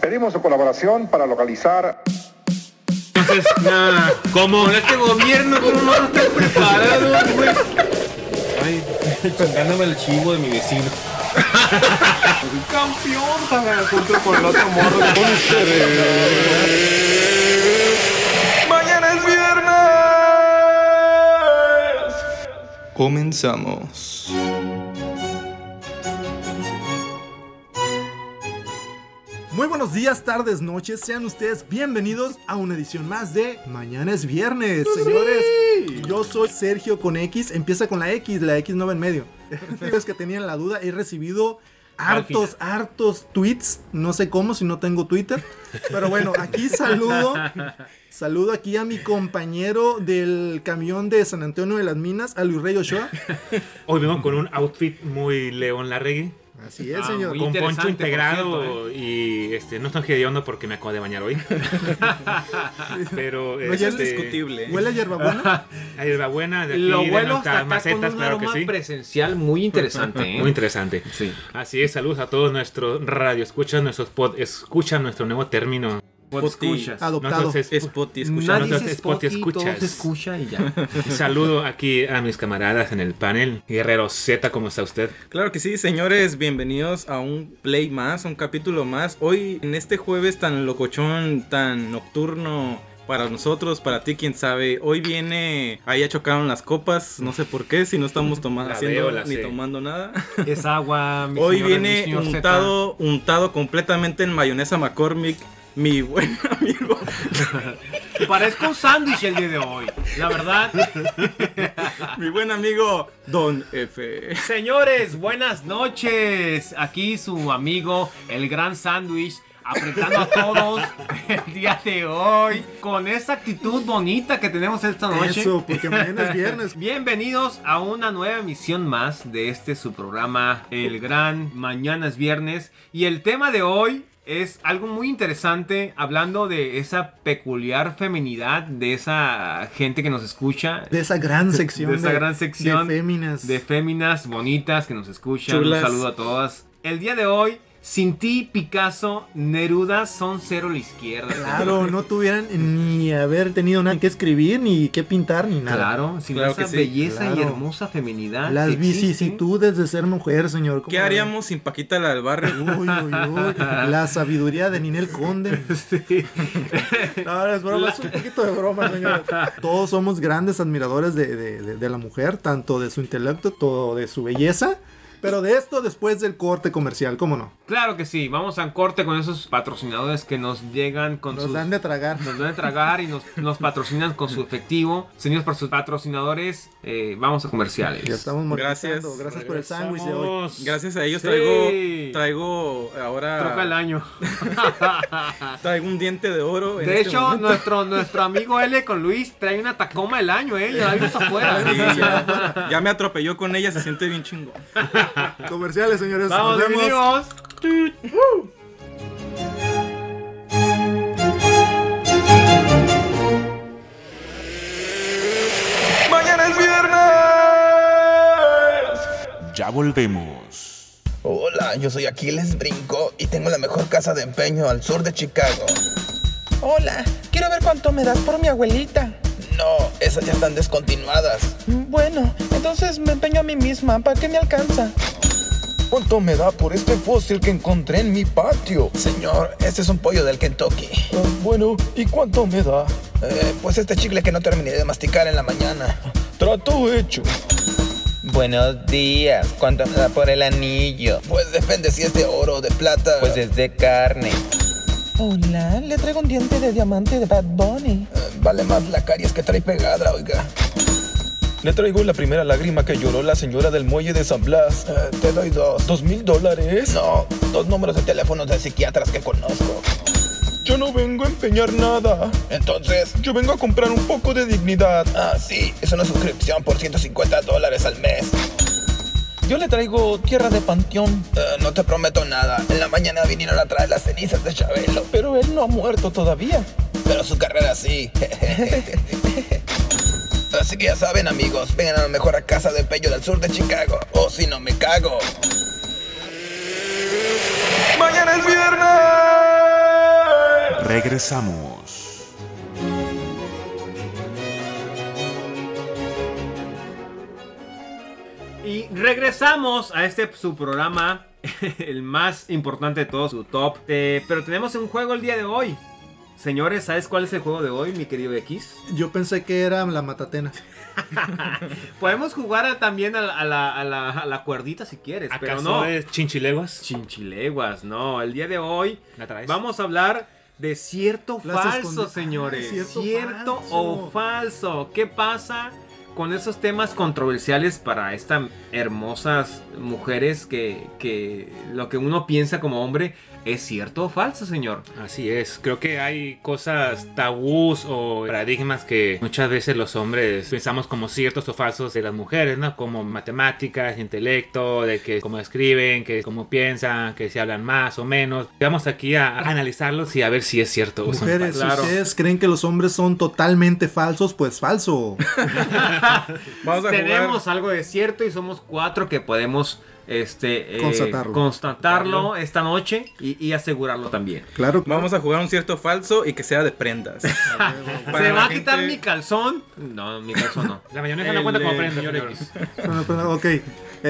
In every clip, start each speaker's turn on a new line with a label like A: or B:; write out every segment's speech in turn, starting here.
A: Pedimos su colaboración para localizar.
B: Entonces, nada, ¿cómo?
C: Con este gobierno, ¿cómo no estás preparado, güey? Ay, pegándome el chivo de mi vecino. Un campeón, también, junto con el otro morro. ¡Mañana es viernes!
D: Comenzamos.
E: Muy buenos días, tardes, noches. Sean ustedes bienvenidos a una edición más de Mañana es Viernes, señores. Yo soy Sergio con X. Empieza con la X, la X no va en medio. Es que tenían la duda, he recibido hartos, hartos tweets. No sé cómo si no tengo Twitter. Pero bueno, aquí saludo. Saludo aquí a mi compañero del camión de San Antonio de las Minas, a Luis Rey Ochoa.
B: Hoy vengo con un outfit muy León Larregui.
E: Así es,
C: Ah,
E: señor.
B: Con
C: muy-
B: poncho
C: interesante, por ¿eh?
B: integrado y este, no estoy hediondo porque me acabo de bañar hoy. Pero
E: No, ya es ¿eh?
C: discutible.
E: Huele a hierbabuena.
B: La hierbabuena de aquí,
C: Lo
B: de
C: vuelo
B: nuestras
C: hasta acá
B: macetas,
C: con un
B: claro que
C: aroma
B: sí.
C: presencial muy interesante, ¿eh?
B: Muy interesante.
C: Sí.
B: Así es, saludos a todos nuestros radio, escuchan nuestros pod, escuchan nuestro nuevo término.
C: escuchas.
E: Adoptado.
B: Nuestros es-
F: Spotty, escuchando.
C: Nadie se
B: Entonces, Spotify
C: spot y todo
B: escuchas.
C: se escucha y ya.
B: Saludo aquí a mis camaradas en el panel. Guerrero Z, ¿cómo está usted?
F: Claro que sí, señores, bienvenidos a un play más, un capítulo más. Hoy, en este jueves tan locochón, tan nocturno para nosotros, para ti, quién sabe. Hoy viene, ahí ya chocaron las copas, no sé por qué, si no estamos tomando,
B: La
F: haciendo
B: veo, la
F: ni
B: sé.
F: tomando nada.
C: Es agua. mi
F: Hoy
C: señora, mi
F: viene
C: señor Z.
F: untado, untado completamente en mayonesa McCormick. Mi buen amigo.
C: Parezco un sándwich el día de hoy. La verdad.
F: Mi buen amigo Don F.
C: Señores, buenas noches. Aquí su amigo, el gran sándwich, apretando a todos el día de hoy. Con esa actitud bonita que tenemos esta noche.
E: Eso, porque mañana es viernes.
C: Bienvenidos a una nueva emisión más de este su programa El Gran Mañana es Viernes y el tema de hoy es algo muy interesante hablando de esa peculiar feminidad de esa gente que nos escucha
E: De esa gran sección.
C: De esa gran sección
E: De féminas.
C: de féminas bonitas que nos escuchan.
F: Chulas.
C: Un saludo a todas. El día de hoy, sin ti, Picasso, Neruda son cero a la izquierda.
E: Claro, no tuvieran ni haber tenido nada que escribir, ni que pintar, ni nada.
C: Claro, sin
F: Claro
C: esa
F: que sí.
C: belleza y
E: Claro.
C: hermosa feminidad. que
E: Las
C: existe.
E: vicisitudes de ser mujer, señor. ¿Cómo
F: ¿Qué
E: la ve?
F: haríamos sin Paquita la del barrio?
E: Uy, uy, uy. La sabiduría de Ninel Conde.
C: Sí.
E: No, no, es broma, es un poquito de broma, señor. Todos somos grandes admiradores de, de- de- de la mujer, tanto de su intelecto, todo de su belleza. Pero de esto después del corte comercial, ¿cómo no?
C: Claro que sí, vamos a un corte con esos patrocinadores que nos llegan con
E: Nos
C: sus...
E: dan de tragar.
C: Nos dan de tragar y nos, nos patrocinan con su efectivo. Señores, por sus patrocinadores, eh, vamos a comerciales.
E: Ya estamos
F: Gracias.
E: monetizando. Gracias por el sándwich de hoy.
B: Regresamos.
F: Gracias a ellos
C: Sí.
F: traigo, traigo eh, ahora.
C: Troca el año.
F: Traigo un diente de oro. en
C: De
F: este
C: hecho,
F: momento.
C: nuestro, nuestro amigo L con Luis trae una Tacoma del año, ¿eh? Ya la vimos afuera.
F: Sí, ya, ya me atropelló con ella, se siente bien chingo.
E: Comerciales, señores.
C: Vamos,
E: nos vemos.
C: venimos.
B: Mañana es viernes.
G: Ya volvemos.
H: Hola, yo soy Aquiles Brinco y tengo la mejor casa de empeño al sur de Chicago. Hola, quiero ver cuánto me das por mi abuelita. No, esas ya están descontinuadas. Bueno, entonces me empeño a mí misma, ¿para qué me alcanza? ¿Cuánto me da por este fósil que encontré en mi patio? Señor, este es un pollo del Kentucky. bueno, ¿y cuánto me da? pues este chicle que no terminé de masticar en la mañana. Trato hecho. Buenos días, ¿cuánto me da por el anillo? Pues depende si es de oro o de plata. Pues es de carne. Hola, le traigo un diente de diamante de Bad Bunny. vale más la caries que trae pegada, oiga. Le traigo la primera lágrima que lloró la señora del muelle de San Blas. Eh, te doy dos. ¿Dos mil dólares? No, dos números de teléfonos de psiquiatras que conozco. Yo no vengo a empeñar nada. Entonces, yo vengo a comprar un poco de dignidad. Ah, sí, es una suscripción por 150 dólares al mes. Yo le traigo tierra de panteón. Eh, no te prometo nada. En la mañana vinieron a traer las cenizas de Chabelo. Pero él no ha muerto todavía. Pero su carrera sí. Así que ya saben, amigos, vengan a la mejor casa de pello del sur de Chicago. O si no, me cago.
B: Mañana es viernes.
G: Regresamos.
C: Y regresamos a este su programa, el más importante de todos, su top. Eh, pero tenemos un juego el día de hoy. Señores, ¿sabes cuál es el juego de hoy, mi querido X?
E: Yo pensé que era la matatena.
C: Podemos jugar a- también a la, a la- a la- a la cuerdita si quieres, pero
B: ¿Acaso
C: no.
B: es chinchileguas?
C: Chinchileguas, no. El día de hoy
B: ¿La traes?
C: vamos a hablar de cierto o
E: Las
C: falso,
E: escondidas.
C: señores.
E: Ah,
C: Cierto,
E: cierto falso.
C: o falso. ¿Qué pasa con esos temas controversiales para estas hermosas mujeres que, que lo que uno piensa como hombre es cierto o falso, señor?
B: Así es, creo que hay cosas tabús o paradigmas que muchas veces los hombres pensamos como ciertos o falsos de las mujeres, ¿no? Como matemáticas, intelecto, de que cómo escriben, que cómo piensan, que si hablan más o menos. Vamos aquí a analizarlos y a ver si es cierto o son
E: Mujeres,
B: falsos.
E: si
C: Claro.
E: ustedes creen que los hombres son totalmente falsos, pues falso.
F: Vamos a
C: Tenemos algo de cierto y somos cuatro que podemos este, eh,
E: Constatarlo.
C: constatarlo esta noche y- y asegurarlo también.
E: Claro.
F: jugar. Vamos a jugar un cierto falso y que sea de prendas. Para
C: ¿Se
F: la
C: va a quitar
F: gente-
C: mi calzón? No, mi calzón no.
B: La mayonesa no
F: El,
B: cuenta como
F: eh,
B: prenda,
F: señor
B: señor
F: X.
E: Bueno, pero, ok.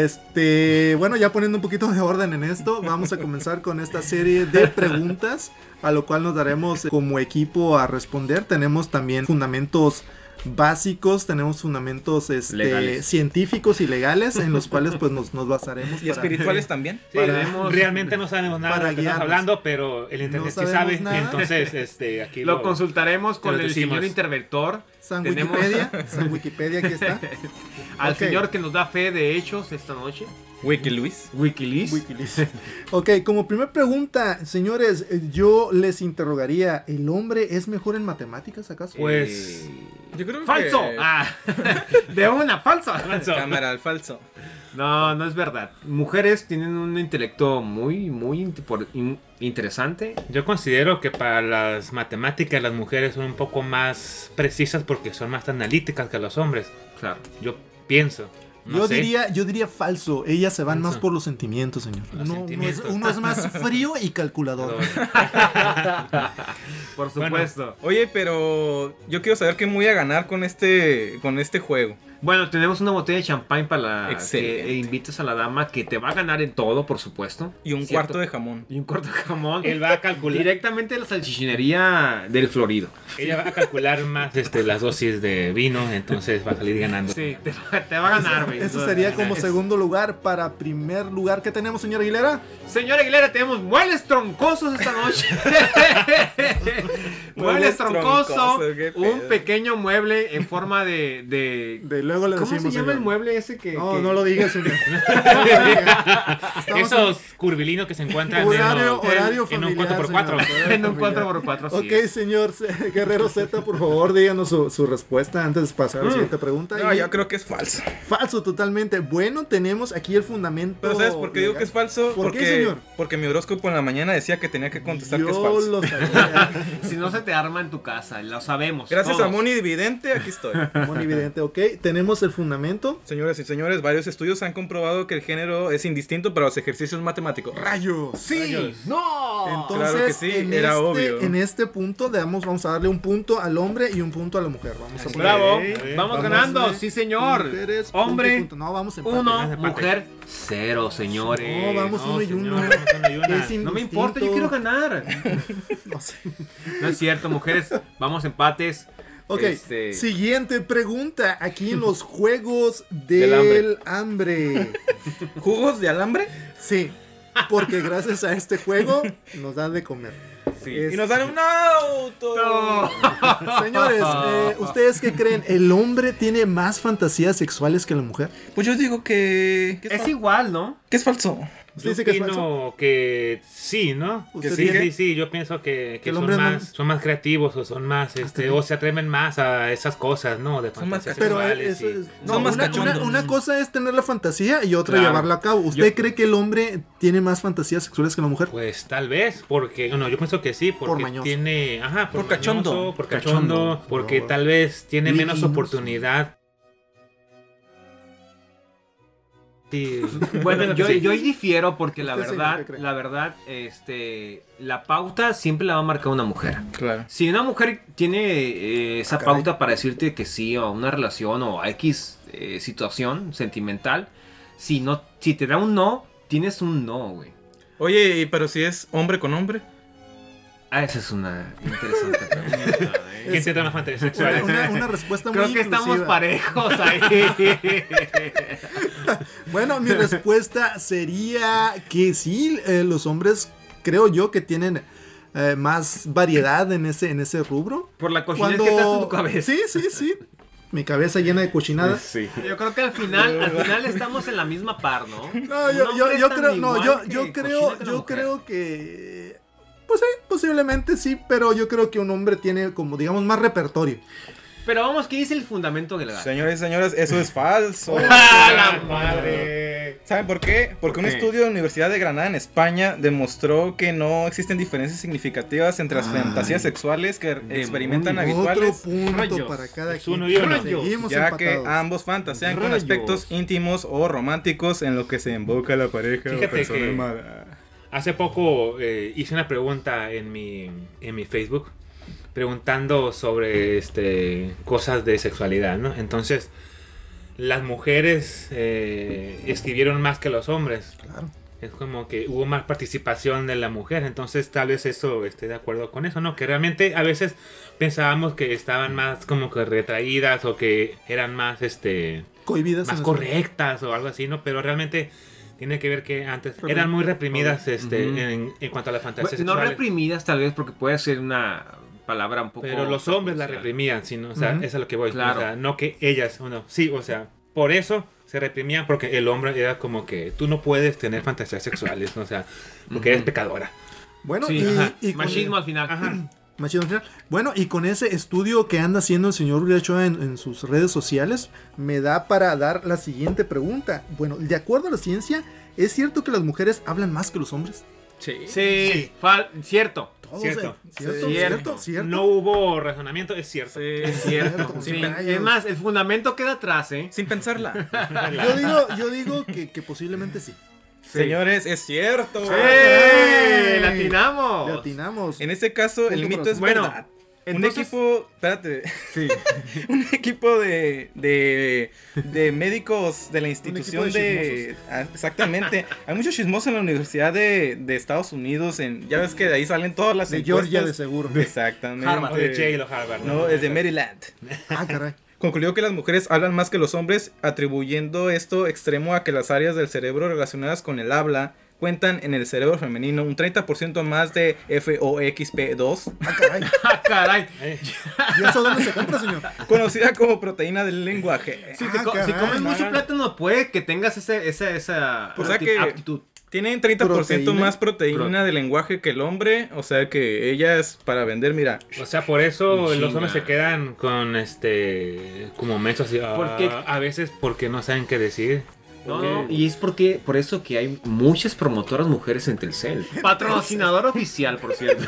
E: Este, bueno, ya poniendo un poquito de orden en esto, vamos a comenzar con esta serie de preguntas, a lo cual nos daremos como equipo a responder. Tenemos también fundamentos básicos, tenemos fundamentos este,
C: Legales.
E: científicos y legales en los cuales pues nos, nos basaremos.
F: ¿Y espirituales también?
B: Sí,
E: Para-
B: tenemos- realmente no sabemos nada de
E: para
B: lo que estamos
E: guiarnos.
B: hablando, pero el internet sí
E: sabemos
B: sabe,
E: nada.
B: entonces este, aquí
C: Lo consultaremos con
B: Te lo
C: el
B: decimos.
C: señor interventor,
E: San
C: Tenemos-
E: Wikipedia, San Wikipedia, aquí está.
C: al
E: Ok.
C: señor que nos da fe de hechos esta noche.
F: Wiki Luis.
C: Wikileaks.
E: Ok, como primera pregunta, señores, eh, yo les interrogaría, ¿el hombre es mejor en matemáticas acaso?
B: Pues...
F: Yo creo que-
C: ¡Falso! Ah, de una, falsa.
B: falso.
F: Cámara al falso.
C: No, no es verdad. Mujeres tienen un intelecto muy, muy int- por- in- interesante.
B: Yo considero que para las matemáticas las mujeres son un poco más precisas porque son más analíticas que los hombres.
C: Claro.
B: Yo pienso. No
E: yo
B: sé.
E: diría, yo diría falso. Ellas se van más
B: Falso.
E: por los sentimientos, señor.
B: Los
E: Uno- uno es-
B: sentimientos.
E: uno es más frío y calculador.
C: Por
B: Bueno.
C: supuesto. Bueno,
F: Oye, pero yo quiero saber qué me voy a ganar con este con este juego.
C: tenemos una botella de champán para la
F: Excelente.
C: que invites a la dama que te va a ganar en todo, por supuesto.
F: Y un
C: ¿Cierto?
F: cuarto de jamón.
C: Y un corto jamón.
B: Él va a calcular,
C: Directamente de la salchichinería del Florido.
B: ella va a calcular más este, las dosis de vino, entonces va a salir ganando.
C: Sí, te, va- te va a ganar, güey.
E: Eso sería como segundo lugar para primer lugar que tenemos, señor Aguilera.
C: Señor Aguilera, tenemos muebles troncosos esta noche. muebles
F: Muebles
C: Pues troncosos.
F: troncosos, qué pedo.
C: Un pequeño mueble en forma de. de-
E: De luego le
C: ¿Cómo se
E: decimos.
C: llama el
E: señor.
C: mueble ese que.?
E: No,
C: que-
E: no lo digas, señor. No lo diga. Estamos
B: Esos curvilinos que se encuentran en,
E: Horario-
B: un hotel,
E: horario
B: en un
E: familiar,
B: 4x4.
E: señor.
C: En un 4x4, sí.
E: Ok, señor Z- Guerrero Z, por favor, díganos su, su respuesta antes de pasar a la siguiente pregunta.
F: No,
E: Y-
F: yo creo que es falso.
E: Falso, totalmente. Bueno, tenemos aquí el fundamento.
F: Pero ¿sabes por qué digo
E: legal.
F: que es falso?
E: ¿Por qué,
F: porque,
E: señor?
F: porque mi horóscopo en la mañana decía que tenía que contestar que es
E: Yo
F: falso.
E: lo sabía.
C: Si no se te arma en tu casa, lo sabemos.
F: Gracias
C: todos.
F: a Moni Dividente, aquí estoy.
E: Muy evidente, ok. Tenemos el fundamento.
F: Señoras y señores, varios estudios han comprobado que el género es indistinto para los ejercicios matemáticos.
E: Rayos.
C: Sí, no.
E: Entonces,
F: Claro que sí,
E: en,
F: era
E: este,
F: obvio.
E: en este punto le damos, vamos a darle un punto al hombre y un punto a la mujer. Vamos a poner
C: Bravo.
B: Ok.
C: Vamos,
B: Vamos,
C: ganando.
E: eh,
C: Sí, señor.
E: mujeres, punto y
C: Hombre,
E: punto. No, vamos empate.
C: uno.
B: empate.
C: Mujer, cero, señores.
E: No, vamos uno y
B: señor,
E: uno.
B: vamos uno y una.
E: Es in-
C: No me importa, yo quiero
E: Instinto.
C: ganar.
E: No sé.
C: No es cierto, mujeres. Vamos empates.
E: Ok,
C: Este-
E: siguiente pregunta. Aquí en los juegos
F: Del
E: del
F: hambre.
E: hambre.
F: ¿Jugos de alambre?
E: Sí, porque gracias a este juego nos dan de comer. Este,
C: Sí.
E: Es-
F: Y nos dan un auto.
E: Señores, eh, ¿ustedes qué creen? ¿El hombre tiene más fantasías sexuales que la mujer?
F: Pues yo digo que. que es,
C: Es
F: fal-
C: igual, ¿no?
F: que es falso.
E: ¿Usted
B: Yo
E: dice que es falso?
B: opino que sí, ¿no?
E: ¿Usted
B: Que sí,
E: dice?
B: sí, sí, yo pienso que,
E: Que
B: que
E: el
B: son,
E: hombre es
B: más,
E: más-
B: son más creativos o son más, este, o se atreven más a esas cosas, ¿no? De
F: Son más
B: fantasías
E: Pero
B: sexuales
E: eso
B: y-
E: es- no,
F: Son más
E: una, una-
F: cachondos.
E: una cosa es tener la fantasía y otra
C: Claro.
E: llevarla a cabo. ¿Usted
C: Yo-
E: cree que el hombre tiene más fantasías sexuales que la mujer?
B: Pues tal vez, porque, no, yo pienso que sí, porque
E: mañoso.
B: tiene, ajá,
F: Por cachondo.
B: mañoso, por
E: Cachondo.
B: cachondo, porque
E: No.
B: tal vez tiene menos
E: Liguinos.
B: oportunidad Sí.
C: Bueno, yo,
B: Sí.
C: yo ahí difiero porque la
E: Usted, señor,
C: verdad,
E: ¿qué cree?
C: la verdad, este, la pauta siempre la va a marcar una mujer.
F: Claro. Ah,
C: Si una mujer tiene eh, esa pauta para decirte que sí a una relación o a X eh, situación sentimental, si no, si te da un no, tienes un no, güey.
F: Oye, y- pero si es hombre con hombre.
C: Ah, esa es una interesante pregunta. eh.
B: ¿Quién tendrá más fantasías
E: Una,
B: sexuales?
E: una- una respuesta muy
C: Creo que estamos
E: inclusiva.
C: parejos ahí.
E: Bueno, mi respuesta sería que sí, eh, los hombres creo yo que tienen eh, más variedad en ese, en ese rubro.
C: Por la cochinada que te hace en tu cabeza.
E: Sí, sí, sí. Mi cabeza llena de cochinadas.
F: Sí.
C: Yo creo que al final, al final estamos en la misma par, ¿no?
E: No,
C: Un
E: yo,
C: hombre
E: yo,
C: es
E: yo
C: tan
E: creo, no,
C: igual
E: yo,
C: que
E: yo
C: cochina
E: creo,
C: que la
E: yo
C: mujer.
E: creo que, pues sí, posiblemente sí, pero yo creo que un hombre tiene como, digamos, más repertorio.
C: Pero vamos, ¿qué dice el fundamento del gato?
F: Señores y señoras, eso es falso.
C: ¡Ah, la madre!
F: ¿Saben por qué? Porque un
C: ¿Por qué?
F: estudio de la Universidad de Granada en España demostró que no existen diferencias significativas entre las fantasías sexuales que experimentan
E: Otro
F: habituales,
E: punto
B: Rayos.
E: para cada
B: Es
E: quien.
B: uno y uno.
E: Seguimos
F: ya
E: empatados.
F: que ambos fantasean con
C: Rayos.
F: aspectos íntimos o románticos en lo que se invoca la pareja
B: Fíjate
F: o persona
B: que-
F: amada.
B: Hace poco eh, hice una pregunta en mi, en mi Facebook preguntando sobre este, cosas de sexualidad, ¿no? Entonces, las mujeres eh, escribieron más que los hombres.
E: Claro.
B: Es como que hubo más participación de la mujer, entonces tal vez eso esté de acuerdo con eso, ¿no? Que realmente a veces pensábamos que estaban más como que retraídas o que eran más, este,
E: Cohibidas.
B: más
E: en-
B: correctas o algo así, ¿no? Pero realmente tiene que ver que antes eran muy reprimidas este,
C: Ujú.
B: en, en cuanto a la fantasía
C: Bueno, No
B: sexual.
C: reprimidas tal vez porque puede ser una palabra un poco...
B: Pero los hombres la reprimían, sino, o sea,
E: Ujú.
B: es a lo que voy.
C: Claro.
B: O sea, no que ellas, uno, sí, o sea, por eso se reprimían porque el hombre era como que tú no puedes tener fantasías sexuales, ¿no? o sea, porque eres pecadora.
E: Bueno,
C: Sí,
E: y,
C: ajá.
E: y con-
C: machismo al final.
E: Machismo al final. Bueno, y con ese estudio que anda haciendo el señor Uriachoa en, en sus redes sociales, me da para dar la siguiente pregunta. Bueno, de acuerdo a la ciencia, ¿es cierto que las mujeres hablan más que los hombres?
F: Sí.
C: Sí, fal- cierto.
E: Todos,
B: Cierto.
E: eh, cierto,
C: Sí.
E: cierto,
C: Cierto.
E: cierto.
B: No hubo razonamiento, es cierto.
C: Es cierto.
E: Cierto,
C: Sí.
E: sin rayos.
C: Es más, el fundamento queda atrás, ¿eh?
F: Sin pensarla.
E: Yo digo, yo digo que, que posiblemente sí.
F: Señores, es cierto. Ah,
C: ¡Eh! ¡Latinamos!
E: Le atinamos.
F: En este caso,
E: Punto
F: el mito
E: para
F: es
E: nosotros.
C: Bueno,
F: verdad.
C: entonces-
F: Un equipo, espérate,
C: Sí.
F: un equipo de, de, de médicos de la institución
E: equipo
F: de...
E: de
F: Ah, exactamente. Hay muchos chismosos en la Universidad de, de Estados Unidos. En, ya ves que de ahí salen todas las...
E: De Georgia, de
F: encuestas.
E: seguro.
F: Exactamente.
B: Harvard, de Yale o Harvard.
F: No, es de Maryland.
E: Ah, caray.
F: Concluyó que las mujeres hablan más que los hombres, atribuyendo esto extremo a que las áreas del cerebro relacionadas con el habla cuentan en el cerebro femenino un 30% más de FOXP2,
E: Ah, caray.
C: ¡Ah, caray!
B: Eh,
E: ¿Y eso dónde se compra, señor?
F: conocida como proteína del lenguaje.
C: Si, te
E: Ah,
C: co- si
E: caray,
C: comes
E: no
C: mucho
B: hagan-
C: plátano, puede que tengas ese, esa, esa
F: O sea
C: apti-
F: que-
C: aptitud.
F: Tienen 30%
E: ¿Proteína?
F: más proteína del lenguaje que el hombre, o sea que ellas para vender, mira,
B: O sea, por eso
C: Chinga.
B: los hombres se quedan con este. como mensos así. ah,
C: ¿Por qué?
B: A veces porque no saben qué decir.
C: No,
B: Porque-
C: no, y es porque por eso que hay muchas promotoras mujeres en Telcel. Patrocinador oficial, por cierto.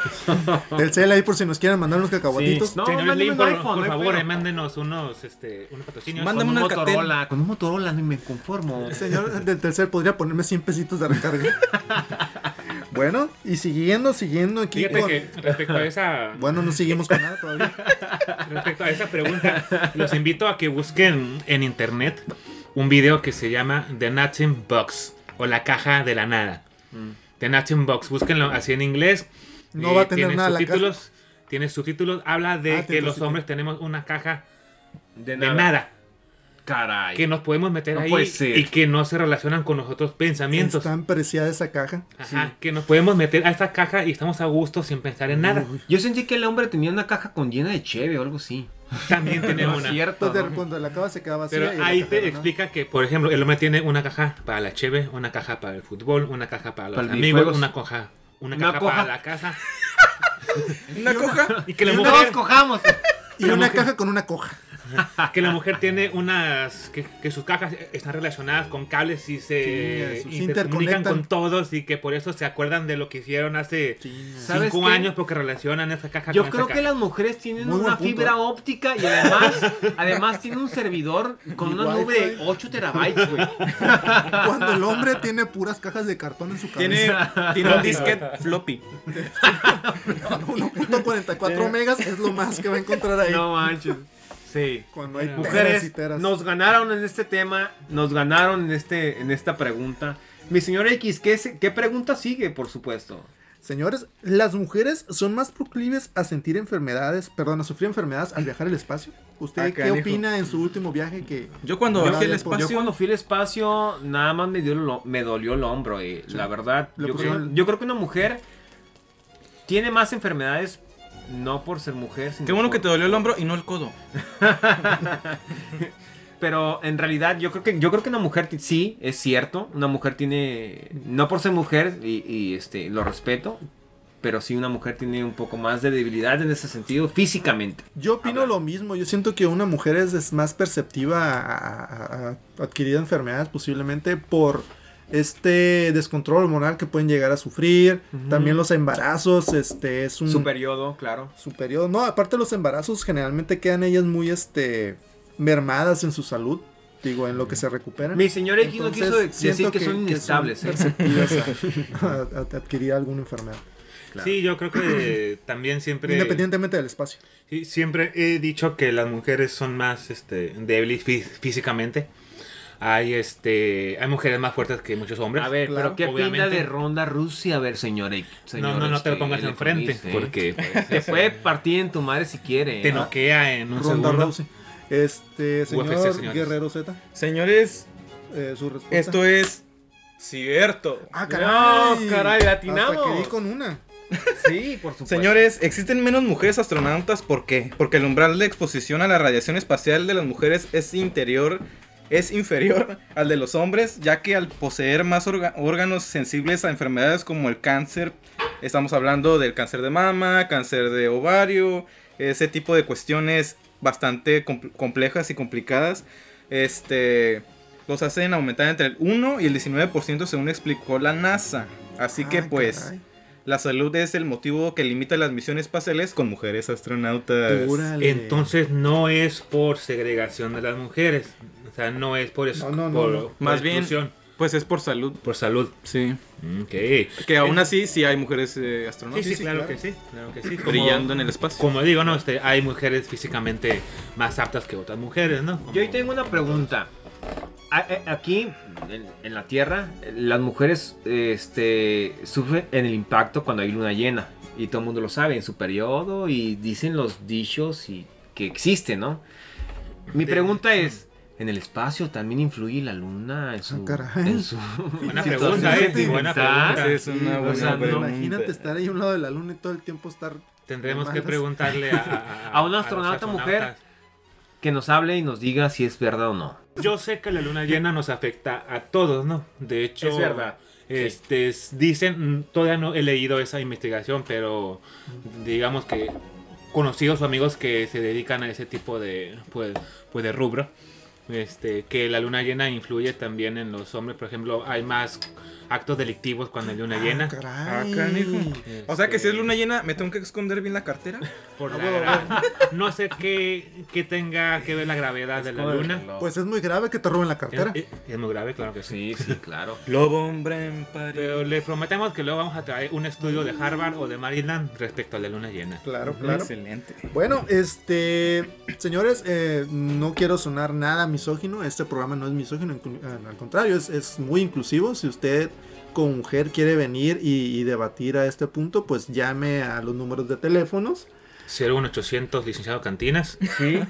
E: Del cel ahí por si nos quieren mandar unos cacahuatitos.
C: Sí. No,
B: Señor
C: mándenme
B: Slim,
C: un
B: por,
C: iPhone,
B: por
C: no hay
B: favor,
C: pedo.
B: eh, mándenos unos, este, unos patrocinios.
F: Mándame
C: con un
F: un Alcatel.
C: Motorola, con un Motorola no me conformo.
E: Señor del tercer podría ponerme 100 pesitos de recarga. bueno, y siguiendo, siguiendo aquí.
B: Fíjate
E: con-
B: que respecto a esa,
E: Bueno, no seguimos con nada todavía.
B: respecto a esa pregunta, los invito a que busquen en internet un video que se llama The Nothing Box o la caja de la nada.
C: Mm.
B: The Nothing Box, búsquenlo así en inglés.
E: No
B: Eh,
E: va a tener
B: tiene
E: nada la
B: subtítulos, tiene subtítulos, habla de
E: Ah,
B: que
E: tiene
B: los
E: subtítulos.
B: hombres tenemos una caja
C: De
B: de nada
C: Caray.
B: que nos podemos meter
C: No
B: ahí
C: puede ser.
B: y que no se relacionan con los otros pensamientos.
E: Es tan preciada esa caja.
B: Ajá, que nos podemos meter a esta caja y estamos a gusto sin pensar en nada.
C: Yo sentí que el hombre tenía una caja con llena de cheve o algo así.
B: También tenemos
C: No es
B: una.
C: cierto.
E: Entonces,
C: ¿no?
E: cuando la cava se quedaba vacía.
B: Pero
E: y la
B: ahí
E: caja
B: te
E: era nada.
B: explica que, por ejemplo, el hombre tiene una caja para la cheve, una caja para el fútbol, una caja para los
C: Para el
B: amigos,
C: videojuegos.
B: una caja, una
C: Una
B: caja
C: coja.
B: para la casa.
F: una coja.
B: Y que la
C: Y
B: mujer,
C: todos cojamos.
E: Y una caja con una coja.
B: que la mujer tiene unas. Que, que sus cajas están relacionadas con cables y se,
E: Sí, se
B: intercomunican
E: interconectan.
B: con todos y que por eso se acuerdan de lo que hicieron hace
C: ¿Sabes
B: cinco
C: qué?
B: años porque relacionan esa caja
C: Yo
B: con
C: creo
B: esa
C: que
B: caja.
C: las mujeres tienen
E: Muy buen
C: una
E: punto.
C: fibra óptica y además, además tiene un servidor con
E: Y
C: una nube de 8 terabytes, güey.
E: Cuando el hombre tiene puras cajas de cartón en su
F: Tiene,
E: cabeza.
F: tiene un disquete floppy.
E: 1.44 megas es lo más que va a encontrar ahí.
C: No manches. Sí.
E: Cuando hay teras y
C: Mujeres,
E: teras.
C: nos ganaron en este tema, nos ganaron en, este, en esta pregunta. Mi señor X, ¿qué, se- ¿qué pregunta sigue, por supuesto?
E: Señores, las mujeres son más proclives a sentir enfermedades, perdón, a sufrir enfermedades al viajar al espacio. ¿Usted
F: Ah,
E: qué
F: canijo.
E: opina en su último viaje que
F: Yo cuando
E: Yo-
F: bajé el
E: yo
C: Yo
F: espacio,
C: cuando fui al espacio, nada más me, dio el lo- me dolió el hombro, eh, la verdad.
E: Le
C: Yo creo,
E: pusieron-
C: yo creo que una mujer tiene más enfermedades, no por ser mujer, sino
F: qué bueno que
C: por-
F: te dolió el hombro y no el codo.
C: Pero en realidad yo creo que yo creo que una mujer ti- sí es cierto, una mujer tiene no por ser mujer y, y, este lo respeto, pero sí una mujer tiene un poco más de debilidad en ese sentido físicamente.
E: Yo opino lo mismo, yo siento que una mujer es, es más perceptiva a, a- a adquirir enfermedades posiblemente por este descontrol hormonal que pueden llegar a sufrir, también los embarazos, este es un
C: Su periodo, claro.
E: su periodo. No, aparte los embarazos generalmente quedan ellas muy este mermadas en su salud, digo, en lo que se recuperan.
C: Mi señor X no quiso
E: Entonces,
C: decir
E: siento
C: que, son inestables. ¿eh?
E: perceptivas a, a- a adquirir alguna enfermedad.
B: Sí, yo creo que también siempre.
E: Independientemente del espacio.
B: Sí, siempre he dicho que las mujeres son más este, débiles fí- físicamente. Hay este hay mujeres más fuertes que muchos hombres.
C: A ver,
E: Claro,
C: pero qué opina
B: obviamente.
C: de Ronda Rusia, a ver, señor X.
B: no,
C: señor,
B: no, no te lo
C: este,
B: pongas
C: le
B: enfrente
C: comiste, ¿eh?
B: porque
C: te puede partir en tu madre si quiere.
B: te
C: ¿eh?
B: noquea en un
E: Ronda
B: segundo.
E: Rousey. Este, señor
B: UFC, señores.
E: Guerrero Z,
F: Señores, pues,
E: eh, su respuesta.
F: esto es cierto.
E: Ah, caray.
C: No, caray, latinamos.
E: Hasta que di con una.
C: Sí, por supuesto.
F: Señores, ¿existen menos mujeres astronautas? ¿Por qué? Porque el umbral de exposición a la radiación espacial de las mujeres es interior, es inferior al de los hombres, ya que al poseer más orga- órganos sensibles a enfermedades como el cáncer, estamos hablando del cáncer de mama, cáncer de ovario, ese tipo de cuestiones bastante com- complejas y complicadas, este, los hacen aumentar entre el 1 y el 19% según explicó la NASA. Así que
E: Ah,
F: pues...
E: caray.
F: La salud es el motivo que limita las misiones espaciales con mujeres astronautas.
E: Órale.
B: Entonces no es por segregación de las mujeres. O sea, no es por eso.
E: No, no, no,
B: por,
E: no.
B: por
F: Más bien-
B: exclusión,
F: Pues es por salud,
B: Por salud.
F: sí.
B: Ok.
F: Que aún así sí hay mujeres eh,
B: Sí,
F: astronautas
B: sí,
E: sí,
B: claro,
E: claro.
B: que sí. Claro que sí. Como-
F: brillando en el espacio.
B: Como digo, ¿no? Este, hay mujeres físicamente más aptas que otras mujeres, ¿no? Como-
C: Yo ahí tengo una pregunta. A- a- Aquí, en, en la Tierra, las mujeres este, sufren en el impacto cuando hay luna llena. Y todo el mundo lo sabe, en su periodo, y dicen los dichos y que existe, ¿no? Mi pregunta es, ¿en el espacio también influye la luna en su...
E: Ah, caray.
C: en su-
B: Buena
E: Situación
B: pregunta, eh.
E: sentimental.
F: Esa
B: Buena pregunta.
F: es una
E: O
F: buena
E: sea,
C: no-
F: pregunta.
E: imagínate estar ahí a un lado de la luna y todo el tiempo estar.
B: Tendremos
E: de
B: que
E: malas.
B: preguntarle a, a,
C: A un
B: los
C: astronauta mujer.
B: astronautas.
C: que nos hable y nos diga si es verdad o no.
B: Yo sé que la luna llena nos afecta a todos, ¿no? De hecho,
C: Es verdad.
B: Este, s- Dicen, mm, todavía no he leído esa investigación, pero digamos que conocidos o amigos que se dedican a ese tipo de, pues, pues de rubro, este, que la luna llena influye también en los hombres. Por ejemplo, hay más actos delictivos cuando hay luna llena.
F: Ah,
E: Caray.
F: canijo. O sea que si
B: Este,
F: es luna llena, me tengo que esconder bien la cartera.
E: Ah,
B: por la gra- No sé qué, qué tenga que ver la gravedad de la luna.
E: Pues es muy grave que te roben la
B: Es,
E: cartera.
B: es- es muy grave, claro que sí.
C: Sí, sí, claro.
F: Lobo hombre en París.
B: Pero les prometemos que luego vamos a traer un estudio de Harvard o de Maryland respecto a la luna llena.
E: Claro, claro.
F: Excelente.
E: Bueno, este, señores, eh, no quiero sonar nada misógino. Este programa no es misógino, inclu- eh, al contrario, es, es muy inclusivo. Si usted como mujer quiere venir y, y debatir a este punto, pues llame a los números de teléfonos.
B: 01800 licenciado Cantinas.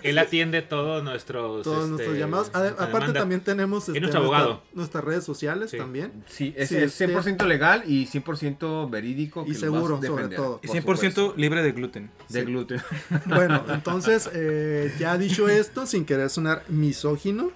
B: Él atiende todos nuestros
E: Todos
B: este,
E: nuestros llamados. Ade-
B: nuestra
E: aparte
B: demanda.
E: también tenemos este,
B: nuestro
E: nuestra-
B: abogado.
E: nuestras redes sociales
B: Sí.
E: también.
C: Sí, es,
E: Sí,
C: es
E: este-
C: 100% legal y 100% verídico.
E: Y
C: que lo vas a
E: seguro, sobre
C: defender,
E: todo.
F: Y
C: por
F: 100%
C: supuesto.
F: libre de gluten.
C: de gluten.
E: Bueno, entonces, eh, ya dicho esto, sin querer sonar misógino,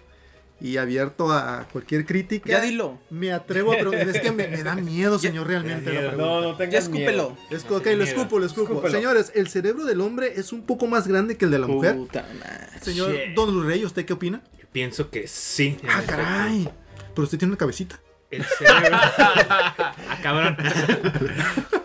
E: y abierto a cualquier crítica.
F: Ya dilo.
E: Me atrevo a preguntar. Es que me, me da miedo, señor, realmente.
B: miedo.
E: la pregunta.
C: No, no tengas
F: Ya escúpelo.
E: Es que,
B: No,
E: ok,
B: qué
E: lo
B: miedo.
E: escupo, lo escupo.
C: Escúpelo.
E: Señores, el cerebro del hombre es un poco más grande que el de la mujer.
F: Puta madre.
E: Señor
B: shit.
E: Don Lurrey, ¿usted qué opina?
B: Yo pienso que sí.
E: Ah, caray. Pero usted tiene una cabecita.
B: El cerebro. Ah, cabrón.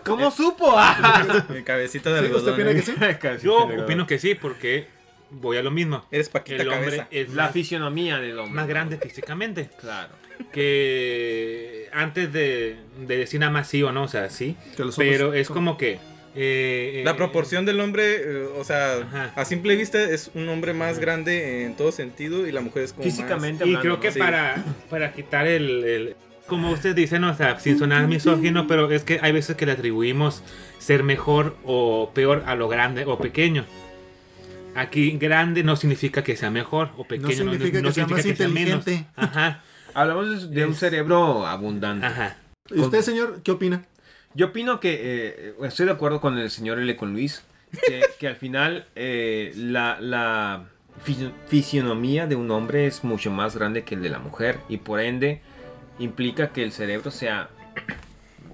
C: ¿Cómo supo? Ah.
F: Mi cabecita de
E: Sí, ¿Usted
F: algodón.
E: opina que
F: ¿eh?
E: sí?
B: Yo opino que sí, porque voy a lo mismo.
F: Eres paquita
B: El hombre
F: cabeza.
B: es
C: la
B: la
C: fisionomía del hombre.
B: más grande físicamente.
C: Claro.
B: que antes de, de decir nada más sí o no, o sea, sí.
E: Que los hombres
B: Pero es
E: son-
B: como que... eh, eh,
F: La proporción del hombre, eh, o sea,
B: Ajá.
F: a simple vista es un hombre más grande en todo sentido y la mujer es como más-
C: Físicamente
B: Y creo
C: hablando,
B: que
C: ¿no? Sí.
B: para, para quitar el, el- Como usted dice, ¿no? o sea, sin sonar misógino, pero es que hay veces que le atribuimos ser mejor o peor a lo grande o pequeño. Aquí grande no significa que sea mejor o pequeño no
E: significa
B: no
E: que sea más
B: menos.
E: inteligente.
B: Ajá,
C: Hablamos de- de un
B: Es-
C: cerebro abundante.
B: ajá.
E: ¿Y usted, señor, qué opina?
C: Yo opino que eh, estoy de acuerdo con el señor L. con Luis, que, que al final eh, la, la fisi- fisionomía de un hombre es mucho más grande que el de la mujer y por ende implica que el cerebro sea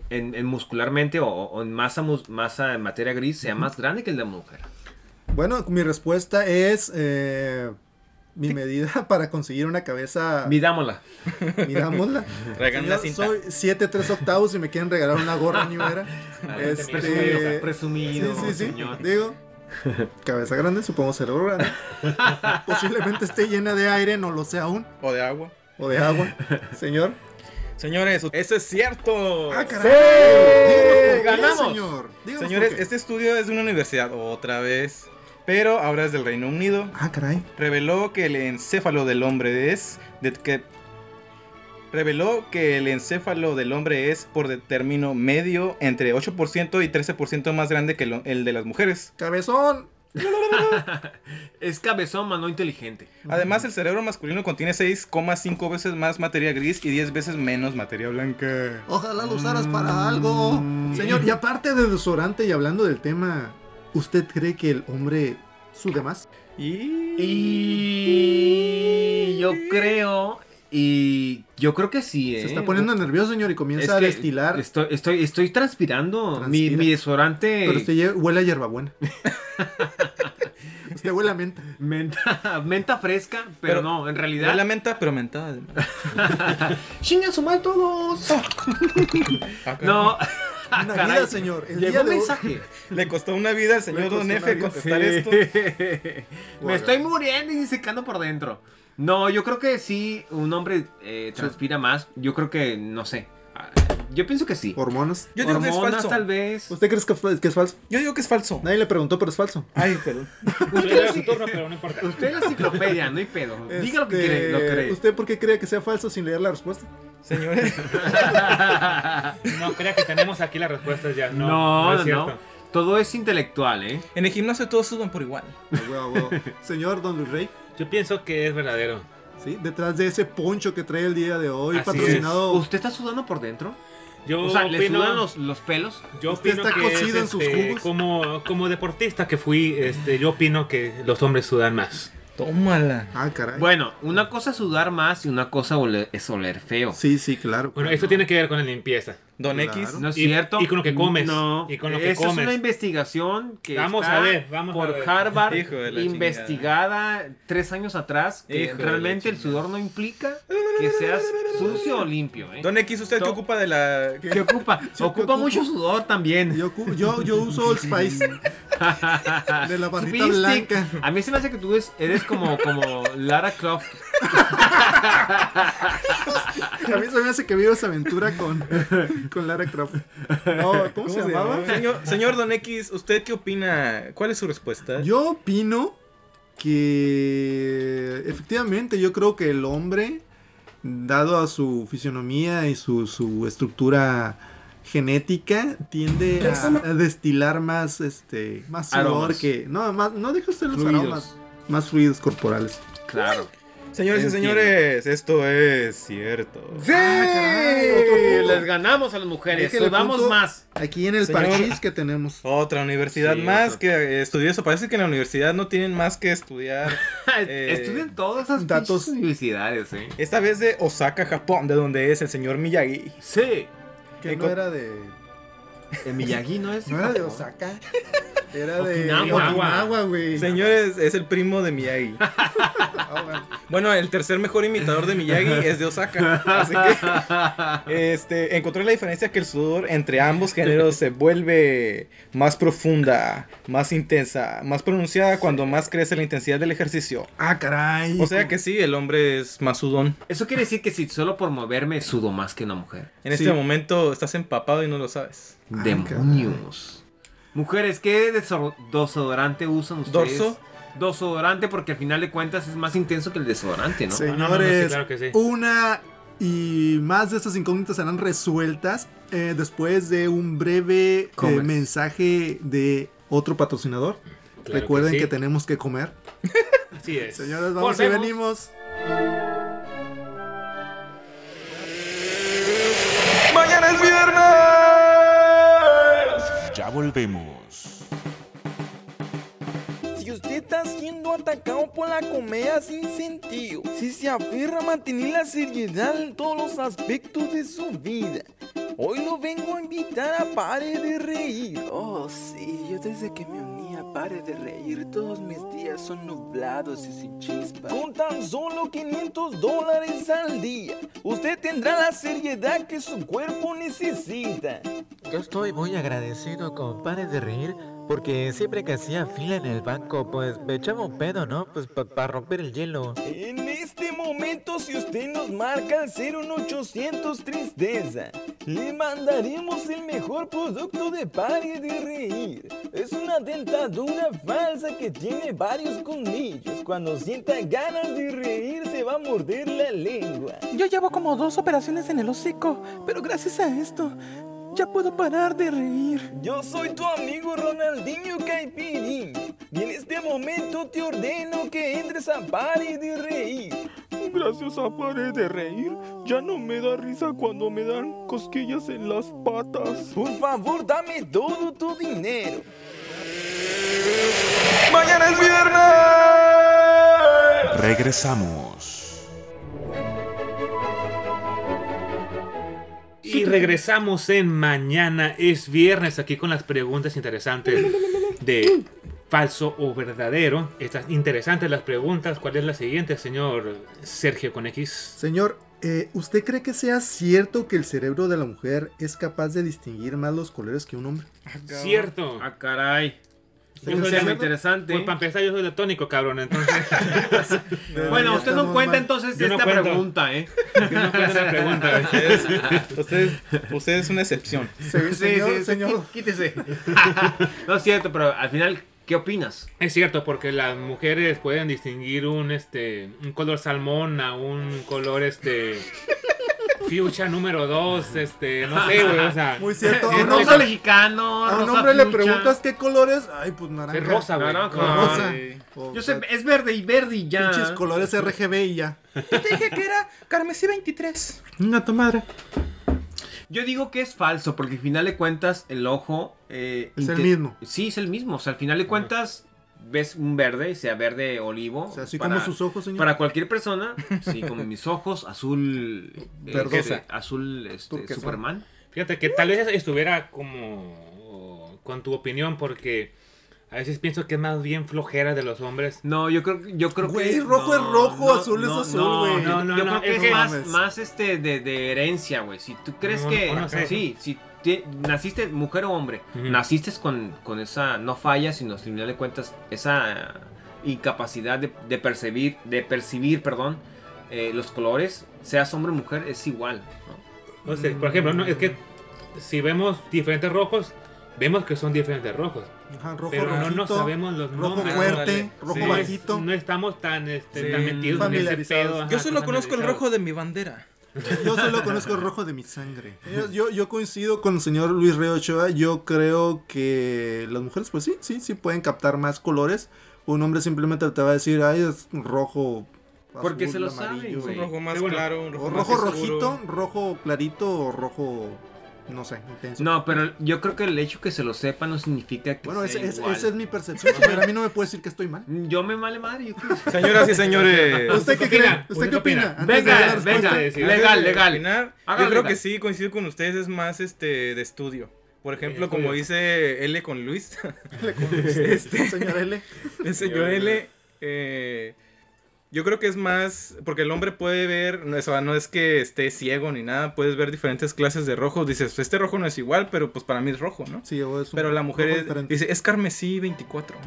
C: en, en muscularmente o, o en masa, mus- masa en materia gris sea más grande que el de la mujer.
E: Bueno, mi respuesta es eh, mi medida para conseguir una cabeza.
C: Midámosla.
E: Mirámosla.
F: Traigan una
E: Señor,
F: cinta.
E: soy 7, 3 octavos y me quieren regalar una gorra ni era. Este,
C: Presumido,
E: sí,
C: presumido,
E: sí, sí.
C: señor.
E: Digo, cabeza grande, supongo cerebro grande. Posiblemente esté llena de aire, no lo sé aún.
F: O de agua.
E: O de agua. Señor.
F: Señores, eso es cierto.
E: ¡Ah,
B: ¡Eh,
E: caray! Díganos por qué,
C: ¡Ganamos!
E: Señor. Díganos por
F: Señores,
E: qué.
F: este estudio es de una universidad, otra vez. Pero ahora es del Reino Unido.
E: Ah, caray.
F: Reveló que el encéfalo del hombre es. de- que- reveló que el encéfalo del hombre es por de- término medio entre 8% y 13% más grande que lo- el de las mujeres.
E: Cabezón.
C: Es cabezón, más no inteligente.
F: Además, el cerebro masculino contiene 6,5 veces más materia gris y 10 veces menos materia blanca.
E: Ojalá lo usaras para algo. Señor, y aparte de desodorante y hablando del tema, ¿usted cree que el hombre sude más?
F: Y...
C: Y yo creo, y yo creo que sí,
E: Se
C: ¿eh?
E: está poniendo nervioso, señor, y
C: Es
E: comienza a
C: que
E: destilar.
C: Estoy, estoy, estoy transpirando. Mi,
E: Transpira.
C: mi desodorante
E: Pero usted lle- huele a hierbabuena. usted huele a menta.
C: menta, menta fresca, pero,
F: Pero-
C: no, en
F: La
C: realidad.
F: lamenta, pero mentada. de madre.
C: ¡Chinga su madre todos!
F: Ah, caray.
C: No,
E: Una
C: Caray.
E: vida, señor. El
C: llegó
E: día
C: un
E: de hoy-
C: mensaje.
F: Le costó una vida al señor
E: costó
F: Don
E: una
F: F
E: vida,
F: contestar
C: Sí.
F: esto.
C: Me estoy muriendo y secando por dentro. No, yo creo que sí, un hombre eh, transpira más. Yo creo que, no sé. Ah, Yo pienso que sí.
E: Hormonas.
F: Yo digo que es
C: Hormonas,
F: falso.
C: tal vez.
E: ¿Usted cree que fue- que es falso?
F: Yo digo que es falso.
E: Nadie le preguntó, pero es falso.
F: Ay, perdón.
B: Yo era su turno, pero no importa.
C: Usted es la enciclopedia, no hay pedo. Diga lo que
E: Este,
C: quiere, lo cree.
E: ¿Usted por qué cree que sea falso sin leer la respuesta?
F: Señores,
B: No crea que tenemos aquí las respuestas ya. No,
C: No,
B: no
C: no,
B: es cierto.
C: Todo es intelectual, ¿eh?
F: en el gimnasio todos sudan por igual.
E: A huevo, a huevo. Señor Don Luis Rey,
B: Yo pienso que es verdadero.
E: ¿sí? detrás de ese poncho que trae el día de hoy,
B: Así
E: patrocinado.
C: ¿Usted está sudando por dentro?
B: Yo
C: O sea, ¿le
B: opino-
C: sudan los, los pelos?
B: Yo
E: Usted
B: opino
E: está
B: que
E: cocido en
B: es,
E: sus
B: este,
E: jugos.
B: Como, como deportista que fui, este, yo opino que los hombres sudan más.
F: Tómala.
E: Ah, caray.
C: Bueno, una cosa es sudar más y una cosa ole- es oler feo.
E: Sí, sí, claro.
B: Bueno, esto tiene que ver con la limpieza.
F: Don
E: Claro.
F: X.
C: ¿No es
B: Y-
C: cierto?
B: y con lo que comes,
C: No.
B: y con lo que
C: Esa es
B: comes.
C: una investigación que
B: Vamos
C: está
B: a ver, vamos a
C: por
B: ver.
C: Harvard,
F: Hijo de la
C: investigada tres años atrás, que
F: Hijo de la
C: realmente el
F: chingada.
C: sudor no implica que seas sucio o limpio, ¿eh?
F: Don X, ¿usted qué
C: To-
F: ocupa de la...?
C: ¿Qué ocupa?
E: ¿qué
C: ocupa
E: ocupo?
C: mucho sudor también.
E: Yo, cu- yo, yo uso Old Spice de la barrita
C: Beefsteak.
E: blanca.
C: A mí se me hace que tú es- eres como, como Lara Croft.
E: A mí se me hace que vivo esa aventura con, con Lara Croft. No, ¿cómo, se, llamaba?
F: Señor, señor Don X, ¿usted qué opina? ¿Cuál es su respuesta?
E: Yo opino que efectivamente yo creo que el hombre, dado a su fisionomía y su, su estructura genética, tiende a, a destilar más este más sudor
C: Aromas.
E: que no más no deja usted los
C: Fluidos.
E: aromas más fluidos corporales.
C: Claro.
F: Señores y
B: Entiendo.
F: señores, esto es cierto.
C: ¡Sí!
E: Ah, caray, otro punto.
C: Les ganamos a las mujeres,
E: Déjele
C: sudamos
E: punto
C: más.
E: Aquí en el
F: Señor-
E: parchís que tenemos.
F: Otra universidad
B: Sí,
F: más
B: otra.
F: que estudió eso. Parece que en la universidad no tienen más que estudiar. Eh,
C: Estudien todas esas
E: datos-
C: datos universidades, ¿eh?
F: Esta vez de Osaka, Japón, de donde es el señor Miyagi. Eh,
C: Sí.
E: Que no
F: con-
E: era de.
C: El Miyagi no es.
E: No era de Osaka. Era de
C: Okinawa.
E: Okinawa, güey.
F: Señores, es el primo de Miyagi.
E: Ah, bueno.
F: Bueno, el tercer mejor imitador de Miyagi es de Osaka. Así que este, encontré la diferencia que el sudor entre ambos géneros se vuelve más profunda, más intensa, más pronunciada cuando más crece la intensidad del ejercicio.
E: Ah, caray.
F: O sea que sí, el hombre es más sudón.
C: Eso quiere decir que si solo por moverme sudo más que una mujer.
F: En
E: Sí.
F: este momento estás empapado y no lo sabes.
E: Ah,
C: Demonios. Mujeres, ¿qué desor- desodorante usan ustedes?
F: ¿Dorso?
C: Desodorante, porque al final de cuentas es más intenso que el desodorante, ¿no?
E: Señores,
B: Ah, No, no, no, sí, claro que sí.
E: una y más de estas incógnitas serán resueltas eh, después de un breve eh,
C: Comer.
E: mensaje de otro patrocinador.
B: Claro
E: Recuerden que,
B: sí.
E: tenemos que comer.
B: Así es.
E: Señores, vamos y
B: Volvemos.
E: venimos.
F: ¡Mañana es viernes!
G: Ya volvemos.
D: Si usted está siendo atacado por la comedia sin sentido, si se aferra a mantener la seriedad en todos los aspectos de su vida, hoy lo vengo a invitar a Pare de Reír. Oh, sí, yo desde que me uní a Pare de Reír, todos mis días son nublados y sin chispa. Con tan solo 500 dólares al día, usted tendrá la seriedad que su cuerpo necesita.
I: Yo estoy muy agradecido con Pares de Reír porque siempre que hacía fila en el banco, pues me echaba un pedo, ¿no? Pues para romper el hielo.
D: En este momento, si usted nos marca el 01800 Tristeza, le mandaremos el mejor producto de Pare de Reír. Es una dentadura falsa que tiene varios colmillos. Cuando sienta ganas de reír, se va a morder la lengua. Yo llevo como dos operaciones en el hocico, pero gracias a esto. Ya puedo parar de reír. Yo soy tu amigo Ronaldinho Caipirinha. Y en este momento te ordeno que entres a Pare de Reír. Gracias a Pare de Reír, ya no me da risa cuando me dan cosquillas en las patas. Por favor, dame todo tu dinero.
F: ¡Mañana es viernes!
G: Regresamos.
B: Y regresamos en mañana es viernes aquí con las preguntas interesantes de falso o verdadero. Estas interesantes las preguntas. ¿Cuál es la siguiente, señor Sergio con X?
E: Señor, eh, ¿usted cree que sea cierto que el cerebro de la mujer es capaz de distinguir más los colores que un hombre?
B: Cierto.
C: Ah, caray.
B: Yo
C: Es un
B: soy
C: tema
B: de-
C: interesante.
B: Pues para empezar yo soy daltónico, cabrón, entonces
C: bueno,
E: ya
C: usted no
E: estamos
C: cuenta
E: mal.
C: entonces
B: Yo no
C: esta
B: cuento.
C: pregunta, ¿eh?
B: yo no puedo hacer la pregunta.
F: Ustedes- Ustedes, usted es una excepción.
E: Se- señor, señor.
C: quí- Quítese. no es cierto, pero al final, ¿qué opinas?
B: Es cierto, porque las mujeres pueden distinguir un este un color salmón a un color este fuchsia número 2, este, no sé, güey, o sea,
E: Muy cierto. A
C: El
E: un
C: rosa
E: hombre,
C: mexicano,
E: a un
C: rosa
E: hombre le
C: fucha.
E: preguntas qué colores. Ay, pues naranja.
B: es rosa, güey.
C: Naranja.
E: o rosa.
F: Ay.
E: O
C: Yo sé,
E: sea,
C: es verde y verde y ya.
E: pinches colores RGB y ya.
F: Te dije que era Carmesí 23.
E: Una tu madre.
C: Yo digo que es falso, porque al final de cuentas el ojo... eh,
E: Es el
C: inte-
E: mismo.
C: Sí, es el mismo. O sea, al final de cuentas ves un verde, sea verde olivo.
E: O sea, así
C: para-
E: como sus ojos, señor.
C: Para cualquier persona, sí, como mis ojos, azul... eh,
E: Verdosa.
C: este, azul este,
E: Turquesa.
C: Superman.
B: Fíjate que tal vez estuviera como con tu opinión porque a veces pienso que es más bien flojera de los hombres.
C: No, yo creo, yo creo
E: Güey,
C: que...
E: rojo
C: no,
E: es rojo,
C: no,
E: azul es azul,
C: no,
E: güey.
C: No, no,
B: Yo
C: no,
B: creo
C: es,
B: que-
C: más,
E: mames.
C: más este de, de herencia, güey. Si tú crees
B: No, no,
C: que...
B: no sé.
C: Sí, si te- naciste mujer o hombre,
B: Ujú.
C: naciste con, con esa... No falla, sino al final de cuentas, esa incapacidad de, de percibir, de percibir, perdón, eh, los colores, seas hombre o mujer, es igual. ¿no?
B: No sé, por ejemplo, no, es que si vemos diferentes rojos, vemos que son diferentes rojos.
E: Ajá, rojo,
B: pero no
E: rojito,
B: nos sabemos los
E: rojo
B: nombres.
E: fuerte,
F: ándale.
E: rojo
F: Sí.
B: No, es-
E: bajito.
B: no estamos tan, este,
F: Sí,
B: tan metidos en ese
E: familiarizados.
B: pedo. ajá,
F: Yo solo
B: tan
F: conozco el
B: familiarizados.
F: rojo de mi bandera.
E: Yo solo conozco el rojo de mi sangre. Yo, Eh, yo, yo coincido con el señor Luis Rey Ochoa. Yo creo que las mujeres, pues sí, sí, sí pueden captar más colores. Un hombre simplemente te va a decir, ay, es rojo
C: Porque se lo
E: azul,
C: saben,
E: amarillo.
C: güey.
F: Un rojo más
B: Sí, bueno,
F: claro, un rojo,
E: O
F: más
E: rojo
F: oscuro.
E: rojito, rojo clarito o rojo, no sé, intenso.
C: No, pero yo creo que el hecho que se lo sepa no significa que
E: Bueno,
C: sea
E: ese- ese-
C: igual. Mm,
E: esa es mi percepción. Pero a mí no me puede decir que estoy mal.
C: Yo me vale madre, yo creo.
F: Señoras y señores.
E: ¿Usted qué
B: ¿Usted qué
E: cree?
B: opina?
E: ¿Usted qué
B: ¿Usted qué
E: opina?
B: opina?
E: Antes de dar la
C: Venga,
E: respuesta.
C: venga,
B: respuesta.
C: legal, legal.
F: Opinar,
C: Hágalo
F: yo creo
C: legal.
F: que sí, coincido con ustedes, es más este de estudio. Por ejemplo,
B: estudio.
F: como dice L con Luis,
E: Este, Señor L.
F: el señor L, eh, yo creo que es más, porque el hombre puede ver, no, o sea, no es que esté ciego ni nada, puedes ver diferentes clases de rojo. Dices, este rojo no es igual, pero pues para mí es rojo, ¿no?
E: Sí, o es un
F: Pero la mujer
E: rojo
F: es-
E: diferente.
F: dice, es carmesí 24.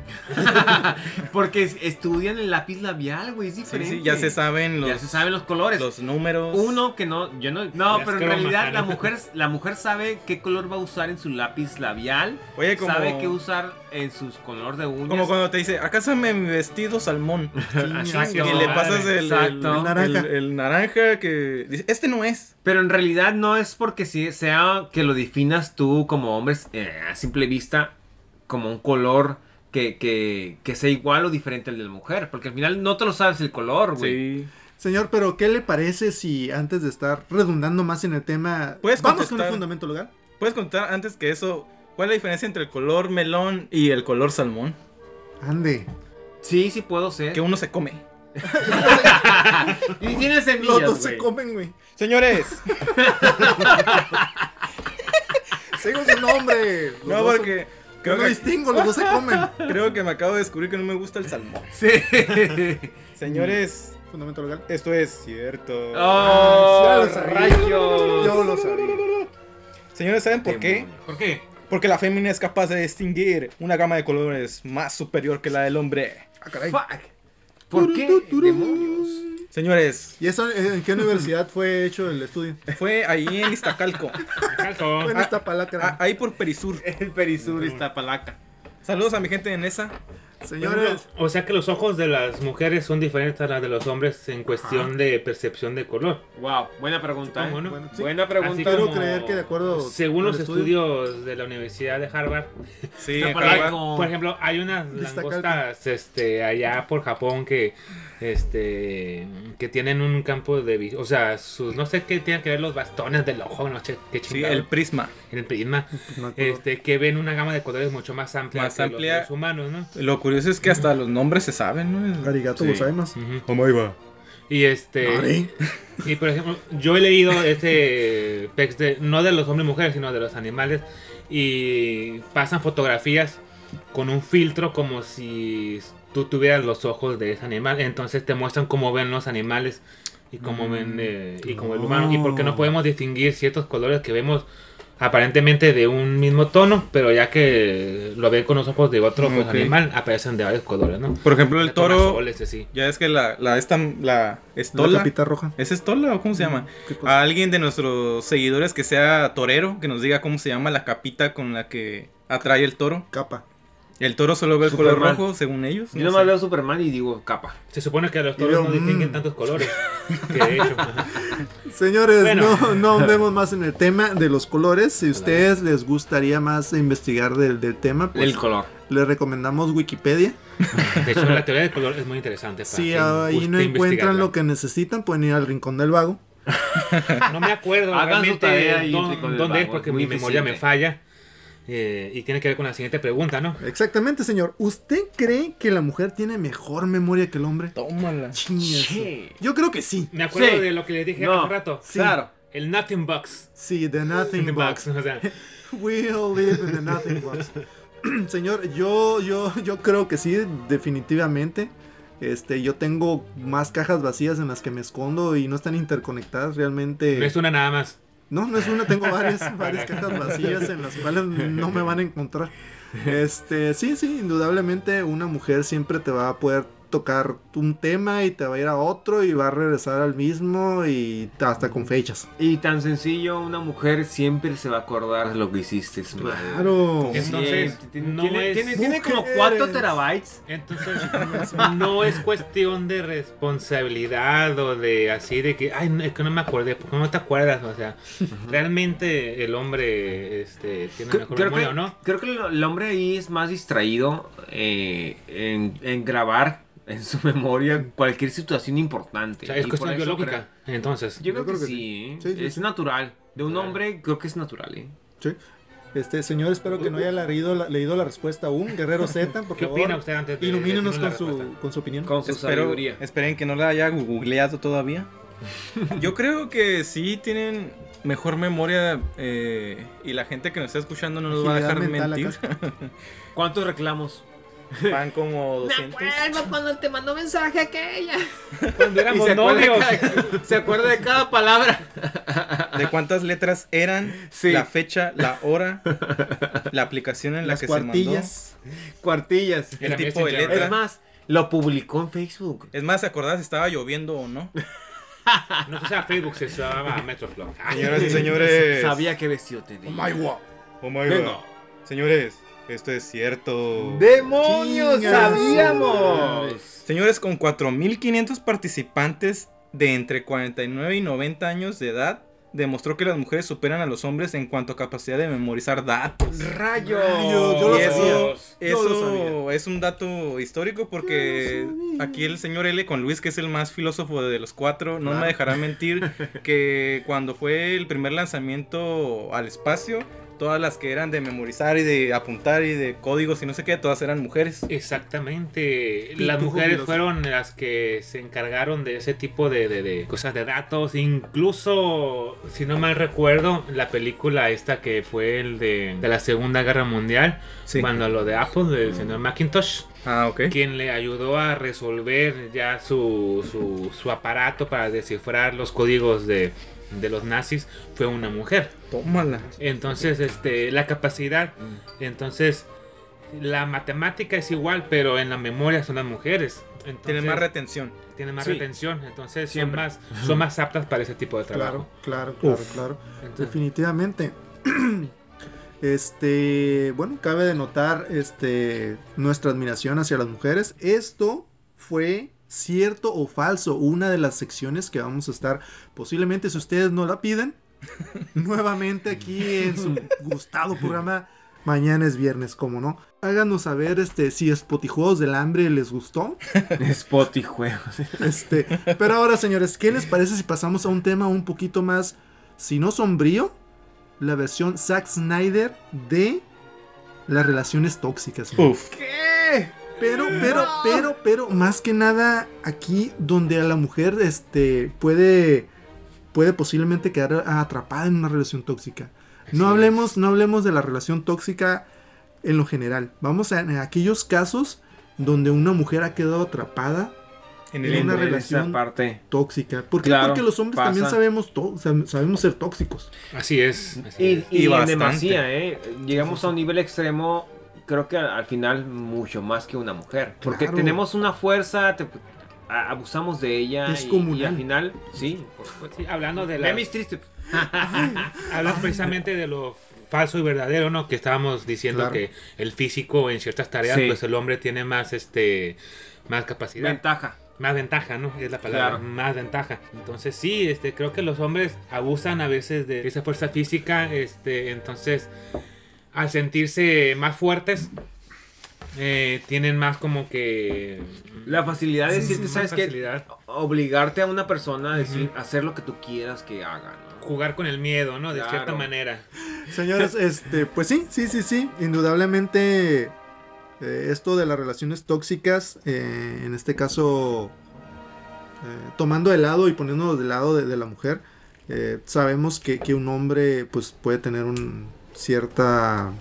C: Porque es- estudian el lápiz labial, güey, es
F: Sí,
C: diferente.
F: sí, ya se saben los,
C: Ya se saben los colores.
F: los números.
C: Uno que no, yo no. No,
B: Las
C: pero en
B: cromas,
C: realidad
B: ¿no?
C: la mujer, la mujer sabe qué color va a usar en su lápiz labial.
F: Oye, como-
C: Sabe qué usar en sus color de uñas.
F: Como cuando te dice, acásame mi vestido salmón.
B: Exacto.
F: Y
B: No,
F: le
B: madre,
F: pasas el, el-
C: exacto.
F: el
E: Naranja.
F: naranja. El, naranja que dice, este no es.
C: Pero en realidad no es porque si- sea que lo definas tú como hombres eh, a simple vista como un color que, que, que sea igual o diferente al de la mujer. Porque al final no te lo sabes el color, güey.
F: Sí.
E: Señor, pero ¿qué le parece si antes de estar redundando más en el tema,
F: Puedes
E: vamos con el
F: contestar.
E: fundamento legal?
F: ¿Puedes contar antes que eso cuál es la diferencia entre el color melón y el color salmón?
E: Ande.
C: Sí, sí puedo ser.
F: Que uno se come.
C: Y tiene
E: Los
C: semillas,
E: dos se
C: güey.
E: comen, güey.
F: Señores,
E: Sigo su nombre. Los
F: no
E: dos se-
F: porque
E: Yo
F: creo
E: no
F: que,
E: distingo, los dos se comen.
F: creo que me acabo de descubrir que no me gusta el salmón.
C: Sí.
F: Señores,
E: Fundamento legal.
F: esto es cierto.
E: Ah, ya
C: ¡Oh,
E: lo sabía.
C: rayos!
E: Yo lo sabía.
F: Señores, ¿saben por qué?
C: Demonio.
B: ¿Por qué?
F: Porque la fémina es capaz de distinguir una gama de colores más superior que la del hombre.
E: Ah, caray.
C: Fuck. ¿Por qué? demonios?
F: Señores,
E: ¿Y eso eh, en qué universidad fue hecho el estudio?
F: fue ahí en Iztacalco.
B: Calco.
E: Fue en esta palacra.
F: Ah, ahí por Perisur.
C: El Perisur está palaca.
F: Saludos a mi gente en esa.
E: Señores,
B: O sea que los ojos de las mujeres son diferentes a las de los hombres en cuestión de percepción de color.
C: Wow, buena pregunta.
B: ¿Cómo
C: ¿eh?
B: no?
E: bueno, sí,
C: Buena pregunta.
E: quiero
B: como-
E: creer que de acuerdo
B: Según
E: con
B: los
E: el estudio-
B: estudios de la Universidad de Harvard,
F: Sí,
C: Está
F: en
C: para
F: Harvard.
C: como-
B: por ejemplo, hay unas
E: Iztacalco.
B: langostas este, allá por Japón que este que tienen un campo de vi- o sea, sus no sé qué tienen que ver los bastones del ojo, no sé qué
F: Sí,
B: chingado.
F: el prisma.
B: en el prisma,
E: No me acuerdo.
B: este que ven una gama de colores mucho más amplia
F: Más
B: que los
F: amplia.
B: seres humanos, ¿no?
F: Lo curioso es que hasta los nombres se saben, ¿no?
E: Arigato,
F: Sí.
E: gozaimasu.
B: Ujú.
F: ¿Cómo iba?
B: Y este
E: Ari.
B: Y por ejemplo, yo he leído este text de, no de los hombres y mujeres, sino de los animales. Y pasan fotografías con un filtro como si tú tuvieras los ojos de ese animal. Entonces te muestran cómo ven los animales y
F: Mm.
B: cómo ven eh, y como el humano. Y
F: Oh.
B: porque no podemos distinguir ciertos colores que vemos aparentemente de un mismo tono, pero ya que lo ven con los ojos de otro pues,
F: Ok.
B: animal, aparecen de varios colores, ¿no?
F: Por ejemplo, el toro.
B: Tomasoles, así.
F: Ya es que la, la esta la
E: La
F: estola.
E: capita roja.
F: ¿Es estola o cómo se llama?
E: ¿Qué cosa?
F: A alguien de nuestros seguidores que sea torero, que nos diga cómo se llama la capita con la que atrae el toro.
E: Capa.
F: El toro solo ve el color
C: Superman.
F: rojo, según ellos.
C: Yo
F: no
C: nomás
F: sé.
C: veo Superman y digo capa.
B: Se supone que a los
E: Y veo,
B: toros no distinguen
E: mm.
B: tantos colores. Que de hecho.
E: Señores,
B: Bueno.
E: no, no andemos más en el tema de los colores. Si ustedes les gustaría más investigar del, del tema, pues
C: El color.
E: les recomendamos Wikipedia.
B: De hecho, la teoría del color es muy interesante. para
E: Si
B: quien
E: ahí
B: guste
E: no encuentran
B: investigarla.
E: lo que necesitan, pueden ir al Rincón del Vago.
B: No me acuerdo
C: Hagan su
B: realmente
C: tarea y
B: dónde,
C: entren con el
B: dónde es
C: vago,
B: porque
C: es muy
B: mi memoria me
C: eficiente.
B: falla. eh, y tiene que ver con la siguiente pregunta, ¿no?
E: Exactamente, señor. ¿Usted cree que la mujer tiene mejor memoria que el hombre?
F: Tómala.
E: Chingas.
C: Sí.
E: Yo creo que sí.
B: Me acuerdo
C: Sí.
B: de lo que les dije
C: No,
B: hace rato.
C: Claro.
B: El Nothing Box.
E: Sí, The Nothing Box.
B: O sea,
E: We all live in the nothing box. Señor, yo, yo, yo creo que sí, definitivamente. Este, yo tengo más cajas vacías en las que me escondo y no están interconectadas realmente.
B: no es una nada más.
E: No, no es una, tengo varias, varias cajas vacías en las cuales no me van a encontrar. Este, sí, sí, indudablemente una mujer siempre te va a poder tocar un tema y te va a ir a otro y va a regresar al mismo y hasta con fechas.
C: Y tan sencillo, una mujer siempre se va a acordar de lo que hiciste. es madre.
E: Claro.
C: Sí,
B: Entonces,
C: tiene,
B: no
C: tiene-
B: es-
C: tiene- tiene como
E: Mujeres.
C: 4 terabytes.
B: Entonces, no es cuestión de responsabilidad o de así, de que, ay, no, es que no me acordé, ¿por qué no te acuerdas? O sea, realmente el hombre este, tiene
C: Cre-
B: mejor
C: creo,
B: memoria,
C: que,
B: ¿o no?
C: creo que el- el hombre ahí es más distraído eh, en, en grabar en su memoria cualquier situación
B: O
C: importante.
B: sea, es
C: Y
B: cuestión
C: por eso
B: biológica. Entonces,
C: creo- yo creo
E: Yo
C: que,
E: creo que
C: sí. ¿eh?
E: sí. Sí, sí,
C: es
E: sí.
C: natural. De un hombre creo que es natural, ¿eh?
E: Sí. Este señor, espero que no haya leído la, leído la respuesta aún. Guerrero Z, por
B: ¿qué
E: favor.
B: opina usted antes de
E: Ilumínenos con
B: decirnos la
E: su,
B: respuesta?
E: con su opinión.
C: Con su
F: Espero,
C: sabiduría.
F: esperen que no la haya googleado todavía. Yo creo que sí tienen mejor memoria eh, y la gente que nos está escuchando no nos va a dejar
E: Agilidad mental
F: mentir.
C: ¿Cuántos reclamos?
F: Van como 200.
C: cuando te mandó mensaje aquella.
B: Cuando
C: Y se
B: éramos
C: acuerda, de
B: novios.
C: cada, se acuerda de cada palabra.
F: ¿De cuántas letras eran?
C: Sí.
F: La fecha, la hora, la aplicación en la
E: Las
F: que se
E: cuartillas.
C: Cuartillas.
B: Era
F: El tipo de
B: Messenger,
F: letra.
C: Es más, lo publicó en Facebook.
F: mandó. Es más, ¿se acordás si estaba lloviendo o no?
B: No se usaba Facebook, se usaba Metroflow.
F: Señoras y señores.
C: Sabía qué vestido tenía.
F: Oh my
C: Venga.
F: Señores, esto es cierto.
C: ¡Demonios!
E: Chinga
C: ¡Sabíamos!
F: Señores, con 4.500 participantes de entre 49 y 90 años de edad, demostró que las mujeres superan a los hombres en cuanto a capacidad de memorizar datos.
C: ¡Rayos!
E: Rayos, yo lo
F: Y
E: sabía.
F: eso,
E: Yo lo
F: eso es un dato histórico porque aquí el señor L con Luis, que es el más filósofo de los cuatro, no me dejará mentir que cuando fue el primer lanzamiento al espacio, todas las que eran de memorizar y de apuntar y de códigos y no sé qué, todas eran mujeres.
B: Exactamente. Las
E: Pitufo
B: mujeres
E: filósofo.
B: fueron las que se encargaron de ese tipo de, de- de cosas de datos. Incluso, si no mal recuerdo, la película esta que fue el de, de la Segunda Guerra Mundial,
F: Sí.
B: cuando lo de Apple, del señor Macintosh,
F: Ah, ok.
B: quien le ayudó a resolver ya su, su, su aparato para descifrar los códigos de, de los nazis, fue una mujer.
F: Tómala.
B: Entonces, este, la capacidad.
F: Mm.
B: Entonces, la matemática es igual, pero en la memoria son las mujeres. Entonces,
F: Tiene más retención.
B: tienen más
C: Sí.
B: retención. Entonces, son
C: Siempre.
B: más, son más aptas para ese tipo de
E: Claro,
B: trabajo.
E: claro, claro,
F: Uf.
E: claro.
B: Entonces,
E: Definitivamente. Este, bueno, cabe denotar este, nuestra admiración hacia las mujeres. Esto fue cierto o falso, una de las secciones que vamos a estar, posiblemente si ustedes no la piden, nuevamente aquí en su gustado programa. Mañana es viernes, como no. Háganos saber este, si Spotijuegos del Hambre les gustó.
C: Spot y juegos.
E: Este, pero ahora, señores, ¿qué les parece si pasamos a un tema un poquito más, si no sombrío, la versión Zack Snyder de las relaciones tóxicas? señor?
F: Uf.
C: ¿Qué?
E: Pero, pero, pero, pero, más que nada aquí donde a la mujer, este, puede, puede posiblemente quedar atrapada en una relación tóxica. No hablemos, no hablemos de la relación tóxica en lo general. Vamos a, a aquellos casos donde una mujer ha quedado atrapada
F: En
E: Tiene
F: el
E: una
C: Esa
E: relación-
C: parte.
E: tóxica. ¿Por qué?
C: Claro,
E: Porque los hombres
C: pasa.
E: también sabemos, to- sab- sabemos ser tóxicos.
B: así es. así
C: Y,
B: es.
F: Y
C: y, en
F: bastante.
C: demasía, ¿eh? Llegamos a un nivel extremo, creo que al, al final mucho más que una mujer. Porque
E: Claro.
C: tenemos una fuerza, te- a- abusamos de ella.
E: Es
C: y- Y,
E: comunal.
C: al final, sí.
B: Sí, hablando de
C: Ve
B: la,
C: mis tristes.
B: hablando precisamente de lo falso y verdadero, ¿no? Que estábamos diciendo
E: Claro.
B: que el físico en ciertas tareas,
C: Sí.
B: pues el hombre tiene más, este, más capacidad.
C: Ventaja.
B: Más ventaja, ¿no? Es la palabra.
C: Claro.
B: Más ventaja. Entonces sí, este, creo que los hombres abusan a veces de esa fuerza física. Este, entonces, al sentirse más fuertes, eh, tienen más como que...
C: La facilidad de
B: Sí,
C: decirte,
B: sí,
C: ¿sabes
B: más
C: qué?
B: facilidad.
C: Obligarte a una persona a decir, hacer lo que tú quieras que haga, ¿no?
B: Jugar con el miedo, ¿no? De
C: Claro.
B: cierta manera.
E: Señores, este, pues sí, sí, sí, sí. Indudablemente eh, esto de las relaciones tóxicas, eh, en este caso, eh, tomando de lado y poniéndonos del lado de, de la mujer, eh, sabemos que, que un hombre pues puede tener un cierta,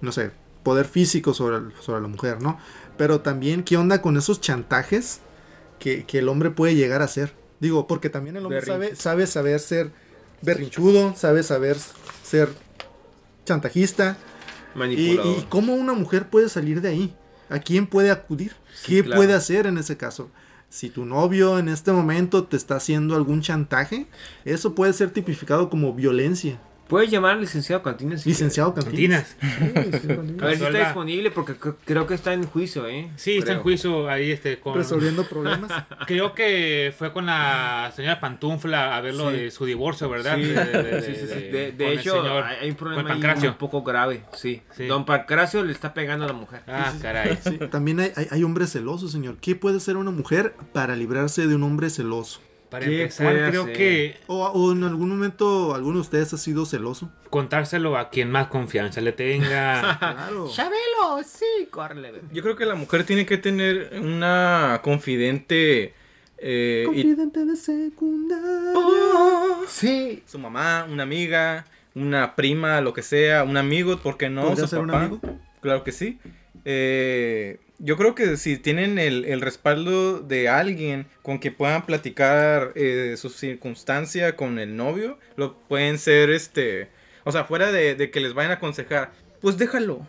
E: no sé, poder físico sobre, sobre la mujer, ¿no? Pero también, ¿qué onda con esos chantajes que, que el hombre puede llegar a hacer? Digo, porque también el hombre sabe, sabe saber ser berrinchudo, sabe saber ser chantajista. Y,
C: Manipulador.
E: y cómo una mujer puede salir de ahí. ¿A quién puede acudir?
C: Sí,
E: ¿Qué
C: claro.
E: puede hacer en ese caso? Si tu novio en este momento te está haciendo algún chantaje, eso puede ser tipificado como violencia.
C: Puedes llamar al licenciado Cantinas. si
E: Licenciado Cantinas.
B: Cantinas.
C: quieres. A ver si está
B: Resuelva.
C: disponible porque c- creo que está en juicio, ¿eh?
B: Sí, está en
C: Creo.
B: juicio ahí este con...
E: Resolviendo problemas.
B: Creo que fue con la señora Pantufla a ver lo
C: Sí.
B: de su divorcio, ¿verdad?
C: Sí,
B: De- de- de-
C: sí, sí, sí.
B: de-
C: De, de
B: con el
C: hecho,
B: señor
C: hay hay un
B: Juan
C: problema ahí
B: Pancracio.
C: un poco grave, sí.
B: Sí.
C: Don Pancracio le está pegando a la mujer.
B: Ah, caray.
E: También hay, hay- hay hombres celosos, señor. ¿Qué puede hacer una mujer para librarse de un hombre celoso?
B: Para
C: ¿Qué
B: empezar,
C: puede
B: creo
C: hacer?
B: que
E: ¿O, o en algún momento alguno de ustedes ha sido celoso?
B: contárselo a quien más confianza le tenga.
E: Claro.
C: ¡Chabelo! Sí, córrele, bebé.
F: Yo creo que la mujer tiene que tener una confidente. eh, y
E: Confidente de secundaria.
F: Oh.
C: Sí.
F: su mamá, una amiga, una prima, lo que sea, un amigo, ¿por qué no?
E: ¿Podría
F: Su
E: ser un
F: papá.
E: amigo?
F: Claro que sí. Eh, yo creo que si tienen el, el respaldo de alguien con que puedan platicar eh, su circunstancia con el novio, lo pueden ser este. O sea, fuera de, de que les vayan a aconsejar, pues déjalo.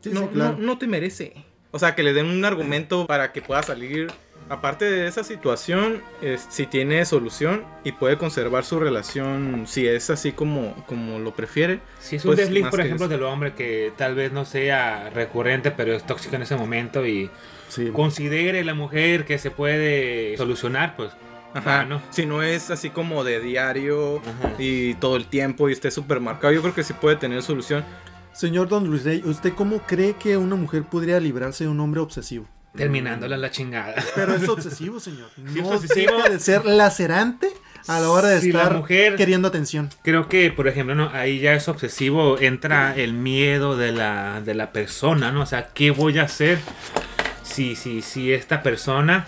E: Sí,
F: no,
E: sí, claro.
F: no, no te merece. O sea, que le den un argumento para que pueda salir. Aparte de esa situación, es- si tiene solución y puede conservar su relación, si es así como, como lo prefiere.
B: Si es un
F: Pues,
B: desliz,
F: más
B: por
F: que
B: ejemplo,
F: eso.
B: del hombre que tal vez no sea recurrente, pero es tóxico en ese momento y
E: Sí.
B: considere la mujer que se puede solucionar, pues
F: Ajá.
B: Ah, no.
F: Si no es así como de diario
B: Ajá.
F: y todo el tiempo y esté súper marcado, yo creo que sí puede tener solución.
E: Señor Don Luis Rey, ¿usted cómo cree que una mujer podría librarse de un hombre obsesivo?
B: terminándola la chingada.
E: Pero es obsesivo, señor.
B: Sí, es
E: No
B: obsesivo.
E: deja de ser lacerante a la hora de
B: Si la
E: estar
B: mujer-
E: queriendo atención.
B: Creo que, por ejemplo, ¿no? ahí ya es obsesivo, entra el miedo de la, de la persona, ¿no? O sea, ¿qué voy a hacer si, si, si esta persona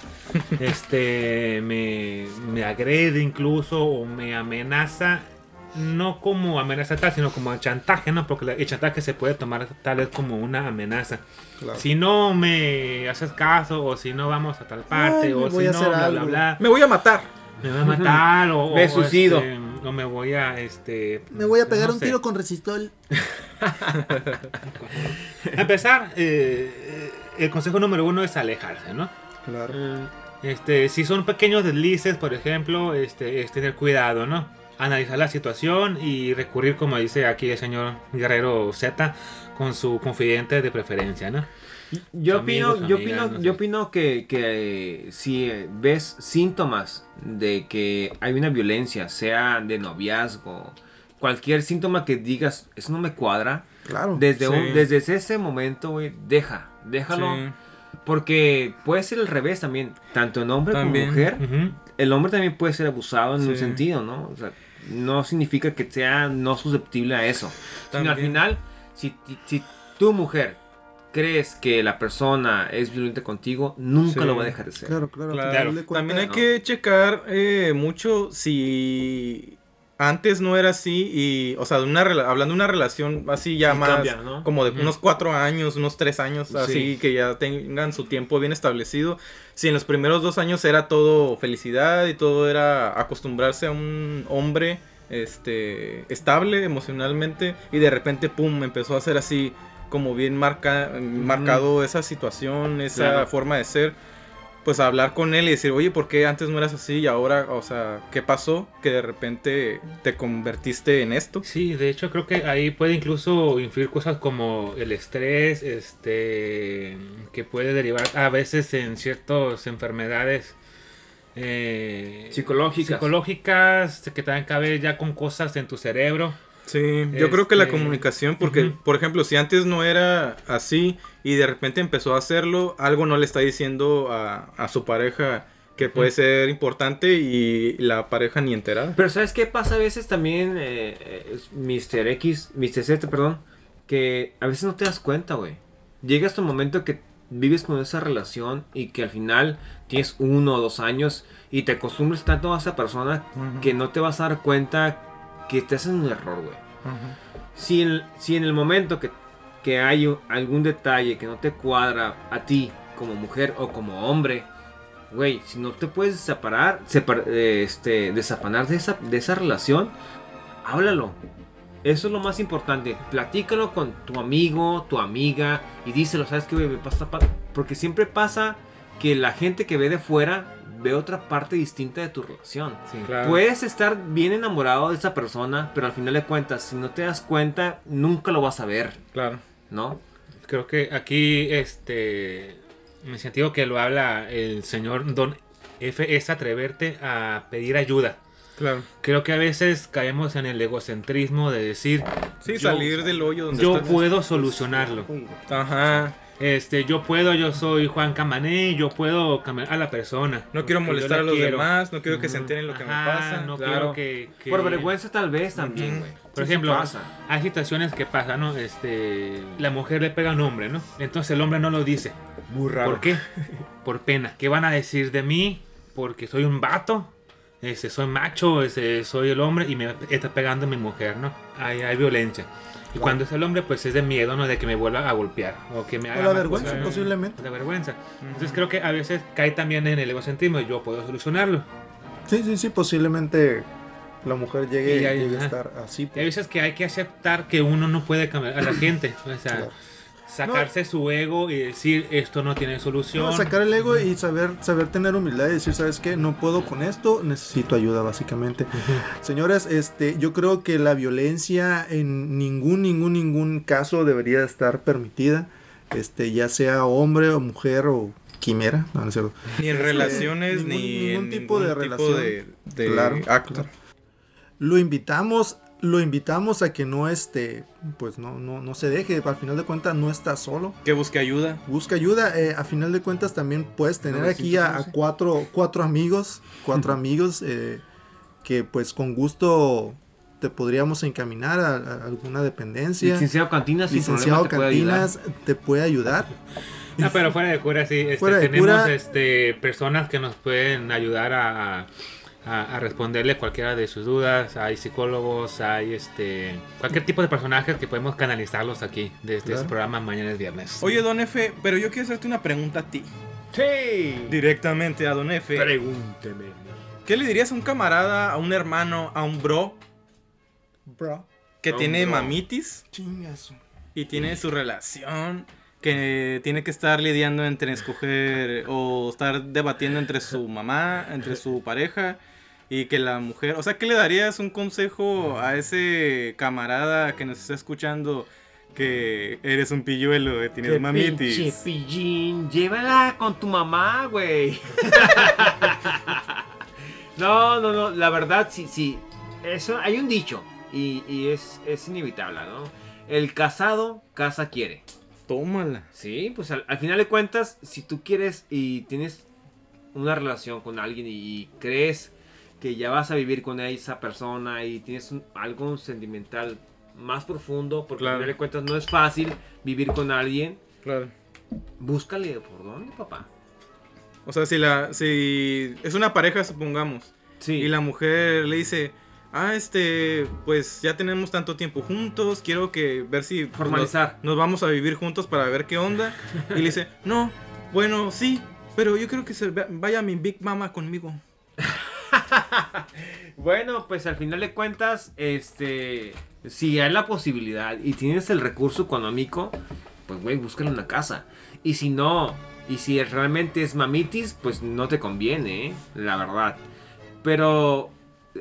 B: este, me, me agrede incluso o me amenaza? No como amenaza tal, sino como chantaje, ¿no? Porque la- el chantaje se puede tomar tal vez como una amenaza. Si no me haces caso, o si no vamos a tal parte,
E: Ay, me
B: o si
E: voy a
B: no,
E: hacer
B: bla, bla,
E: algo.
B: bla,
F: Me voy a matar.
B: me va a matar, o, o,
C: Me suicido.
B: este, o me voy a, este...
E: Me voy a pegar
B: no
E: un
B: sé.
E: tiro con resistol.
B: A empezar, eh, eh, el consejo número uno es alejarse, ¿no?
E: Claro.
B: Este, si son pequeños deslices, por ejemplo, este, es tener cuidado, ¿no? Analizar la situación y recurrir, como dice aquí el señor Guerrero Z, con su confidente de preferencia, ¿no?
C: Yo
B: Amigos,
C: opino, yo
B: amigas,
C: opino,
B: no sé.
C: yo opino que, que, eh, si eh, ves síntomas de que hay una violencia, sea de noviazgo, cualquier síntoma que digas, eso no me cuadra,
E: Claro.
C: desde,
F: Sí.
C: un- desde ese momento, güey, deja, déjalo.
F: Sí.
C: Porque puede ser el revés también, tanto en hombre
F: También.
C: como mujer.
B: Ujú.
C: El hombre también puede ser abusado en un
F: Sí.
C: sentido, ¿no? O sea, no significa que sea no susceptible a eso. Sino al
F: También.
C: final, si, ti- si tu mujer crees que la persona es violenta contigo, nunca
F: Sí.
C: lo va a dejar de ser.
E: Claro, claro. al
F: Claro.
E: final de cuentas-
F: También hay
C: ¿no?
F: que checar eh, mucho si antes no era así y, o sea, de una rela- hablando de una relación así ya
C: Y
F: más
C: cambia, ¿no?
F: como de
B: Ujú.
F: unos cuatro años, unos tres años, así
C: Sí.
F: que ya tengan su tiempo bien establecido. Si en los primeros dos años era todo felicidad y todo era acostumbrarse a un hombre este estable emocionalmente y de repente pum empezó a ser así como bien marca, marcado esa situación, esa
C: Claro.
F: forma de ser, pues hablar con él y decir, oye, ¿por qué antes no eras así y ahora, o sea, qué pasó que de repente te convertiste en esto?
B: Sí, de hecho creo que ah, ahí puede incluso influir cosas como el estrés, este, que puede derivar a veces en ciertas enfermedades eh,
C: Psicológicas.
B: psicológicas, que tengan que ver ya con cosas en tu cerebro.
F: Sí, yo creo que la
B: Este,
F: comunicación, porque,
B: ujú.
F: por ejemplo, si antes no era así y de repente empezó a hacerlo, algo no le está diciendo a, a su pareja que puede ser importante y la pareja ni enterada.
C: Pero ¿sabes qué pasa a veces también, eh, eh, es Mr. X, Mr. Z, perdón? Que a veces no te das cuenta, güey. Llega hasta un momento que vives con esa relación y que al final tienes uno o dos años y te acostumbres tanto a esa persona que no te vas a dar cuenta que estás en un error, güey. Si en, si en el momento que, que hay u- algún detalle que no te cuadra a ti como mujer o como hombre, güey, si no te puedes separar, separ- eh, este, desafanar de esa, de esa relación, háblalo. Eso es lo más importante. Platícalo con tu amigo, tu amiga y díselo, ¿sabes qué, güey? Me pasa, pa-". Porque siempre pasa que la gente que ve de fuera ve otra parte distinta de tu relación.
B: Sí, claro.
C: Puedes estar bien enamorado de esa persona, pero al final de cuentas, si no te das cuenta, nunca lo vas a ver,
F: Claro.
C: ¿no?
B: Creo que aquí, este, me sentido que lo habla el señor Don F es atreverte a pedir ayuda.
F: Claro.
B: Creo que a veces caemos en el egocentrismo de decir,
F: Sí,
B: Yo-
F: salir del hoyo donde
B: yo
F: estás.
B: puedo solucionarlo.
F: Ajá.
B: Este, yo puedo, yo soy Juan Camané, yo puedo cambiar a la persona.
F: No quiero
B: Porque yo
F: molestar a
B: la
F: los
B: quiero.
F: demás, no quiero que se enteren lo que me
B: Ajá,
F: pasa.
B: No
F: claro.
B: quiero que, que-
C: Por vergüenza tal vez también, güey. Sí, sí
B: Por ejemplo,
C: pasa.
B: hay situaciones que pasan, ¿no? Este, la mujer le pega a un hombre, ¿no? Entonces el hombre no lo dice.
C: Muy
B: ¿Por qué? Por pena. ¿Qué van a decir de mí? Porque soy un vato. Este, soy macho, este, soy el hombre y me está pegando mi mujer, ¿no? Hay, hay violencia. Y cuando es el hombre, pues es de miedo, ¿no? De que me vuelva a golpear o que me haga
E: O la
B: más
E: vergüenza,
B: cosas, ¿no?
E: posiblemente.
B: La vergüenza. Entonces creo que a veces cae también en el egocentrismo. Yo puedo solucionarlo.
E: Sí, sí, sí, posiblemente la mujer llegue,
B: Y ya-
E: llegue a
B: ajá.
E: estar así. pues.
B: Y hay veces que hay que aceptar que uno no puede cambiar a la gente. O sea,
E: Claro.
B: sacarse su ego y decir esto no tiene solución.
E: No, sacar el ego y saber, saber tener humildad y decir, ¿sabes qué? No puedo con esto, necesito ayuda, básicamente. Señores, este, yo creo que la violencia en ningún, ningún, ningún caso debería estar permitida. Este, ya sea hombre o mujer o quimera, no, no es cierto.
F: Ni en
E: Este,
F: relaciones,
E: ningún-
F: ni
E: ningún
F: en
E: tipo de
F: ningún
E: relación.
F: de, ah, de
E: Claro,
F: acto.
E: claro. Lo invitamos, lo invitamos a que no este, pues no, no, no se deje, al final de cuentas no está solo.
F: Que busque ayuda.
E: Busca ayuda. eh, a final de cuentas también puedes tener aquí a, a cuatro, cuatro amigos, cuatro amigos eh, que pues con gusto te podríamos encaminar a, a alguna dependencia.
C: Licenciado Cantinas, sin
E: Licenciado
C: problema te puede ayudar.
E: Cantinas te puede ayudar.
B: No, Ah, pero fuera de cura, sí. este,
E: Fuera de
B: tenemos
E: cura.
B: este, personas que nos pueden ayudar a, a- a responderle cualquiera de sus dudas. Hay psicólogos, hay este cualquier tipo de personajes que podemos canalizarlos aquí desde
E: Claro.
B: este programa Mañana es Viernes.
F: Oye, Don F, pero yo quiero hacerte una pregunta a ti.
C: Sí.
F: Directamente a Don F.
C: Pregúnteme.
F: ¿Qué le dirías a un camarada, a un hermano, a un bro
E: Bro,
F: que
C: A un
F: tiene
C: bro.
F: mamitis
E: chingas.
F: y tiene su relación? Que tiene que estar lidiando entre escoger o estar debatiendo entre su mamá, entre su pareja y que la mujer. O sea, ¿qué le darías un consejo a ese camarada que nos está escuchando que eres un pilluelo, que tienes mamitis?
C: Pinche pillín, llévala con tu mamá, güey. no, no, no, la verdad, sí, sí. Eso, hay un dicho y, y es, es inevitable, ¿no? El casado, casa quiere.
F: Tómala.
C: Sí, pues al, al final de cuentas, si tú quieres y tienes una relación con alguien y, y crees que ya vas a vivir con esa persona y tienes un- algo sentimental más profundo, porque
F: Claro.
C: al final de cuentas no es fácil vivir con alguien,
F: Claro.
C: búscale por dónde, papá.
F: O sea, si la. si es una pareja, supongamos.
C: Sí.
F: Y la mujer le dice. Ah, este, pues ya tenemos tanto tiempo juntos, quiero que ver si pues,
C: Formalizar.
F: Nos, nos vamos a vivir juntos para ver qué onda. Y le dice, no, bueno, sí, pero yo quiero que se vea- vaya mi Big Mama conmigo.
C: Bueno, pues al final de cuentas, este, si hay la posibilidad y tienes el recurso económico, pues güey, búscale una casa. Y si no, y si realmente es mamitis, pues no te conviene, ¿eh? la verdad. Pero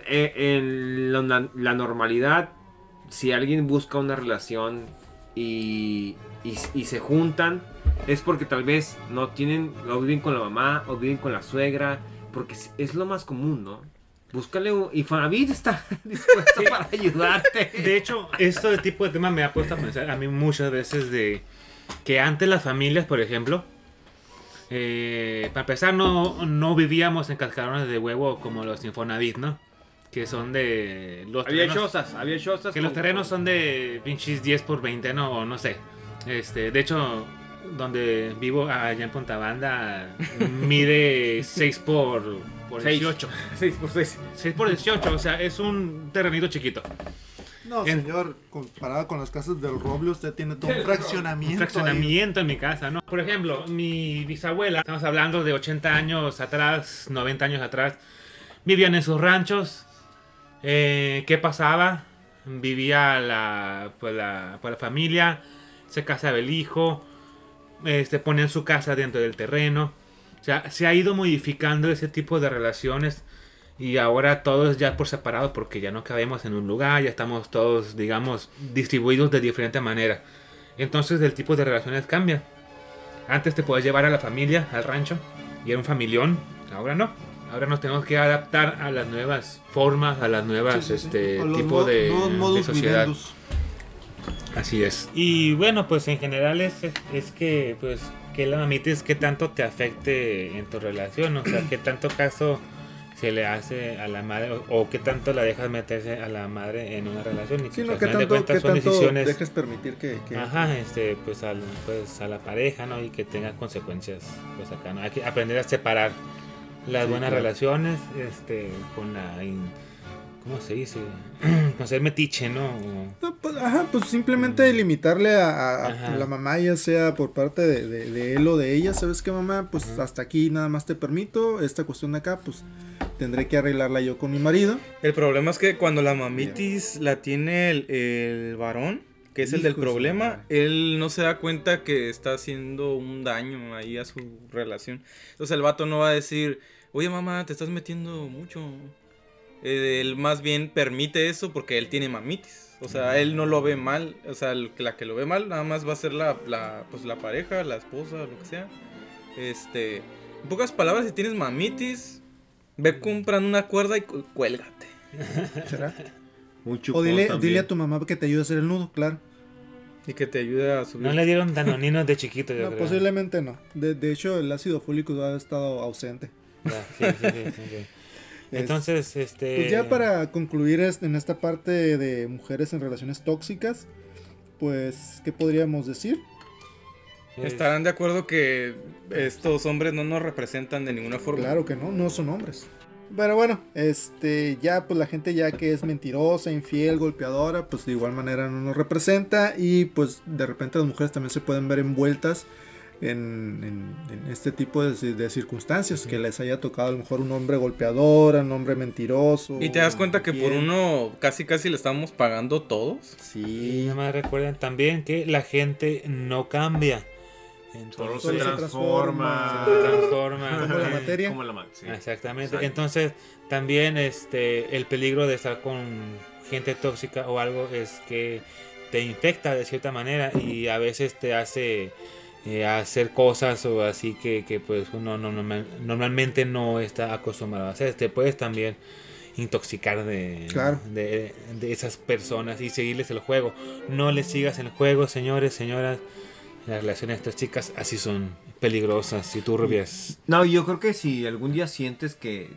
C: eh, en lo na- la normalidad, si alguien busca una relación y, y- y se juntan, es porque tal vez no tienen, o viven con la mamá, o viven con la suegra, porque es- es lo más común, ¿no? Búscale un... Y Fanavit está dispuesto para ayudarte.
B: De hecho, este tipo de tema me ha puesto a pensar a mí muchas veces de que antes las familias, por ejemplo, eh, para empezar no, no vivíamos en cascarones de huevo como los Infonavit, ¿no? Que son de los
C: Había
B: terrenos-
C: chozas, había chozas.
B: que los terrenos son de pinches 10 por 20, no, o no sé. Este, de hecho, donde vivo allá en Pontabanda mide 6 por, por
C: Seis.
B: 18.
C: 6 por 6.
B: 6 por 18, o sea, es un terrenito chiquito.
E: No,
B: En-
E: señor, comparado con las casas del roble, usted tiene todo un
C: Del
E: fraccionamiento. ahí.
B: fraccionamiento en mi casa, ¿no? Por ejemplo, mi bisabuela, estamos hablando de 80 años atrás, 90 años atrás, vivían en sus ranchos. Eh, ¿Qué pasaba? Vivía la, pues la, pues la familia, se casaba el hijo, este, ponían su casa dentro del terreno. O sea, se ha ido modificando ese tipo de relaciones y ahora todos ya por separado porque ya no cabemos en un lugar, ya estamos todos, digamos, distribuidos de diferente manera. Entonces el tipo de relaciones cambia. Antes te podías llevar a la familia, al rancho, y era un familión, ahora no. Ahora nos tenemos que adaptar a las nuevas formas, a las nuevas este
J: O los
B: tipo
J: mo-
B: de,
J: nuevos
B: de
J: modus
B: sociedad.
J: vivendus.
B: Así es. Y bueno, pues en general es, es que, pues, que la mamita es que tanto te afecte en tu relación, o sea, qué tanto caso se le hace a la madre o, o qué tanto la dejas meterse a la madre en una relación. Y
E: Sí,
B: pues,
E: no,
B: al
E: ¿qué
B: final de
E: tanto,
B: cuentas
E: qué
B: son
E: tanto
B: decisiones.
E: dejes permitir que... que-
B: Ajá, este, pues, al, pues a la pareja, ¿no? Y que tenga consecuencias, pues acá, ¿no? Hay que aprender a separar las buenas relaciones, este, con la... in- ¿Cómo se dice? con ser metiche, ¿no? O-
E: No, pues, ajá, pues simplemente limitarle a, a- a
B: Ajá.
E: la mamá, ya sea por parte de, de- de él o de ella, ¿sabes qué mamá? Pues hasta aquí nada más te permito, esta cuestión de acá, pues tendré que arreglarla yo con mi marido.
F: El problema es que cuando la mamitis la tiene el, el varón, que es el del
E: Hijo de su
F: problema, él no se da cuenta que está haciendo un daño ahí a su relación. Entonces el vato no va a decir, oye mamá, te estás metiendo mucho. Eh, Él más bien permite eso porque él tiene mamitis. O sea, él no lo ve mal. O sea, el- la que lo ve mal nada más va a ser la, la, pues, la pareja, la esposa, lo que sea. Este, en pocas palabras, si tienes mamitis, ve comprando una cuerda y cu- cuélgate.
E: ¿Será?
C: Un
E: O
C: chupón
E: dile,
C: también.
E: dile a tu mamá que te ayude a hacer el nudo, claro.
F: Y que te ayude a subir.
B: No le dieron danoninos de chiquito, yo
E: No, pues
B: creo.
E: posiblemente no. De, de hecho, el ácido fólico ha estado ausente.
B: Ya, sí, sí, sí, sí, sí.
E: Es-
B: Entonces, este...
E: Pues ya para concluir es- en esta parte de mujeres en relaciones tóxicas, pues, ¿qué podríamos decir?
B: es-
F: Estarán de acuerdo que estos hombres no nos representan de ninguna forma.
E: Claro que no, no son hombres. Pero bueno, este, ya pues la gente ya que es mentirosa, infiel, golpeadora, pues de igual manera no nos representa y pues de repente las mujeres también se pueden ver envueltas en, en- en este tipo de, ci- de circunstancias, que les haya tocado a lo mejor un hombre golpeador, un hombre mentiroso.
F: Y te das cuenta que por
E: infiel.
F: uno casi casi le estamos pagando todos.
B: Y nada más recuerden también que la gente no cambia.
C: Solo
B: Entonces,
C: se
E: Solo se
C: transforma.
B: se transforma.
E: Como la materia.
C: Como la ma- sí.
B: Exactamente.
C: Exacto.
B: Entonces, también este el peligro de estar con gente tóxica o algo es que te infecta de cierta manera y a veces te hace eh, hacer cosas o así que, que, pues uno no- normal- normalmente no está acostumbrado a hacer. Te puedes también intoxicar de,
E: Claro.
B: de, de esas personas y seguirles el juego. No les sigas el juego, señores, señoras. Las relaciones tóxicas así son peligrosas y turbias.
C: No, yo creo que si algún día sientes que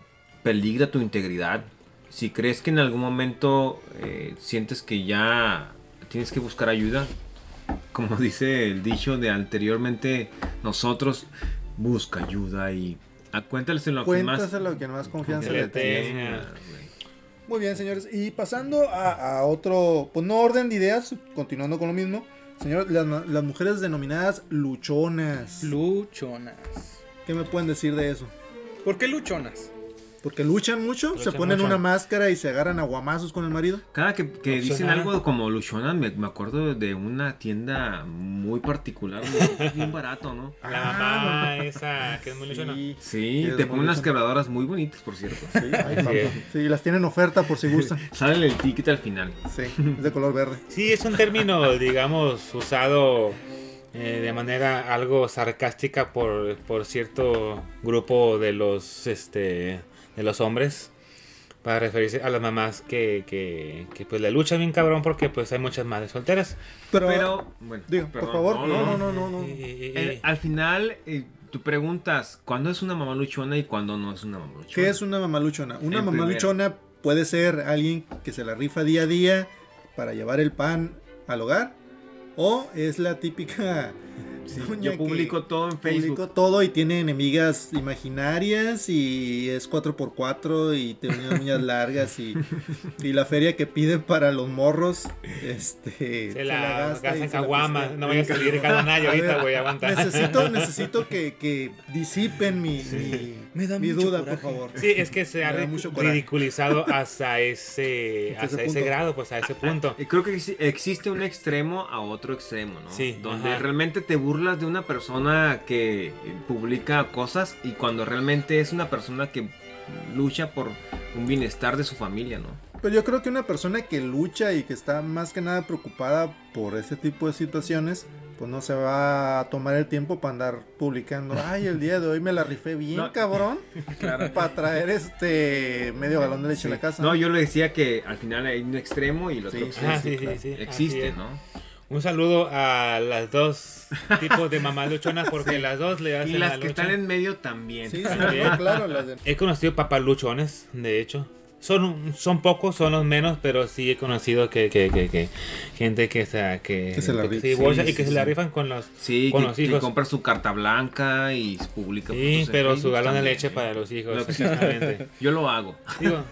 C: peligra tu integridad, si crees que en algún momento eh, sientes que ya tienes que buscar ayuda, como dice el dicho de anteriormente, nosotros busca ayuda y a- cuéntaleselo a quien más.
E: Cuéntaselo que no más confianza
B: que
E: le
B: le
E: tengas.
B: tenga.
E: Muy bien, señores. Y pasando a, a otro, pues no orden de ideas, continuando con lo mismo. Señores, las, ma- las mujeres denominadas luchonas.
F: Luchonas.
E: ¿Qué me pueden decir de eso?
F: ¿Por qué luchonas?
E: Porque luchan mucho,
B: Luchan
E: se ponen
B: mucho.
E: una máscara y se agarran a guamazos con el marido.
C: Cada que, que
B: Luchona.
C: dicen algo como Luchona, me, me acuerdo de una tienda muy particular, muy- bien barato, ¿no?
B: La mamá Ah, esa que es muy luchona.
C: Sí,
E: Sí, es
C: te
E: muy
C: ponen unas
E: luchona.
C: quebradoras muy bonitas, por cierto.
E: Sí, ay, papá. Sí, las tienen oferta por si gustan.
C: Sale el ticket al final.
E: Sí, es de color verde.
B: Sí, es un término, digamos, usado eh, de manera algo sarcástica por, por cierto grupo de los, este, de los hombres para referirse a las mamás que, que, que, pues le luchan bien cabrón porque pues hay muchas madres solteras.
E: Pero,
C: Pero, bueno,
E: digo,
C: perdón,
E: por favor, no, no, no, no. no.
B: Y- y- y-
C: Eh, al final, eh, tú preguntas, ¿cuándo es una mamá luchona y cuándo no es una mamá luchona?
E: ¿Qué es una mamaluchona? Una
C: En
E: mamaluchona puede ser alguien que se la rifa día a día para llevar el pan al hogar. O es la típica.
C: Sí,
E: doña
C: Yo
E: que
C: publico todo en Facebook.
E: publicó todo y tiene enemigas imaginarias y es 4x4 y tiene unas uñas largas y, y la feria que pide para los morros este,
B: se la
E: y
B: gasta en
E: se la
B: caguama,
E: gastea.
B: no voy a salir de cada
E: A
B: ahorita,
E: ver,
B: güey, aguanta.
E: Necesito, necesito que, que disipen mi, mi-
F: Me da
K: Mi
F: mucho
K: duda, por
F: coraje.
K: favor.
B: Sí, es que se ha
K: Me da
B: ridic-
K: mucho coraje.
B: ridiculizado hasta ese,
K: Hasta ese
B: hasta ese
K: punto.
B: grado, pues a ese punto.
C: Y creo que exi- existe un extremo a otro extremo, ¿no?
B: Sí,
C: Donde
B: ajá.
C: realmente te burlas de una persona que eh, publica cosas y cuando realmente es una persona que lucha por un bienestar de su familia, ¿no?
K: Pero yo creo que una persona que lucha y que está más que nada preocupada por ese tipo de situaciones, pues no se va a tomar el tiempo para andar publicando. Ay, el día de hoy me la rifé bien,
C: No.
K: cabrón.
F: Claro.
K: Para traer este medio galón de leche a la casa.
C: No, yo le decía que al final hay un extremo y el otro
K: Sí,
C: extremo.
B: sí, sí,
C: claro.
B: sí, así
C: Existe,
B: es.
C: ¿no?
B: Un saludo a las dos tipos de mamás luchonas, porque las dos le hacen
C: Y las
B: la
C: que
B: lucha.
C: están en medio también.
K: Sí, sí,
B: También.
K: no, claro, las de-
B: He conocido papaluchones, de hecho. Son, son pocos, son los menos, pero sí he conocido que, que, que, que gente que, se- que,
K: Que se la
B: que
K: rif-
B: se divorcia
K: sí,
B: y que
K: sí,
B: se la
K: sí.
B: rifan con los...
C: Sí,
B: Con
C: que,
B: los
C: que
B: hijos.
C: compra su carta blanca y publica
B: Sí,
C: fotos en
B: pero su
C: Facebook
B: galón de
C: también.
B: leche para los hijos,
C: Lo que-
B: exactamente.
C: Yo lo hago.
B: Digo,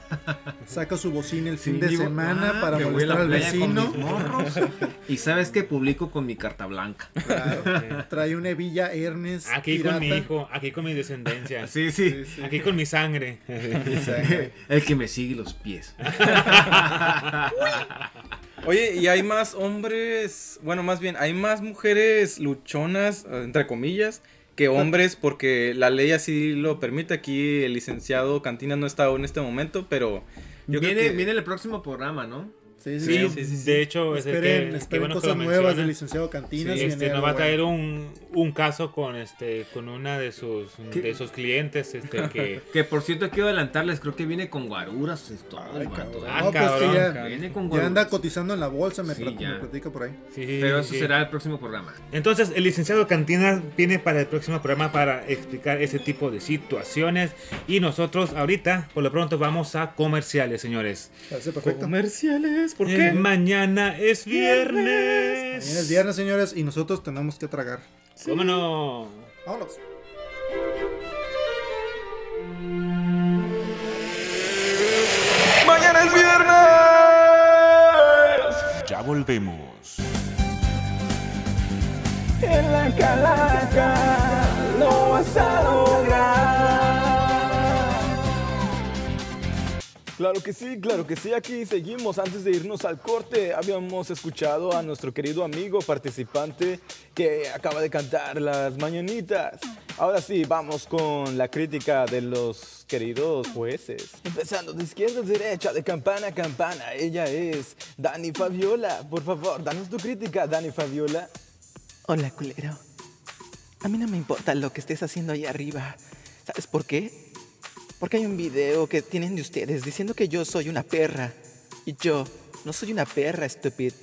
K: Saca su bocina el
C: Sí,
K: fin de
C: digo,
K: semana
C: ah,
K: para
C: me voy a la
K: molestar al
C: playa con
K: vecino.
C: mis morros. y sabes que publico con mi carta blanca.
K: Claro, trae una hebilla Ernest.
B: aquí
K: pirata.
B: con mi hijo, aquí con mi descendencia,
C: Sí, sí.
B: aquí con mi sangre.
K: Exacto.
C: El que me sigue los pies.
F: Oye, y hay más hombres, bueno, más bien, hay más mujeres luchonas, eh, entre comillas, que hombres, porque la ley así lo permite. Aquí el licenciado Cantina no está en este momento, pero yo
C: viene,
F: creo que...
C: viene el próximo programa, ¿no?
K: Sí, sí,
B: Sí,
K: sí.
B: de hecho, es el que-
K: Esperen,
B: qué
K: esperen
B: bueno que
K: cosas
B: lo
K: nuevas del
B: menciona.
K: licenciado Cantinas.
B: Sí,
K: y
B: este,
K: enero,
B: nos va a
K: güey.
B: traer un, un caso con este con una de sus
C: ¿Qué?
B: de sus clientes este que
C: Que por cierto, quiero adelantarles, creo que viene con guaruras. y todo,
K: Ay,
C: el vato,
K: cabrón.
C: ¿eh?
K: No, pues que ya-
B: Ah, cabrón.
C: Viene con
K: Ya
C: guaruras.
K: anda cotizando en la bolsa, me,
C: Sí,
K: plat-
C: ya.
K: me platica por ahí.
B: sí,
C: Pero eso
B: sí.
C: será el próximo programa.
B: Entonces, el licenciado Cantina viene para el próximo programa para explicar ese tipo de situaciones y nosotros ahorita por lo pronto vamos a comerciales, señores.
K: Parece perfecto.
F: Comerciales, ¿por
B: Eh,
F: qué?
B: Mañana es viernes.
K: Mañana es viernes, señores, y nosotros tenemos que tragar.
B: ¿Cómo no?
K: Vámonos.
G: Ya volvemos.
D: En la calaca no vas a lograr. Claro que sí, claro que sí, aquí seguimos. Antes de irnos al corte, habíamos escuchado a nuestro querido amigo participante que acaba de cantar las mañanitas. Ahora sí, vamos con la crítica de los queridos jueces. Empezando de izquierda a derecha, de campana a campana, ella es Dani Fabiola. Por favor, danos tu crítica, Dani Fabiola.
L: Hola, culero. A mí no me importa lo que estés haciendo ahí arriba. ¿Sabes por qué? Porque hay un video que tienen de ustedes diciendo que yo soy una perra. Y yo no soy una perra, estúpido.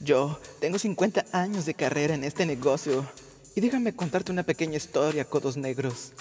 L: Yo tengo 50 años de carrera en este negocio. Y déjame contarte una pequeña historia, codos negros.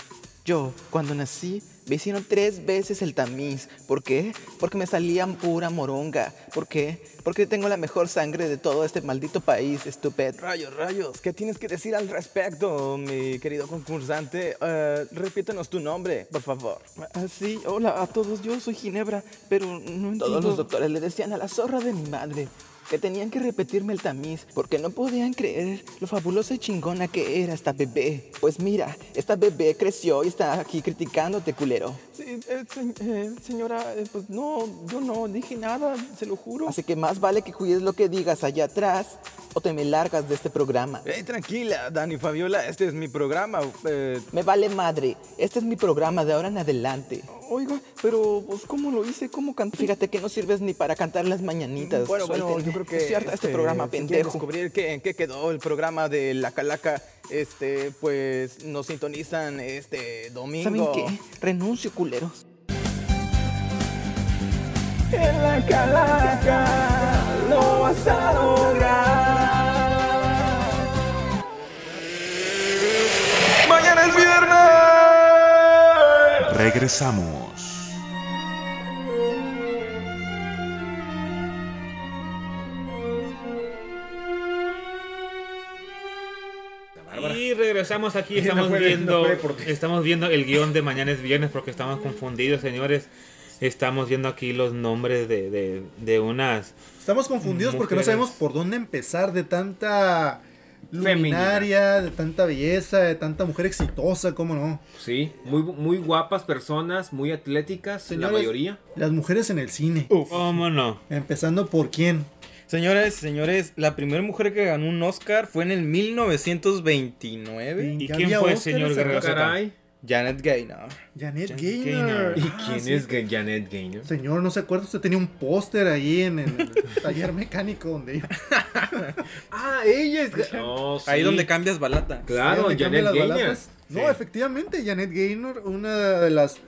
L: Yo, cuando nací, me hicieron tres veces el tamiz. ¿Por qué? Porque me salían pura moronga. ¿Por qué? Porque tengo la mejor sangre de todo este maldito país, estúpido.
D: Rayos, rayos, ¿qué tienes que decir al respecto, mi querido concursante? Eh, repítenos tu nombre, por favor.
L: Ah, sí, hola a todos, yo soy Ginebra, pero no entiendo. Todos los doctores le decían a la zorra de mi madre que tenían que repetirme el tamiz porque no podían creer lo fabulosa y chingona que era esta bebé. Pues mira, esta bebé creció y está aquí criticándote, culero.
I: Sí, eh, se- eh, señora, eh, pues no, yo no dije nada, se lo juro.
L: Así que más vale que cuides lo que digas allá atrás o te me largas de este programa.
D: Hey, tranquila, Dani Fabiola, este es mi programa. eh,
L: Me vale madre, este es mi programa de ahora en adelante.
I: Oiga, pero pues cómo lo hice, cómo canté.
L: Fíjate que no sirves ni para cantar las mañanitas.
D: bueno, bueno,
L: Suéltenme.
D: yo creo que...
L: Estoy harta de este programa,
D: si quieren
L: pendejo.
D: descubrir qué, en qué quedó el programa de La Calaca, este, pues nos sintonizan este domingo.
L: ¿Saben qué? Renuncio, culeros.
D: En La Calaca no vas a lograr.
G: Regresamos.
B: Y regresamos aquí,
C: No
B: estamos
C: puede, no
B: viendo
C: puede porque-
B: estamos viendo el guión de mañana es viernes porque estamos confundidos, señores. Estamos viendo aquí los nombres de, de, de unas
K: Estamos confundidos porque no
B: Mujeres.
K: sabemos por dónde empezar de tanta
E: luminaria, de tanta belleza, de tanta mujer exitosa, ¿cómo no?
C: Sí, muy, muy guapas personas, muy atléticas,
E: Señores,
C: la mayoría.
E: Las mujeres en el cine.
F: ¿Cómo no?
E: Empezando por quién.
F: Señores, señores, la primera mujer que ganó un Oscar fue en el 1929.
E: ¿Y ¿Ya quién había fue, Oscars señor en esa Guerrero época? Soto?
F: Caray. Janet Gaynor.
E: Janet Gaynor.
C: ¿Y
E: Ah,
C: quién
E: sí.
C: es Ga- Janet Gaynor?
E: Señor, no se acuerda, usted tenía un póster ahí en el taller mecánico donde iba.
C: Ah, ella es. Ga- Oh,
F: Ahí
C: sí.
F: donde cambias balata.
C: Claro,
E: ¿Dónde cambian
C: Janet
E: las
C: Gaynor.
E: balatas? No, efectivamente, Janet Gaynor, una de las.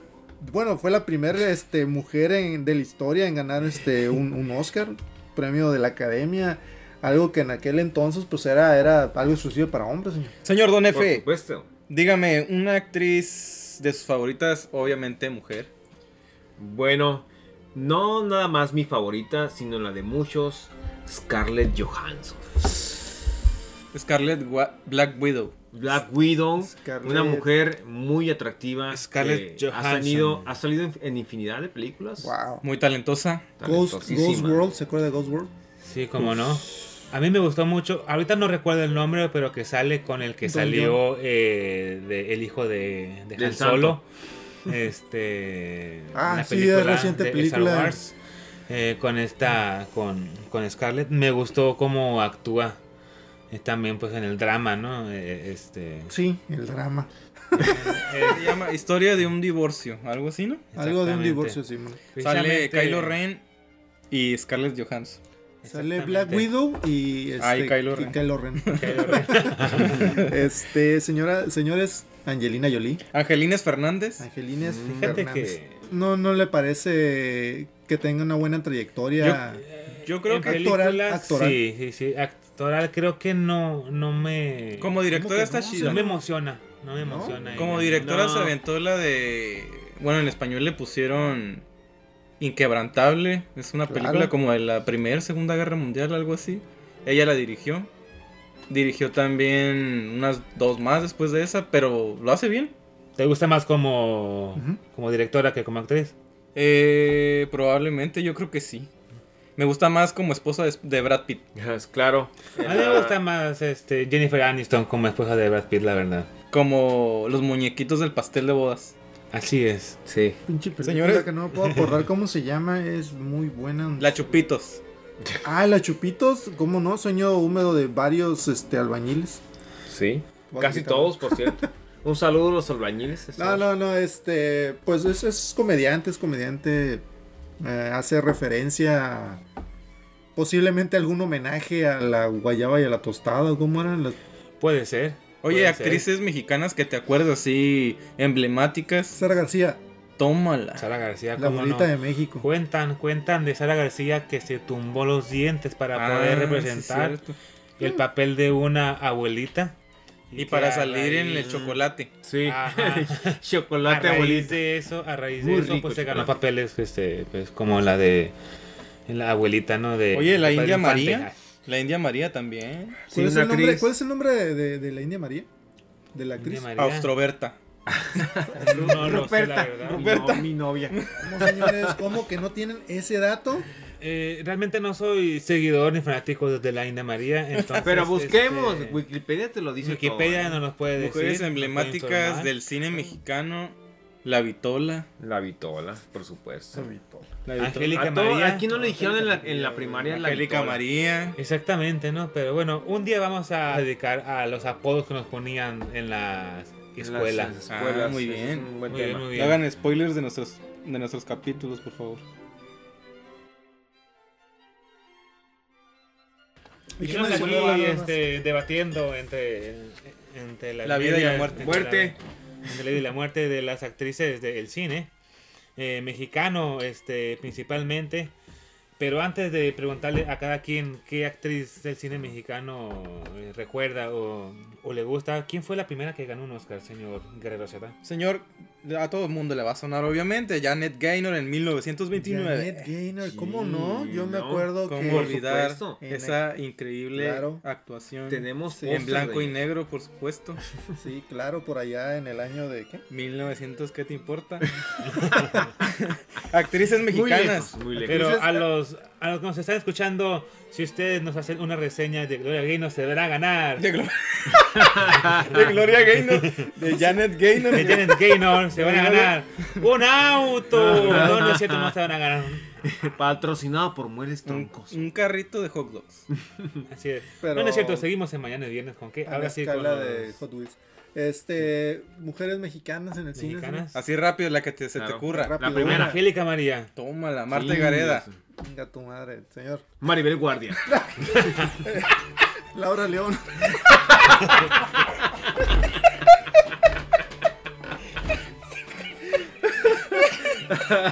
E: Bueno, fue la primera este, mujer en- de la historia en ganar este, un, un Oscar, premio de la academia. Algo que en aquel entonces pues era, era algo exclusivo para hombres, señor.
F: Señor Don
C: Por
F: F,
C: supuesto.
F: dígame, una actriz de sus favoritas, obviamente mujer.
C: Bueno, no nada más mi favorita, sino la de muchos, Scarlett Johansson.
F: Scarlett Wa- Black Widow.
C: Black Widow,
E: Scarlett-
C: una mujer muy atractiva.
F: Scarlett
C: que Ha
F: Johansson.
C: salido, ha salido en, en infinidad de películas.
E: Wow.
F: Muy talentosa.
E: Ghost,
C: Talentosísima.
E: Ghost World, ¿se acuerda de Ghost World?
B: Sí, cómo no. A mí me gustó mucho. Ahorita no recuerdo el nombre, pero que sale con el que
E: Don
B: salió eh, de- el hijo de, de
C: Del
B: Han Solo. Este.
E: Ah,
B: una
E: sí, es reciente película.
B: Star Wars. eh, con esta. Con, con Scarlett. Me gustó cómo actúa. eh, También, pues en el drama, ¿no? Eh, este.
E: Sí, el drama.
F: Eh, Se llama Historia de un divorcio, algo así, ¿no?
E: Algo de un
B: Exactamente.
E: divorcio, Simón.
F: Sale
B: Precisamente-
F: Kylo Ren y Scarlett Johansson.
E: Sale
B: Exactamente.
E: Black Widow y, este,
F: Ah, y Kylo
E: y
F: Ren.
E: Kylo Ren.
B: Kylo Ren.
E: este, señora, señores, Angelina Jolie.
F: Angelines Fernández.
E: Angelina es
B: Fíjate
E: Fernández.
B: que.
E: No, no le parece que tenga una buena trayectoria.
F: Yo creo
B: en
F: que
E: Actoral,
B: películas,
E: actoral.
B: Sí, sí, sí. Actoral, creo que no, no me.
F: como
E: ¿Cómo
F: directora
E: que
F: está
E: no?
F: chida.
B: No me emociona. No me
E: ¿No?
B: emociona.
F: Como
B: ella.
F: directora
C: No.
F: se aventó la de. Bueno, en español le pusieron Inquebrantable. Es una
E: Claro.
F: película como de la Primera, Segunda Guerra Mundial, algo así. Ella la dirigió. Dirigió también unas dos más después de esa, pero lo hace bien.
B: ¿Te gusta más como,
E: Ujú.
B: como directora que como actriz?
F: Eh, probablemente, yo creo que sí. Me gusta más como esposa de, de Brad Pitt.
C: Yes, claro.
B: A mí me gusta más este, Jennifer Aniston como esposa de Brad Pitt, la verdad.
F: Como los muñequitos del pastel de bodas.
B: Así es.
C: Sí.
E: Pinche película
F: Señores.
E: que no me puedo acordar cómo se llama, es muy buena.
F: La Chupitos.
E: Ah, la Chupitos, cómo no, sueño húmedo de varios este albañiles.
C: Sí.
E: Voy a
C: Casi
E: quitarlo.
C: todos, por cierto. Un saludo a los albañiles.
E: No, no, no, este, pues es, es comediante, es comediante, eh, hace referencia a- posiblemente algún homenaje a la guayaba y a la tostada, ¿cómo eran las
B: Puede ser.
F: Oye,
B: puede ser.
F: actrices mexicanas que te acuerdas así emblemáticas.
E: Sara García,
F: Tómala.
B: Sara García,
E: la
B: como no.
E: bonita de México.
B: Cuentan, cuentan de Sara García que se tumbó los dientes para poder
F: Ah, sí,
B: representar
F: cierto.
B: el papel de una abuelita.
F: Y
B: que
F: para
B: a
F: salir en
B: raíz-
F: el chocolate.
C: Sí.
B: Ajá. A
C: Chocolate
B: raíz
C: abuelita.
B: de eso, a raíz de
C: Muy
B: eso,
C: rico
B: pues se ganó
C: chocolate.
B: papeles este, pues, como la de la abuelita, ¿no? De,
F: Oye, la
B: de
F: India
B: Infante.
F: María. La India María también.
E: ¿Cuál,
C: Sí,
E: es
C: una
E: el nombre,
C: actriz.
E: cuál es el nombre de, de- de la India María? De la actriz.
B: India María.
F: Austroberta.
B: No lo sé, la verdad.
C: Roberta. mi novia.
E: No, señores, ¿cómo que no tienen ese dato?
B: Eh, realmente no soy seguidor ni fanático de la India María, entonces,
C: Pero busquemos.
B: este,
C: Wikipedia te lo dice. ¿eh?
B: Wikipedia no nos puede decir.
F: Mujeres
B: nos puede
F: emblemáticas
B: informar.
F: del cine mexicano. La Vitola.
C: todo. La vitola, por supuesto.
B: Angélica
C: A todo-
B: María.
C: aquí no le dijeron en la, en la primaria la
F: Angélica
C: vitola.
F: María.
B: Exactamente, ¿no? Pero bueno, un día vamos a dedicar a los apodos que nos ponían en la
C: En las
B: escuela.
F: Ah, muy
C: ese es
F: bien.
C: un buen
B: Muy bien,
C: tema.
B: muy
F: No
B: bien.
F: hagan spoilers de nuestros, de nuestros capítulos, por favor.
B: Y
E: qué
B: estamos
E: más
B: aquí
E: le hablan, nada más?
B: este, debatiendo entre, entre
F: La vida y la
B: medias-
F: muerte.
C: Muerte.
B: la- entre la vida y la muerte de las actrices del cine eh, mexicano, este, principalmente. Pero antes de preguntarle a cada quien qué actriz del cine mexicano eh, recuerda o, o le gusta, ¿quién fue la primera que ganó un Oscar, señor Guerrero Zeta?
F: Señor, a todo el mundo le va a sonar, obviamente. Janet Gaynor en 1929.
E: Janet Gaynor, ¿cómo
C: Sí,
E: no? Yo me
C: no,
E: acuerdo
F: ¿Cómo
E: que
F: olvidar
C: supuesto.
F: esa increíble
E: Claro.
F: actuación?
C: Tenemos póster
F: en blanco
C: de-
F: y negro, por supuesto.
E: sí, claro, por allá en el año de ¿qué?
F: 1900, ¿qué te importa? Actrices mexicanas.
C: Muy lejos, muy lejos.
B: Pero a los, A los que nos están escuchando, si ustedes nos hacen una reseña de Gloria Gaynor, se deberá ganar. De,
F: Gloria Gaynor. De Janet Gaynor.
B: De Janet Gaynor, se van a ganar un auto. No, no es cierto, no se van a ganar.
G: Patrocinado por Mueres Troncos.
F: Un carrito de hot dogs.
B: Así es.
E: Pero-
B: No, no es cierto, seguimos en mañana y viernes con qué.
E: A
B: Ahora
E: la
B: sí, con
E: escala
B: los-
E: de Hot Wheels. Este, mujeres mexicanas en el cine.
B: ¿Mexicanas?
F: Así rápido, la que te- se te
G: Claro.
F: ocurra.
E: Rápido.
B: la primera, Angélica María.
F: Tómala, Marta
G: Sí,
F: Gareda.
G: sí.
E: Venga tu madre, señor.
G: Maribel Guardia.
E: Laura León.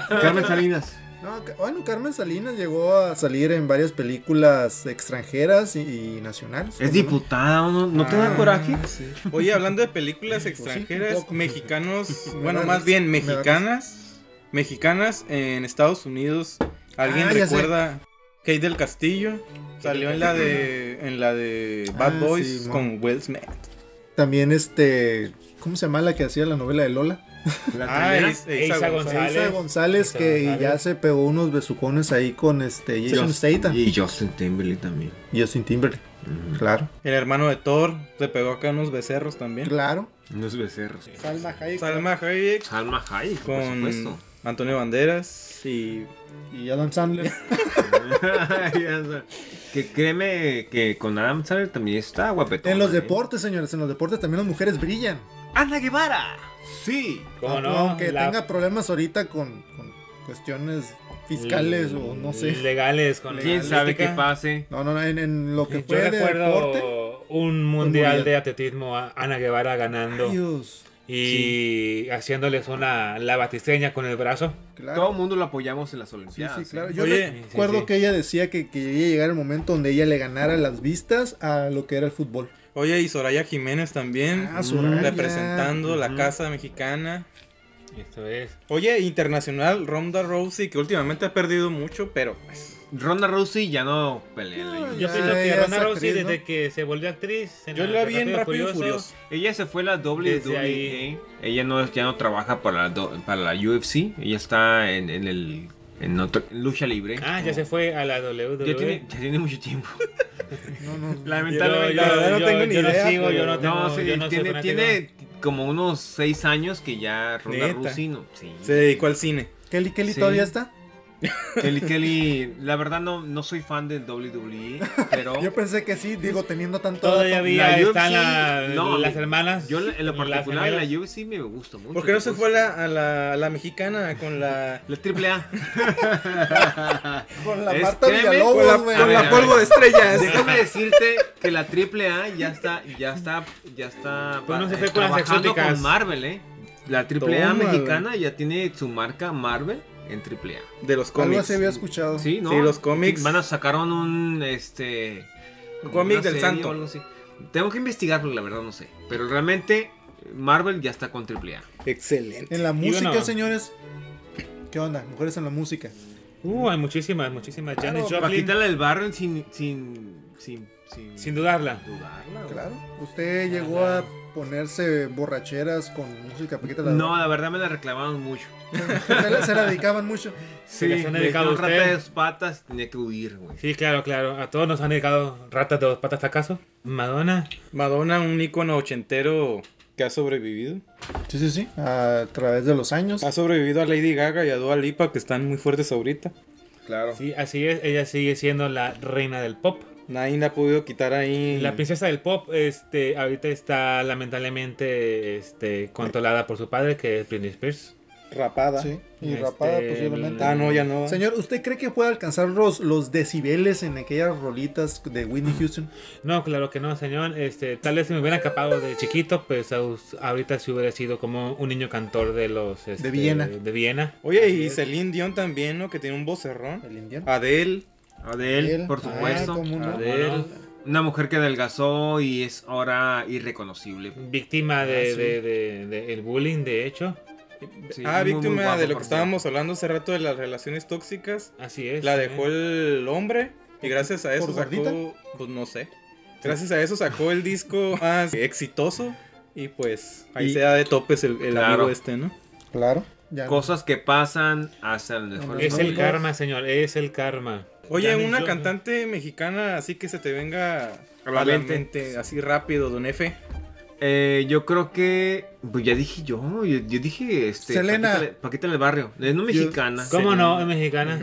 G: Carmen Salinas.
E: No, ca- bueno, Carmen Salinas llegó a salir en varias películas extranjeras y, y nacionales.
G: Es diputada, ¿no, ¿No te da
E: Ah,
G: coraje?
E: sí.
F: Oye, hablando de películas
E: Pues sí, un
F: extranjeras,
E: poco.
F: mexicanos,
E: Me
F: bueno,
E: da
F: más
E: risa,
F: bien
E: me da
F: mexicanas, mexicanas en Estados Unidos. ¿Alguien
E: Ah, ya sé.
F: recuerda? Kate del Castillo salió en la de en la de Bad
E: Ah,
F: Boys
E: sí, mo-
F: con Will Smith.
E: También este, ¿cómo se llama la que hacía la novela de Lola?
F: Ah, es- es
B: Eiza
F: algo-
B: González.
E: Isa González
B: Isa
E: que
B: González.
E: ya se pegó unos besucones ahí con este Jason Statham y
C: Y Justin Timberlake también.
E: Justin Timberlake. Claro,
F: El hermano de Thor se pegó acá unos becerros también.
E: claro.
C: Unos becerros.
E: Salma Hayek
F: Salma Hayek
C: Salma Hayek, por
F: con
C: supuesto.
F: Antonio Banderas y
E: y Adam Sandler.
C: Ya sé. que créeme que con Adam Sandler también está guapetón.
E: en los
C: ¿eh?
E: deportes, señores, en los deportes también las mujeres brillan.
G: Ana Guevara. Sí.
B: ¿Cómo no?
E: Aunque
B: La-
E: tenga problemas ahorita con, con cuestiones fiscales o no sé.
B: Legales con
C: ¿Quién sabe qué
B: legalística.
C: pase?
E: No, no, no, en, en lo que
B: Yo
E: fue de
B: recuerdo
E: deporte.
B: un mundial de atletismo a Ana Guevara ganando
E: Dios,
B: y haciéndoles una la batisteña con el brazo.
E: claro.
C: Todo el mundo lo apoyamos en las
E: Sí,
C: Olimpiadas.
E: sí,
C: ¿eh?
E: claro. Yo
F: Oye,
E: recuerdo
B: sí, sí.
E: que ella decía que quería llegar el momento donde ella le ganara las vistas a lo que era el fútbol.
F: Oye, y Soraya Jiménez también
E: Ah, Soraya.
F: representando la casa mexicana.
B: Esto es.
F: Oye, internacional, Ronda Rousey, que últimamente ha perdido mucho, pero pues,
C: Ronda Rousey ya no pelea. en la
E: No,
C: UFC.
B: Yo
E: Ya,
B: pienso que
E: ella es
B: Ronda Rousey
E: actriz, ¿no?
B: desde que se volvió actriz. en
F: yo la vi en
B: y
F: Rápido y Furioso.
C: Ella se fue a la E.
B: Desde ahí.
C: WWE. ¿eh? Ella no, ya no trabaja para la, do- para la UFC. Ella está en, en el en otro- en lucha libre.
B: Ah, ya se fue a la E. WWE.
C: Ya tiene, ya tiene mucho tiempo.
E: No, no, no.
C: Lamentablemente.
B: Yo- yo-
C: la verdad,
F: no
B: yo-
F: tengo ni
B: yo no
F: idea,
B: sigo, yo
F: pero-
B: no tengo-
C: sí,
B: yo no soy
C: tiene,
B: fanático.
C: tiene como unos seis años que ya Ronda
F: Neta.
C: Rousey no. Sí.
F: Se dedicó al cine.
E: Kelly, Kelly
C: Sí.
E: todavía está.
C: Kelly Kelly, la verdad no, no soy fan del WWE, pero
E: Yo pensé que sí, digo, teniendo tanto. dato.
B: Todavía
C: La
B: están
C: UFC,
B: la-
C: no,
B: las
C: mi-
B: hermanas.
C: yo en lo
B: las
C: particular
B: gemelas.
C: la UFC me gusta mucho.
F: ¿Por qué no se fue a la, a la- a la mexicana con la...
C: La triple A.
E: Con la
C: Es-
E: Marta
C: créeme,
E: Villalobos,
C: con la-
E: güey.
C: con la-
E: Ah,
C: polvo
F: de estrellas.
C: Déjame decirte que la triple A ya está, ya está, ya está
B: Pues no se
C: eh,
B: fue con las
C: trabajando
B: exóticas.
C: con Marvel, eh. La triple A
F: Tómala.
C: mexicana ya tiene su marca Marvel en triple A.
F: De los
E: Algo
F: cómics.
E: así había escuchado.
C: Sí, ¿no?
F: Sí, los cómics.
C: Van a sacaron un este como
F: Cómic
C: una
F: del
C: serie
F: santo.
C: o algo así. Tengo que investigar porque la verdad no sé, pero realmente Marvel ya está con triple A.
F: Excelente.
E: En la música,
B: bueno.
E: señores. ¿Qué onda? Mujeres en la música.
B: Uh, hay muchísimas, muchísimas. Janis Joplin,
C: Paquita la del barrio sin sin sin sin,
B: sin dudarla.
C: dudarla. güey.
E: Claro. Usted llegó a ponerse borracheras con música Paquita la
C: No, la verdad me la reclamaron mucho.
E: se, la, se la dedicaban mucho.
B: Se las han
C: me
B: dedicado
C: dijeron,
B: a
C: rata
B: usted".
C: de dos patas, tenía que huir, güey.
B: Sí, claro, claro. A todos nos han dedicado ratas de dos patas, ¿acaso? Madonna.
F: Madonna, un ícono ochentero que ha sobrevivido.
E: Sí, sí, sí. A través de los años.
F: Ha sobrevivido a Lady Gaga y a Dua Lipa, que están muy fuertes ahorita.
C: Claro.
B: Sí, así es. Ella sigue siendo la reina del pop.
F: Nadie le ha podido quitar ahí...
B: La princesa del pop, este, ahorita está lamentablemente, este, controlada por su padre, que es Britney Spears.
F: Rapada.
E: Sí. Y
B: Este,
E: rapada
F: Ah,
E: posiblemente.
F: no, ya no.
E: Señor, ¿usted cree que puede alcanzar los, los decibeles en aquellas rolitas de Whitney Houston?
B: No, claro que no, señor. Este, tal vez si me hubieran capado de chiquito, pues aus- ahorita sí hubiera sido como un niño cantor de los, este,
E: Viena.
B: de Viena.
F: Oye, y Celine Dion también, ¿no? Que tiene un vocerrón.
E: El indiano.
F: Adele.
C: Adele,
E: Adele.
C: por
E: Ah,
C: supuesto.
E: cómo no.
C: Adele.
B: ¿Cómo
C: Una mujer que adelgazó y es ahora irreconocible. Ah,
B: Víctima de, de- de- de- el bullying, de hecho.
C: Sí,
F: ah,
C: muy, muy
F: víctima
C: guapa,
F: de lo
C: por
F: que estábamos hablando hace rato de las relaciones tóxicas.
B: Así es.
F: La
B: sí.
F: dejó el hombre y gracias a eso
E: ¿Por gordita?
F: sacó, pues no sé. Gracias a eso sacó el disco más exitoso y pues ahí
C: Y-
F: se da de topes el, el
C: Claro.
F: amigo este, ¿no?
E: Claro. Ya no.
C: Cosas que pasan hasta el mejor
B: Es el karma, señor, es el karma.
F: Oye,
B: Ya ni
F: una
B: yo-
F: cantante mexicana así que se te venga
C: A la
F: a la
C: mente.
F: mente, así rápido, don Efe.
C: Eh, yo creo que. Pues ya dije yo. Yo, yo dije. Este,
F: Selena.
C: Paquita, Paquita del Barrio. Es no mexicana.
B: ¿Cómo no? Es mexicana.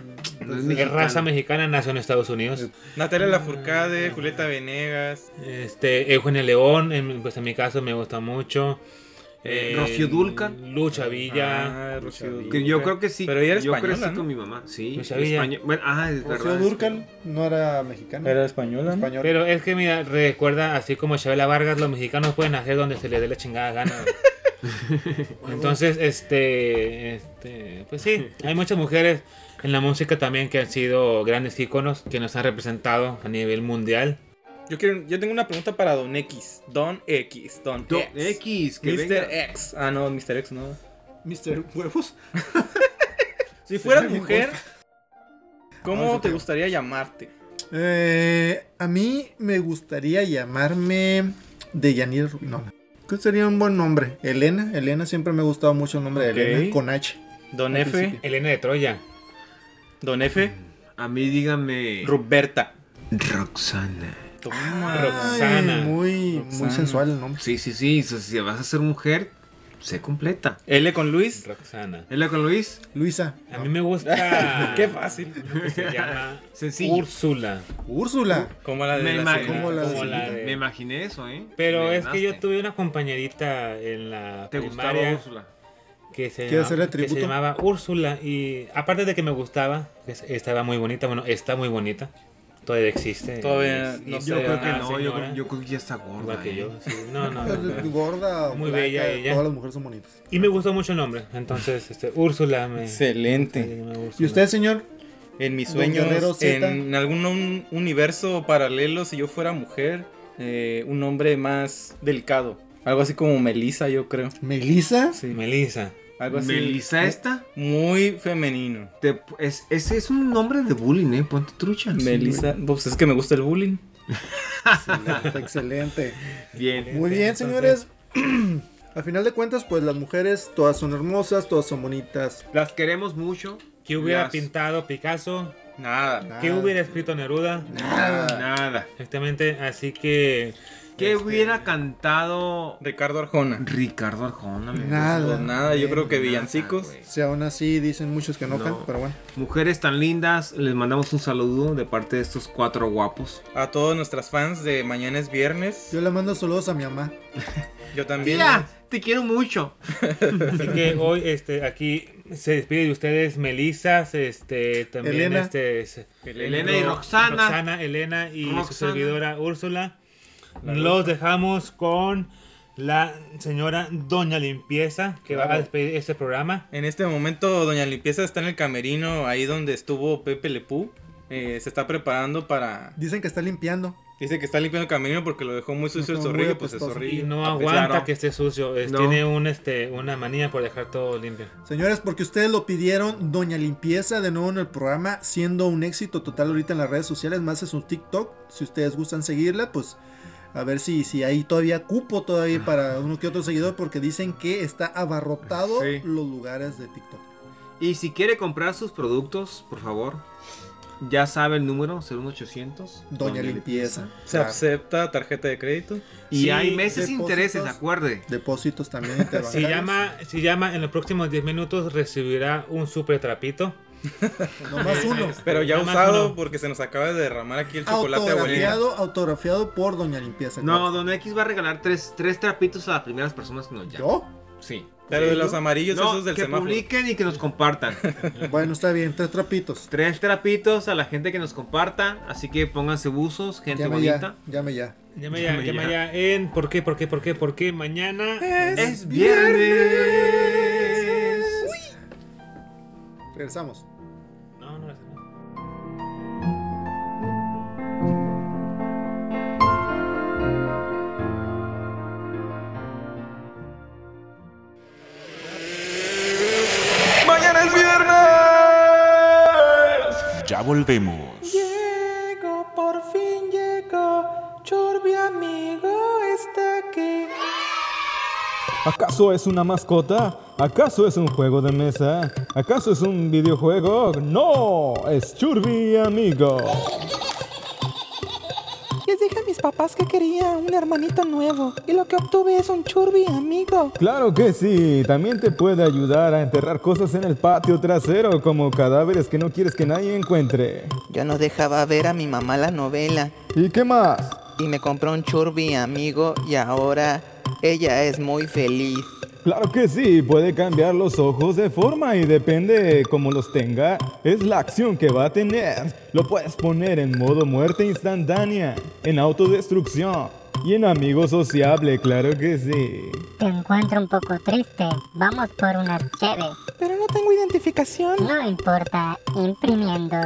C: No
B: es
C: es mexicana.
B: raza mexicana, nació en Estados Unidos. Ah,
F: Natalia Lafourcade, Julieta Venegas.
B: Este, Eugenio León, en- pues en mi caso me gusta mucho.
C: Eh, Rocío Dulca.
B: Lucha Villa.
F: Ah, Rocío
C: Que yo creo que sí.
F: Pero ella era
C: yo
F: española,
C: crecí
F: ¿no?
C: con mi mamá. Sí.
B: Lucha Villa.
C: español- Bueno, ah, es
E: Rocío
C: verdad.
E: Durcal no era mexicana.
F: Era española. ¿no?
E: Español.
B: Pero es que mira, recuerda, así como Chabela Vargas, los mexicanos pueden hacer donde se les dé la chingada gana. Entonces, este, este, pues sí, hay muchas mujeres en la música también que han sido grandes íconos, que nos han representado a nivel mundial.
F: Yo, quiero, yo tengo una pregunta para Don X. Don X. Don,
C: Don
F: X.
C: X, que
F: Mr.
C: venga.
F: X. Ah, no, Mr. X no.
E: Mister Huevos.
F: Si fueras
E: Sería
F: mujer,
E: mejor.
F: ¿cómo
E: Vamos a
F: te
E: ver.
F: gustaría llamarte?
E: Eh, a mí me gustaría llamarme Deyanir Ruinona. Que sería un buen nombre. Elena. Elena siempre me ha gustado mucho el nombre
F: Ok.
E: de Elena con H.
F: Don
E: Al
F: F.
E: principio.
B: Elena de Troya.
F: Don F.
C: A mí dígame.
F: Roberta.
C: Roxana.
F: Toma.
B: Roxana.
E: Ay, muy, muy
F: Roxana.
E: sensual el nombre.
C: Sí, sí, sí. so- si vas a ser mujer, se completa.
F: L con Luis.
B: Roxana.
C: ¿Ella con Luis?
E: Luisa.
B: A mí me gusta.
F: Qué fácil.
B: uno que Ah. se llama
C: Sencillo.
B: Úrsula.
E: Úrsula.
F: Como la de
C: Me,
F: la
C: ima-
F: señora.
E: ¿Cómo la
C: como
B: de-
C: la de- me imaginé eso, ¿eh?
B: Pero
C: Me
B: es que yo
C: ganaste.
B: tuve una compañerita en la
C: ¿Te gustaba
B: primaria
C: Úrsula?
B: que se,
E: ¿Quieres hacerle
B: llamaba, que se
E: tributo?
B: llamaba Úrsula y aparte de que me gustaba, pues, estaba muy bonita, bueno, está muy bonita, todavía existe.
F: Todavía no sé,
C: Yo creo que
B: ah,
C: no, yo,
B: señora.
C: creo- yo creo que ya está gorda.
B: Igual que
C: ¿eh?
B: yo, sí. No, no, no, no.
E: Gorda.
B: Muy
E: flaca,
B: bella ella.
E: Ah, Todas las mujeres son bonitas.
B: Y me gustó mucho el nombre, entonces, este, Úrsula me...
F: Excelente.
E: ¿Y usted, señor?
F: En mis
E: Don Guerrero
F: sueños,
E: Z.
F: en algún un- universo paralelo, si yo fuera mujer, eh, un hombre más delicado. Algo así como Melissa, yo creo.
E: ¿Melisa?
F: Sí,
B: Melissa.
F: algo así.
C: ¿Melissa
F: mu-
C: esta?
F: Muy femenino.
C: Te- es, ese es un nombre de bullying, ¿eh? Ponte trucha.
F: Melissa, pues es que me gusta el bullying.
E: Excelente, Ah, excelente.
C: Bien.
E: Muy bien,
B: Entonces-
E: señores. Al final de cuentas, pues las mujeres todas son hermosas, todas son bonitas.
C: Las queremos mucho.
B: ¿Qué hubiera
C: Las-
B: pintado Picasso?
F: Nada.
B: ¿Qué
E: Nada.
B: hubiera escrito Neruda?
C: Nada.
B: Exactamente, así que...
C: ¿Qué
B: este,
C: hubiera cantado
F: Ricardo Arjona.
C: Ricardo Arjona? me
E: Nada.
C: gusta?
F: Pues nada, yo creo que
C: Nada,
F: villancicos.
C: güey.
E: Si aún así dicen muchos que no,
C: No.
E: can, pero bueno.
C: Mujeres tan lindas, les mandamos un saludo de parte de estos cuatro guapos.
F: A todos nuestras fans de Mañana es Viernes.
E: Yo le mando saludos a mi mamá.
F: Yo también.
C: Mira, te quiero mucho.
B: Así que hoy este, aquí se despide de ustedes Melissa, se- este, también
E: Elena.
B: este, se-
C: Elena y Roxana.
B: Roxana, Elena y su
C: Roxana.
B: servidora Úrsula. Los dejamos con la señora Doña Limpieza que va a
F: Claro.
B: despedir este programa.
F: En este momento, Doña Limpieza está en el camerino, ahí donde estuvo Pepe Lepú. Eh, se está preparando para.
E: Dicen que está limpiando.
F: Dice que está limpiando el camerino porque lo dejó muy sucio el
E: Está muy
F: zorrillo, pues el
E: apestoso.
F: zorrillo.
B: Y no
F: Ah, pues,
B: aguanta
F: claro.
B: que esté sucio, es-
C: No.
B: tiene un, este, una manía por dejar todo limpio.
E: Señores, porque ustedes lo pidieron, Doña Limpieza de nuevo en el programa, siendo un éxito total ahorita en las redes sociales, más es un TikTok. Si ustedes gustan seguirla, pues a ver si, si ahí todavía cupo todavía para uno que otro seguidor, porque dicen que está abarrotado
C: Sí.
E: los lugares de TikTok.
C: Y si quiere comprar sus productos, por favor, ya sabe el número, 01800.
E: Doña, Limpieza.
F: Se
E: Claro.
F: acepta tarjeta de crédito.
C: Y
B: Sí,
C: hay meses
E: depósitos.
C: intereses, acuerde.
E: Depósitos también interbancarios.
B: Si llama, si llama en los próximos 10 minutos recibirá un super trapito.
E: Nomás uno.
F: Este, Pero ya
B: Nada más
F: usado
B: uno.
F: porque se nos acaba de derramar aquí el chocolate abuelita.
E: Autografiado, autografiado por Doña Limpieza.
C: No, Don X va a regalar tres, tres trapitos a las primeras personas que nos llamen.
E: ¿Yo?
C: Sí.
F: Pero de los amarillos
C: No,
F: esos del
C: que
F: semáforo.
C: publiquen y que nos compartan.
E: Bueno, está bien, tres trapitos.
C: tres trapitos a la gente que nos comparta. Así que pónganse buzos, gente
E: Llame ya,
C: bonita.
E: llame ya.
B: Llama ya,
C: Llama
B: llama
C: ya.
B: ya en ¿Por qué? ¿Por qué? ¿Por qué? ¿Por qué? Mañana
C: Es viernes.
E: Regresamos.
B: No, no, no.
G: ¡Mañana es viernes! Ya volvemos.
L: Llego, por fin llego. Chorbi amigo está aquí.
F: ¿Acaso es una mascota?
M: ¿Acaso es un juego de mesa? ¿Acaso es un videojuego? ¡No! ¡Es Churbi Amigo!
N: Les dije a mis papás que quería un hermanito nuevo y lo que obtuve es un churbi amigo.
M: Claro que sí, también te puede ayudar a enterrar cosas en el patio trasero como cadáveres que no quieres que nadie encuentre.
L: Yo no dejaba ver a mi mamá la novela.
M: ¿Y qué más?
L: Y me compró un churbi amigo y ahora ella es muy feliz.
M: Claro que sí, puede cambiar los ojos de forma y depende cómo los tenga, es la acción que va a tener. Lo puedes poner en modo muerte instantánea, en autodestrucción y en amigo sociable, claro que sí.
G: Te encuentro un poco triste, vamos por unas cheves.
N: Pero no tengo identificación.
G: No importa, imprimiendo.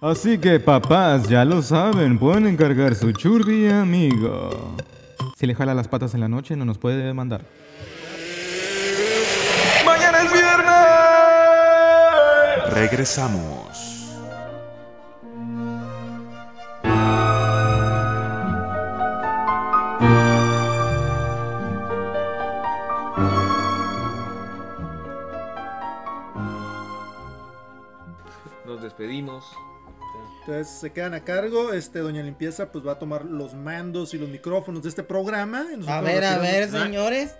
M: Así que papás, ya lo saben, pueden encargar su churri amigo.
O: Si le jala las patas en la noche, no nos puede mandar.
F: ¡Mañana es viernes! Regresamos.
C: Nos despedimos.
E: Entonces se quedan a cargo. Este Doña Limpieza pues va a tomar los mandos y los micrófonos de este programa. y
L: A
E: nosotros
L: ver, a
E: retiramos-
L: ver,
E: Ah,
L: señores.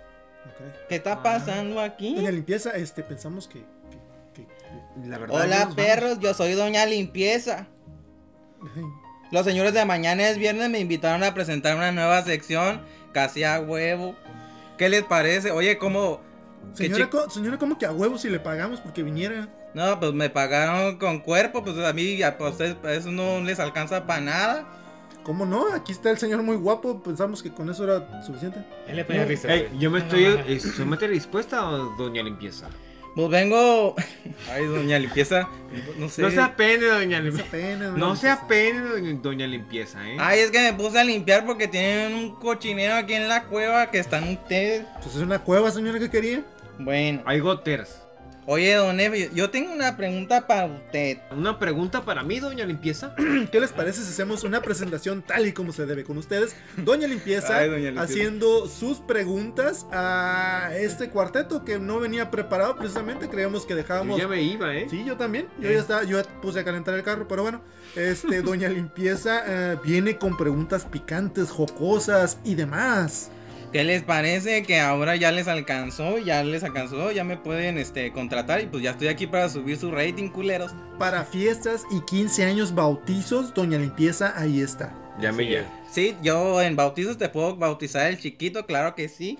L: ¿Qué está pasando aquí?
E: Doña Limpieza, este pensamos que, que- que- la verdad.
L: Hola
E: nos
L: perros, yo soy Doña Limpieza. Los señores de mañana es viernes me invitaron a presentar una nueva sección, casi a huevo. ¿Qué les parece? Oye, ¿cómo?
E: vamos-
L: qué
E: Señora,
L: chi-
E: co- señora, ¿cómo que a huevos si le pagamos porque viniera?
O: No, pues me pagaron con cuerpo, pues a mí a ustedes eso no les alcanza para nada.
E: ¿Cómo no? Aquí está el señor pues, muy guapo. Pensamos que con eso era suficiente.
C: Ey,
E: No.
C: yo me estoy. ¿Estoy materia dispuesta, doña limpieza?
O: Pues vengo. Ay, doña limpieza. No sé.
C: No se apene, doña limpieza. No se
O: sea
C: apene, doña- doña limpieza, ¿eh?
O: Ay, es que me puse a limpiar porque tienen un cochinero aquí en la cueva que están ustedes.
E: Pues es una cueva, señora, que quería.
O: Bueno.
C: Hay goteras.
O: Oye, don Efe, yo tengo una pregunta para usted.
C: ¿Una pregunta para mí, doña limpieza?
E: ¿Qué les parece si hacemos una presentación tal y como se debe con ustedes? Doña Limpieza,
C: Ay, Doña Limpieza.
E: haciendo sus preguntas a este cuarteto que no venía preparado precisamente, creíamos que dejábamos...
C: Yo ya me iba, ¿eh?
E: Sí, yo también. Yo ya estaba, yo ya puse a calentar el carro, pero bueno. Este, Doña Limpieza eh, viene con preguntas picantes, jocosas y demás.
O: ¿Qué les parece que ahora ya les alcanzó? Ya les alcanzó, ya me pueden este, contratar y pues ya estoy aquí para subir su rating, culeros.
E: Para fiestas y 15 años bautizos, Doña Limpieza, ahí está.
C: Ya me ya.
O: Sí, yo en bautizos te puedo bautizar el chiquito, claro que sí.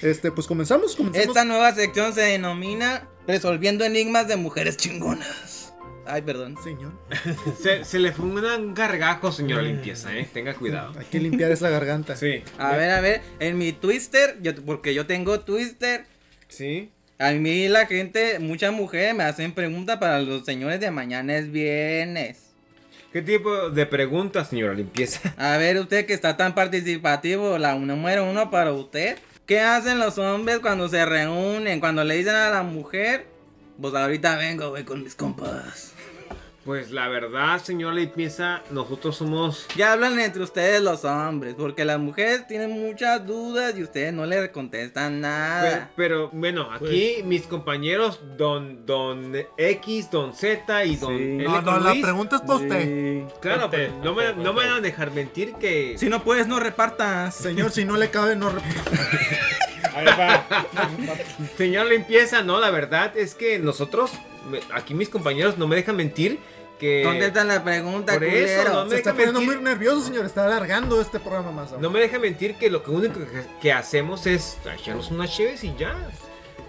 E: Este, pues comenzamos, comenzamos.
O: Esta nueva sección se denomina Resolviendo Enigmas de Mujeres Chingonas. Ay, perdón.
E: Señor.
C: Se, se le fue un gargajo, señora limpieza, ¿eh? Tenga cuidado.
E: Hay que limpiar esa garganta.
C: Sí.
O: A ver, a ver, en mi Twister, yo, porque yo tengo Twister.
C: Sí.
O: A mí la gente, muchas mujeres me hacen preguntas para los señores de mañana es viernes.
C: ¿Qué tipo de preguntas, señora limpieza?
O: A ver, usted que está tan participativo, la número uno para usted. ¿Qué hacen los hombres cuando se reúnen? Cuando le dicen a la mujer, pues ahorita vengo, voy con mis compas.
C: Pues la verdad, señora limpieza, nosotros somos.
O: Ya hablan entre ustedes los hombres, porque las mujeres tienen muchas dudas y ustedes no les contestan
C: Pero,
O: nada.
C: pero, bueno, aquí mis compañeros Don Don X, Don Z y Don L
E: No, no,
C: con
E: la
C: Luis.
E: pregunta es pa' usted.
C: Claro,
E: Usted,
C: pero no, me, no me van a dejar mentir que.
O: Si no puedes, no repartas.
E: Señor, si no le cabe, no re-
C: Señor limpieza, no, la verdad es que nosotros, me- aquí mis compañeros no me dejan mentir que...
O: Contesta la pregunta,
C: Por eso,
O: culero.
C: no me
E: Se está
C: dejan
E: poniendo
C: mentir.
E: muy nervioso, señor. Está alargando este programa más. aún.
C: No me dejan mentir que lo que único que, que hacemos es echarnos unas cheves y ya.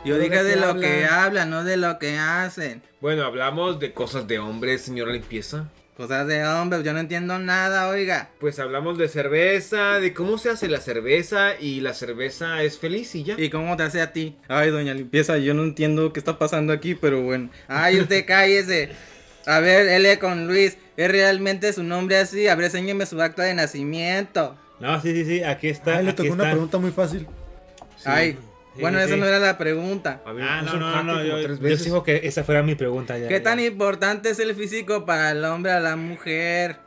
O: Yo dije de lo que hablan, no de lo que hacen.
C: Bueno, hablamos de cosas de hombres, señor limpieza.
O: Cosas Pues, de hombres, yo no entiendo nada, oiga.
C: Pues hablamos de cerveza, de cómo se hace la cerveza y la cerveza es feliz y ya.
O: ¿Y cómo te hace a ti? Ay, doña limpieza, yo no entiendo qué está pasando aquí, pero bueno. Ay,
F: este,
O: usted cállese. A ver, L con Luis, ¿es realmente su nombre así? A ver, enséñeme su acta de nacimiento.
B: No, sí, sí, sí, aquí está.
E: Ay, le
B: aquí
E: tocó una
B: está.
E: pregunta muy fácil.
O: Ay,
B: Sí,
O: bueno,
B: sí.
O: esa no era la pregunta.
B: Ah, no, no, no,
C: como
B: yo,
C: tres
B: yo
C: veces.
B: sigo que esa fuera mi pregunta ya.
O: ¿Qué
B: ya.
O: tan importante es el físico para el hombre a la mujer?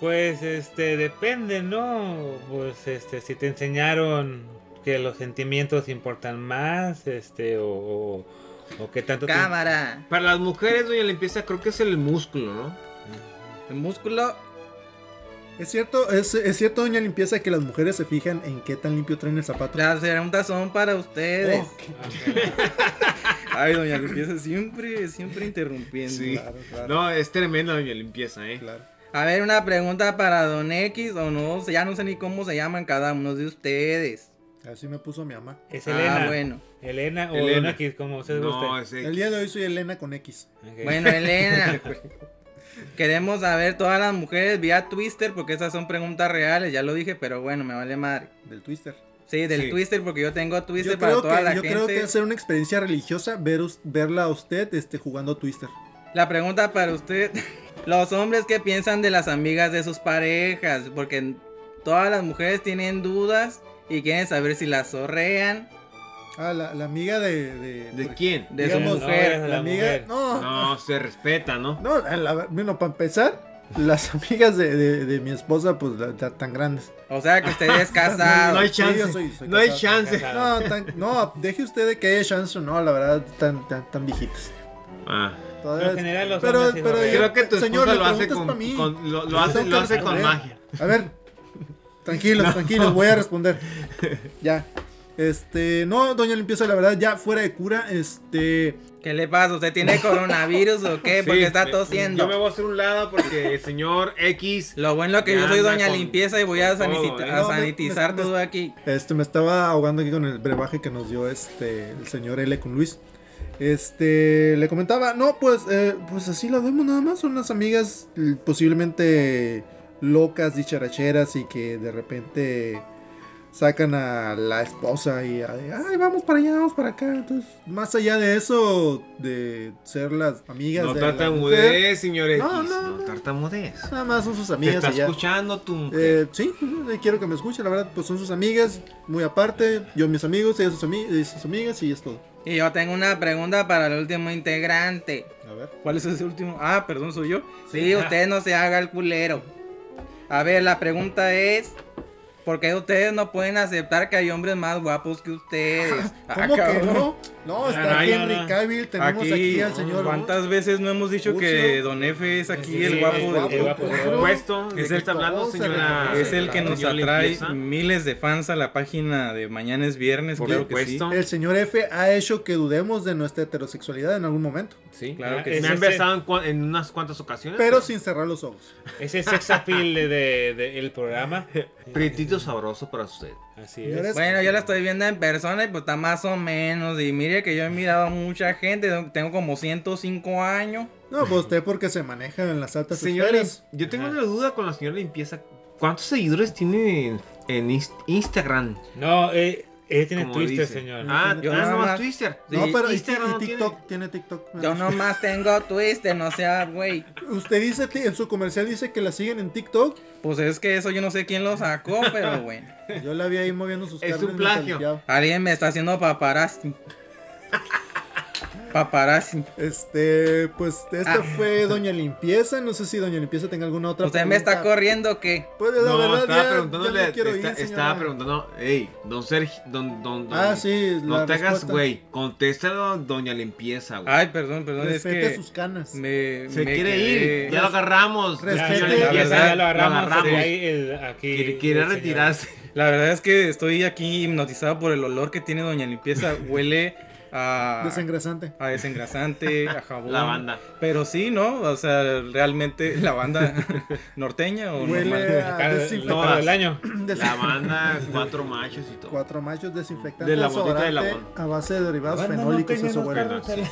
B: Pues este, depende, ¿no? Pues este, si te enseñaron que los sentimientos importan más, este, o, o, o qué tanto... te-
C: Para las mujeres, doña limpieza, creo que es el músculo, ¿no?
O: El músculo.
E: Es cierto, es, es cierto, doña limpieza, que las mujeres se fijan en qué tan limpio traen el zapato. Oh.
O: Las preguntas son para
C: Oh.
O: ustedes.
F: Ay, doña limpieza siempre, siempre interrumpiendo.
C: No, es tremenda doña limpieza, ¿eh?
O: A ver, una pregunta para Don X o no, ya no sé ni cómo se llaman cada uno de ustedes.
E: Así me puso mi mamá.
B: Es
O: Ah,
B: Elena.
O: bueno.
B: Elena Ah, o
O: Elena.
B: Don X, como ustedes
O: No,
B: gusten.
O: es
E: El día de hoy soy Elena con X.
O: Bueno, Elena. Queremos saber todas las mujeres vía Twister, porque esas son preguntas reales, ya lo dije, pero bueno, me vale madre.
E: Del Twister.
O: Sí, del
E: Sí.
O: Twister, porque yo tengo Twister
E: Yo,
O: para
E: creo
O: toda
E: que,
O: la
E: yo
O: gente.
E: creo que hacer una experiencia religiosa, ver, us- verla a usted este, jugando Twister.
O: La pregunta para usted, los hombres que piensan de las amigas de sus parejas, porque todas las mujeres tienen dudas y quieren saber si las zorrean.
E: Ah, la, la amiga de... ¿De,
O: ¿De
C: quién?
O: De
E: digamos,
O: su mujer.
E: la amiga- No,
C: No, se respeta, ¿no?
E: No, a la- bueno, para empezar, las amigas de, de- de mi esposa, pues, la- la- tan grandes.
O: O sea que usted es casado.
E: No hay chance. no hay chance. No, tan- no, deje usted de que haya chance o no, la verdad, tan, tan, tan viejitas.
C: Ah.
E: Todavía-
B: En general, los
E: pero,
B: hombres sí
E: pero
B: lo ven.
E: yo-
B: Creo que tu esposa
E: señor, le
B: lo hace
E: preguntas
B: con-
E: pa' mí.
B: con- lo- lo
E: Yo
B: hace-
E: tengo
B: lo
E: que
B: hace con
E: responder.
B: magia.
E: A ver, tranquilos,
B: No.
E: tranquilos, voy a responder. Ya. Este, no, doña limpieza, la verdad, ya fuera de cura, este.
O: ¿Qué le pasa? ¿Usted tiene coronavirus o qué? Porque está
C: me-
O: tosiendo.
C: Yo me voy a hacer un lado porque el señor X.
O: Lo bueno que yo soy doña limpieza y voy a sanitizar-
C: ¿eh?
O: a sanitizar
E: me-
O: todo aquí.
E: Este, me estaba ahogando aquí con el brebaje que nos dio este el señor L con Luis. Este, le comentaba, no, pues, eh, pues así lo vemos nada más. Son unas amigas eh, posiblemente locas, dicharacheras y que de repente sacan a la esposa y a- ay, vamos para allá, vamos para acá. Entonces, más allá de eso, de ser las amigas
C: No
E: de la mujer,
C: tartamudez, señor X.
E: No, no,
C: no tartamudez.
E: Nada más son sus amigas.
C: Te está
E: y ya.
C: escuchando tu.
E: Eh, sí, eh, quiero que me escuche, la verdad, pues son sus amigas, muy aparte, yo mis amigos, ellas sus, ami- eh, sus amigas y es todo.
O: Y yo tengo una pregunta para el último integrante.
E: A ver.
F: ¿Cuál es ese último? Ah, perdón, soy yo.
O: Sí, usted no se haga el culero. A ver, la pregunta es. ¿Por qué ustedes no pueden aceptar que hay hombres más guapos que ustedes? Ah,
E: ¿Cómo que no? No, está
F: Caray,
E: Henry
F: Ana.
E: Cavill, tenemos aquí, al
F: no,
E: señor.
F: ¿Cuántas veces no hemos dicho que Don F es aquí
C: Sí,
F: el guapo
C: el
F: del
C: guapo,
F: grupo?
C: por supuesto. ¿De qué está hablando,
F: cosa,
C: señora?
F: Es el que nos
C: Señor
F: atrae
C: limpieza.
F: miles de fans a la página de Mañana es Viernes.
E: Por
F: claro que sí.
E: El señor F ha hecho que dudemos de nuestra heterosexualidad en algún momento.
C: Sí,
F: claro que
C: Me
F: sí.
C: han besado en, cua- en unas cuantas ocasiones.
E: Pero sin cerrar los ojos.
B: Ese sex appeal de, de- de el programa.
C: Prietito sabroso para usted.
B: Así es.
O: Bueno, yo la estoy viendo en persona y pues está más o menos. Y mire que yo he mirado a mucha gente, tengo como 105 años.
E: No, pues usted porque se maneja en las altas
C: Señores, pues, yo tengo una duda con la señora limpieza. ¿Cuántos seguidores tiene en, en Inst- Instagram?
B: No, eh, él tiene
C: Como
B: Twister,
C: dice.
B: señor.
C: Ah,
O: Yo
C: ah,
O: nada
C: nomás
O: más-
C: Twitter.
O: No, pero-
E: Y,
O: Instagram
E: y
O: no tiene.
E: TikTok, tiene TikTok. me
O: Yo
E: han dicho.
O: nomás tengo Twister, no sea güey.
E: Usted dice, que en su comercial dice que la siguen en TikTok.
O: Pues es que eso yo no sé quién lo sacó, pero bueno.
E: Yo la vi ahí moviendo sus
O: Es
E: cables
O: un
E: mientras
O: plagio.
E: limpiaba.
O: Alguien me está haciendo paparazzi. Paparazzi.
E: Este, pues esta
O: Ah.
E: fue Doña Limpieza. No sé si Doña Limpieza tenga alguna
F: Pues,
E: otra.
O: ¿Usted me está corriendo o qué?
E: Pues la
C: no,
E: verdad,
C: estaba
E: ya-
C: preguntándole.
E: ya me quiero ir,
C: está-
E: señora.
C: estaba preguntando, hey, don Sergio, don, don, don-
E: Ah, sí,
C: No
E: la
C: te hagas,
E: respuesta.
C: güey. Contéstalo, doña limpieza, güey.
O: Ay, perdón, perdón, es
E: Respete
O: que
E: sus canas.
O: me-
C: Se
O: me
C: quiere
O: quedé-
C: ir, ya lo agarramos.
B: Respete.
C: Doña
B: Ya,
C: Limpieza,
B: ya lo agarramos, de ahí el-
F: eh,
B: aquí
C: Quiere- quiere
B: el señor.
C: retirarse.
F: La verdad es que estoy aquí hipnotizado por el olor que tiene Doña Limpieza. Huele a.
E: Desengrasante.
F: A desengrasante, a jabón.
C: Lavanda.
F: Pero sí, ¿no? O sea, realmente la banda norteña o
E: Huele
F: normal?
E: a Cada- desinfectante. todo el año. Desinfectante.
C: La banda, cuatro machos y todo.
E: Cuatro machos desinfectantes.
F: De la botita de
E: desodorante
F: labón.
E: A base de derivados
F: Banda
E: fenólicos,
F: norteña,
E: eso
F: no
E: huele.
F: carretera.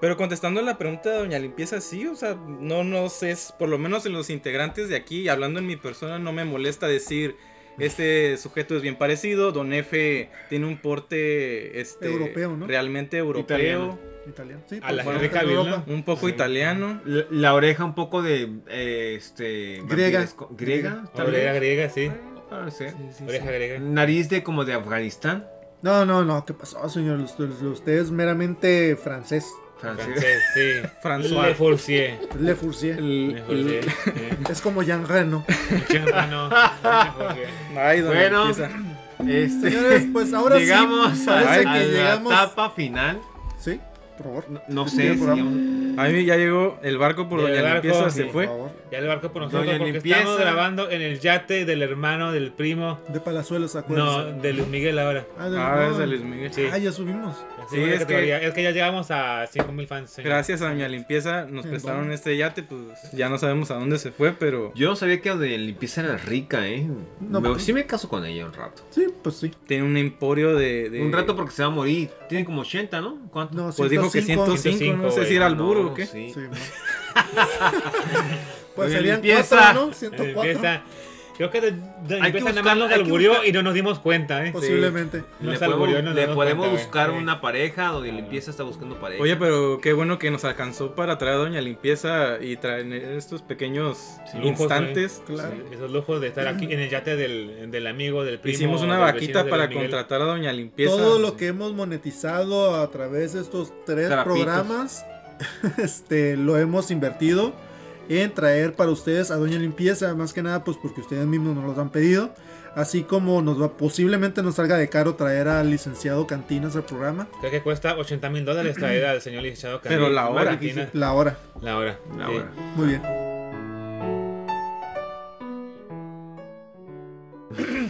F: Pero contestando la pregunta de Doña Limpieza, sí, o sea, no nos es, por lo menos en los integrantes de aquí, hablando en mi persona, no me molesta decir, este sujeto es bien parecido, Don F tiene un porte este,
E: Europeo, ¿no?
F: realmente europeo.
C: Italiano.
E: Italiano. Sí,
F: A la
E: pues,
F: Henry
E: bueno,
F: Cavill,
E: Europa.
F: ¿no? Un poco
C: Sí.
F: italiano.
C: La, la oreja un poco de eh, este
F: Griega.
C: vampiresco- griega,
B: Oh, Griega. Oreja griega, sí.
C: Ah, sí.
B: Oreja griega.
C: Nariz de como de Afganistán.
E: No, no, no, ¿qué pasó, señor? Usted, usted es meramente francés.
B: Francés, sí.
F: François.
B: Le Fourcier.
E: Le Fourcier.
B: Le Fourcier, sí.
E: Es como Jean Reno.
B: Jean Reno.
F: Ay, doña
C: bueno,
F: Limpieza.
P: Este,
E: Señores, pues ahora sí,
P: llegamos a,
E: parece
P: a
E: que
P: la
E: llegamos-
P: etapa final.
E: Sí, por favor.
P: No, no
F: Sí,
P: sé.
F: por favor. A mí ya llegó el barco por
B: Ya
F: donde
B: el
F: la
B: barco,
F: limpieza
B: sí.
F: se fue.
B: Ya el barco por nosotros
F: Doña
B: porque
F: Limpieza.
B: estamos grabando en el yate del hermano, del primo.
E: De Palazuelos,
B: No,
E: acuérdense.
B: de Luis Miguel ahora.
E: Ah, de Ah, Luis- es de Luis Miguel.
B: Sí.
E: Ah, ya subimos.
B: Sí,
F: Sí,
B: es,
F: es que-
B: que... es que ya llegamos a 5000 fans. señor.
F: Gracias a Doña Limpieza nos
B: ¿En
F: prestaron
B: dónde?
F: este yate, pues ya no sabemos a dónde se fue, pero...
C: Yo no sabía que de limpieza era rica, ¿eh? me, sí me caso con ella un rato.
E: pues, Sí, pues sí.
F: Tiene un emporio de... de-
C: Un rato porque se va a morir. Tiene como 80, ¿no? ¿Cuánto?
E: No,
F: Pues dijo que 105, no sé si era alburo o qué.
C: Sí.
E: Pues
B: Doña
E: serían
B: Limpieza.
E: cuatro, ¿no? 104.
B: Limpieza. Creo que de- de
E: Hay que
B: limpieza nada
E: buscar-
B: más nos
E: hay que
B: alburió
E: buscar-
B: y no nos dimos cuenta, ¿eh?
E: Posiblemente.
B: Nos
C: Le
B: alburió y no
C: podemos,
B: nos
C: le
B: dimos
C: podemos
B: cuenta, güey.
C: buscar una pareja donde limpieza está buscando pareja.
F: Oye, pero qué bueno que nos alcanzó para traer a Doña Limpieza y traer estos pequeños
B: Lujos,
F: instantes.
B: güey.
F: claro.
B: Sí, esos lujos de estar aquí en el yate del, del amigo, del primo.
F: Hicimos una
B: del vecino
F: vaquita
B: de
F: para
B: Luis Miguel.
F: contratar a Doña Limpieza.
E: Todo lo que hemos monetizado a través de estos tres
F: Trapitos.
E: programas, este, lo hemos invertido en traer para ustedes a Doña Limpieza, más que nada pues porque ustedes mismos nos los han pedido, así como nos va, posiblemente nos salga de caro traer al licenciado Cantinas al programa.
B: Creo que cuesta 80 mil dólares traer al señor licenciado
E: Pero la hora,
B: Marquina.
E: dice. La hora.
B: La hora.
C: La
B: sí.
C: hora.
E: Muy bien.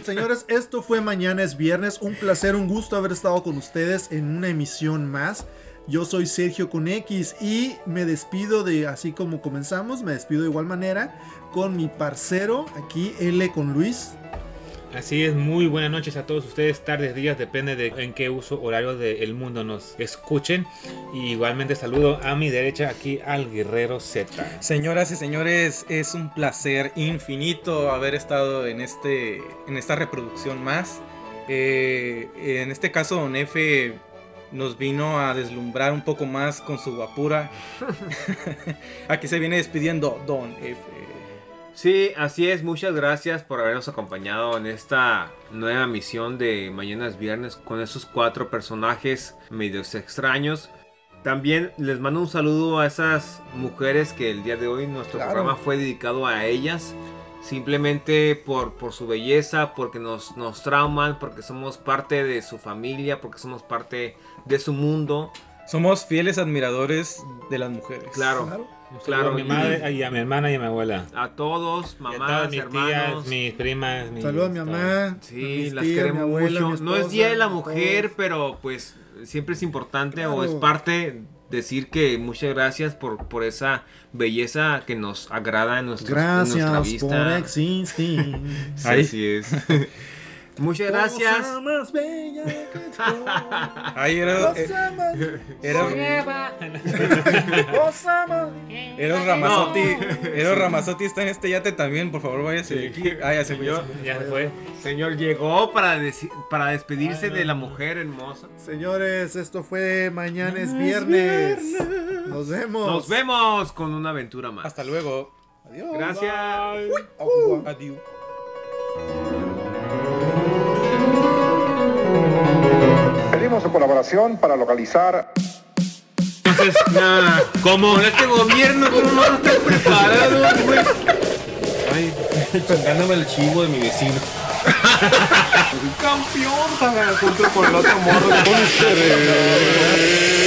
E: Señores, esto fue mañana es viernes. Un placer, un gusto haber estado con ustedes en una emisión más. Yo soy Sergio con X y me despido de así como comenzamos, me despido de igual manera con mi parcero aquí L con Luis.
B: Así es, muy buenas noches a todos ustedes, tardes, días, depende de en qué uso horario del mundo nos escuchen. Y igualmente saludo a mi derecha aquí al guerrero Z.
F: Señoras y señores, es un placer infinito haber estado en, este, en esta reproducción más. Eh, en este caso, Don Efe nos vino a deslumbrar un poco más con su guapura. Aquí se viene despidiendo Don Efe.
C: Sí, así es. Muchas gracias por habernos acompañado en esta nueva misión de Mañana es Viernes con esos cuatro personajes medios extraños. También les mando un saludo a esas mujeres que el día de hoy nuestro
F: Claro.
C: programa fue dedicado a ellas. Simplemente por, por su belleza, porque nos, nos trauman, porque somos parte de su familia, porque somos parte de su mundo.
F: Somos fieles admiradores de las mujeres.
C: Claro,
B: Claro. Saludo
C: claro.
B: a mi madre y a mi hermana y a mi abuela.
C: A todos,
B: Y a
C: mamás,
B: todas mis
C: hermanos.
B: tías, mis primas, mis...
E: Saludos a mi mamá. a
C: Sí,
E: mis
C: las
E: tías,
C: queremos
E: mi abuela, mi
C: mucho. No es
E: esposa,
C: Día de la
E: a
C: Mujer, pero pues siempre es importante o
E: Claro.
C: es parte decir que muchas gracias por, por esa belleza que nos agrada en, nuestros- en nuestra
E: Gracias
C: vista.
E: por existir.
C: Sí, así es. muchas gracias.
E: Cosa más bella que tú.
F: Ay, era-
E: Cosa más-
F: Era-
E: Cosa más-
F: Eros Ramazotti, Eros Ramazzotti está en este yate también, por favor váyase de aquí. Ah, ya se fue.
B: Ya se fue.
C: Señor, llegó para, deci- para despedirse
E: Ay, no.
C: de la mujer hermosa.
E: Señores, esto fue mañana es
C: Es
E: viernes. Nos vemos.
C: Nos vemos con una aventura más.
F: Hasta luego.
E: Adiós.
C: Gracias.
F: Adiós.
A: Pedimos su colaboración para localizar.
B: Entonces, nada, ¿cómo?
C: Con este gobierno, ¿cómo no estás preparado, güey? Ay, pegándome Pues, el chivo de mi vecino.
G: Campeón, para junto con el otro morro. Con ustedes.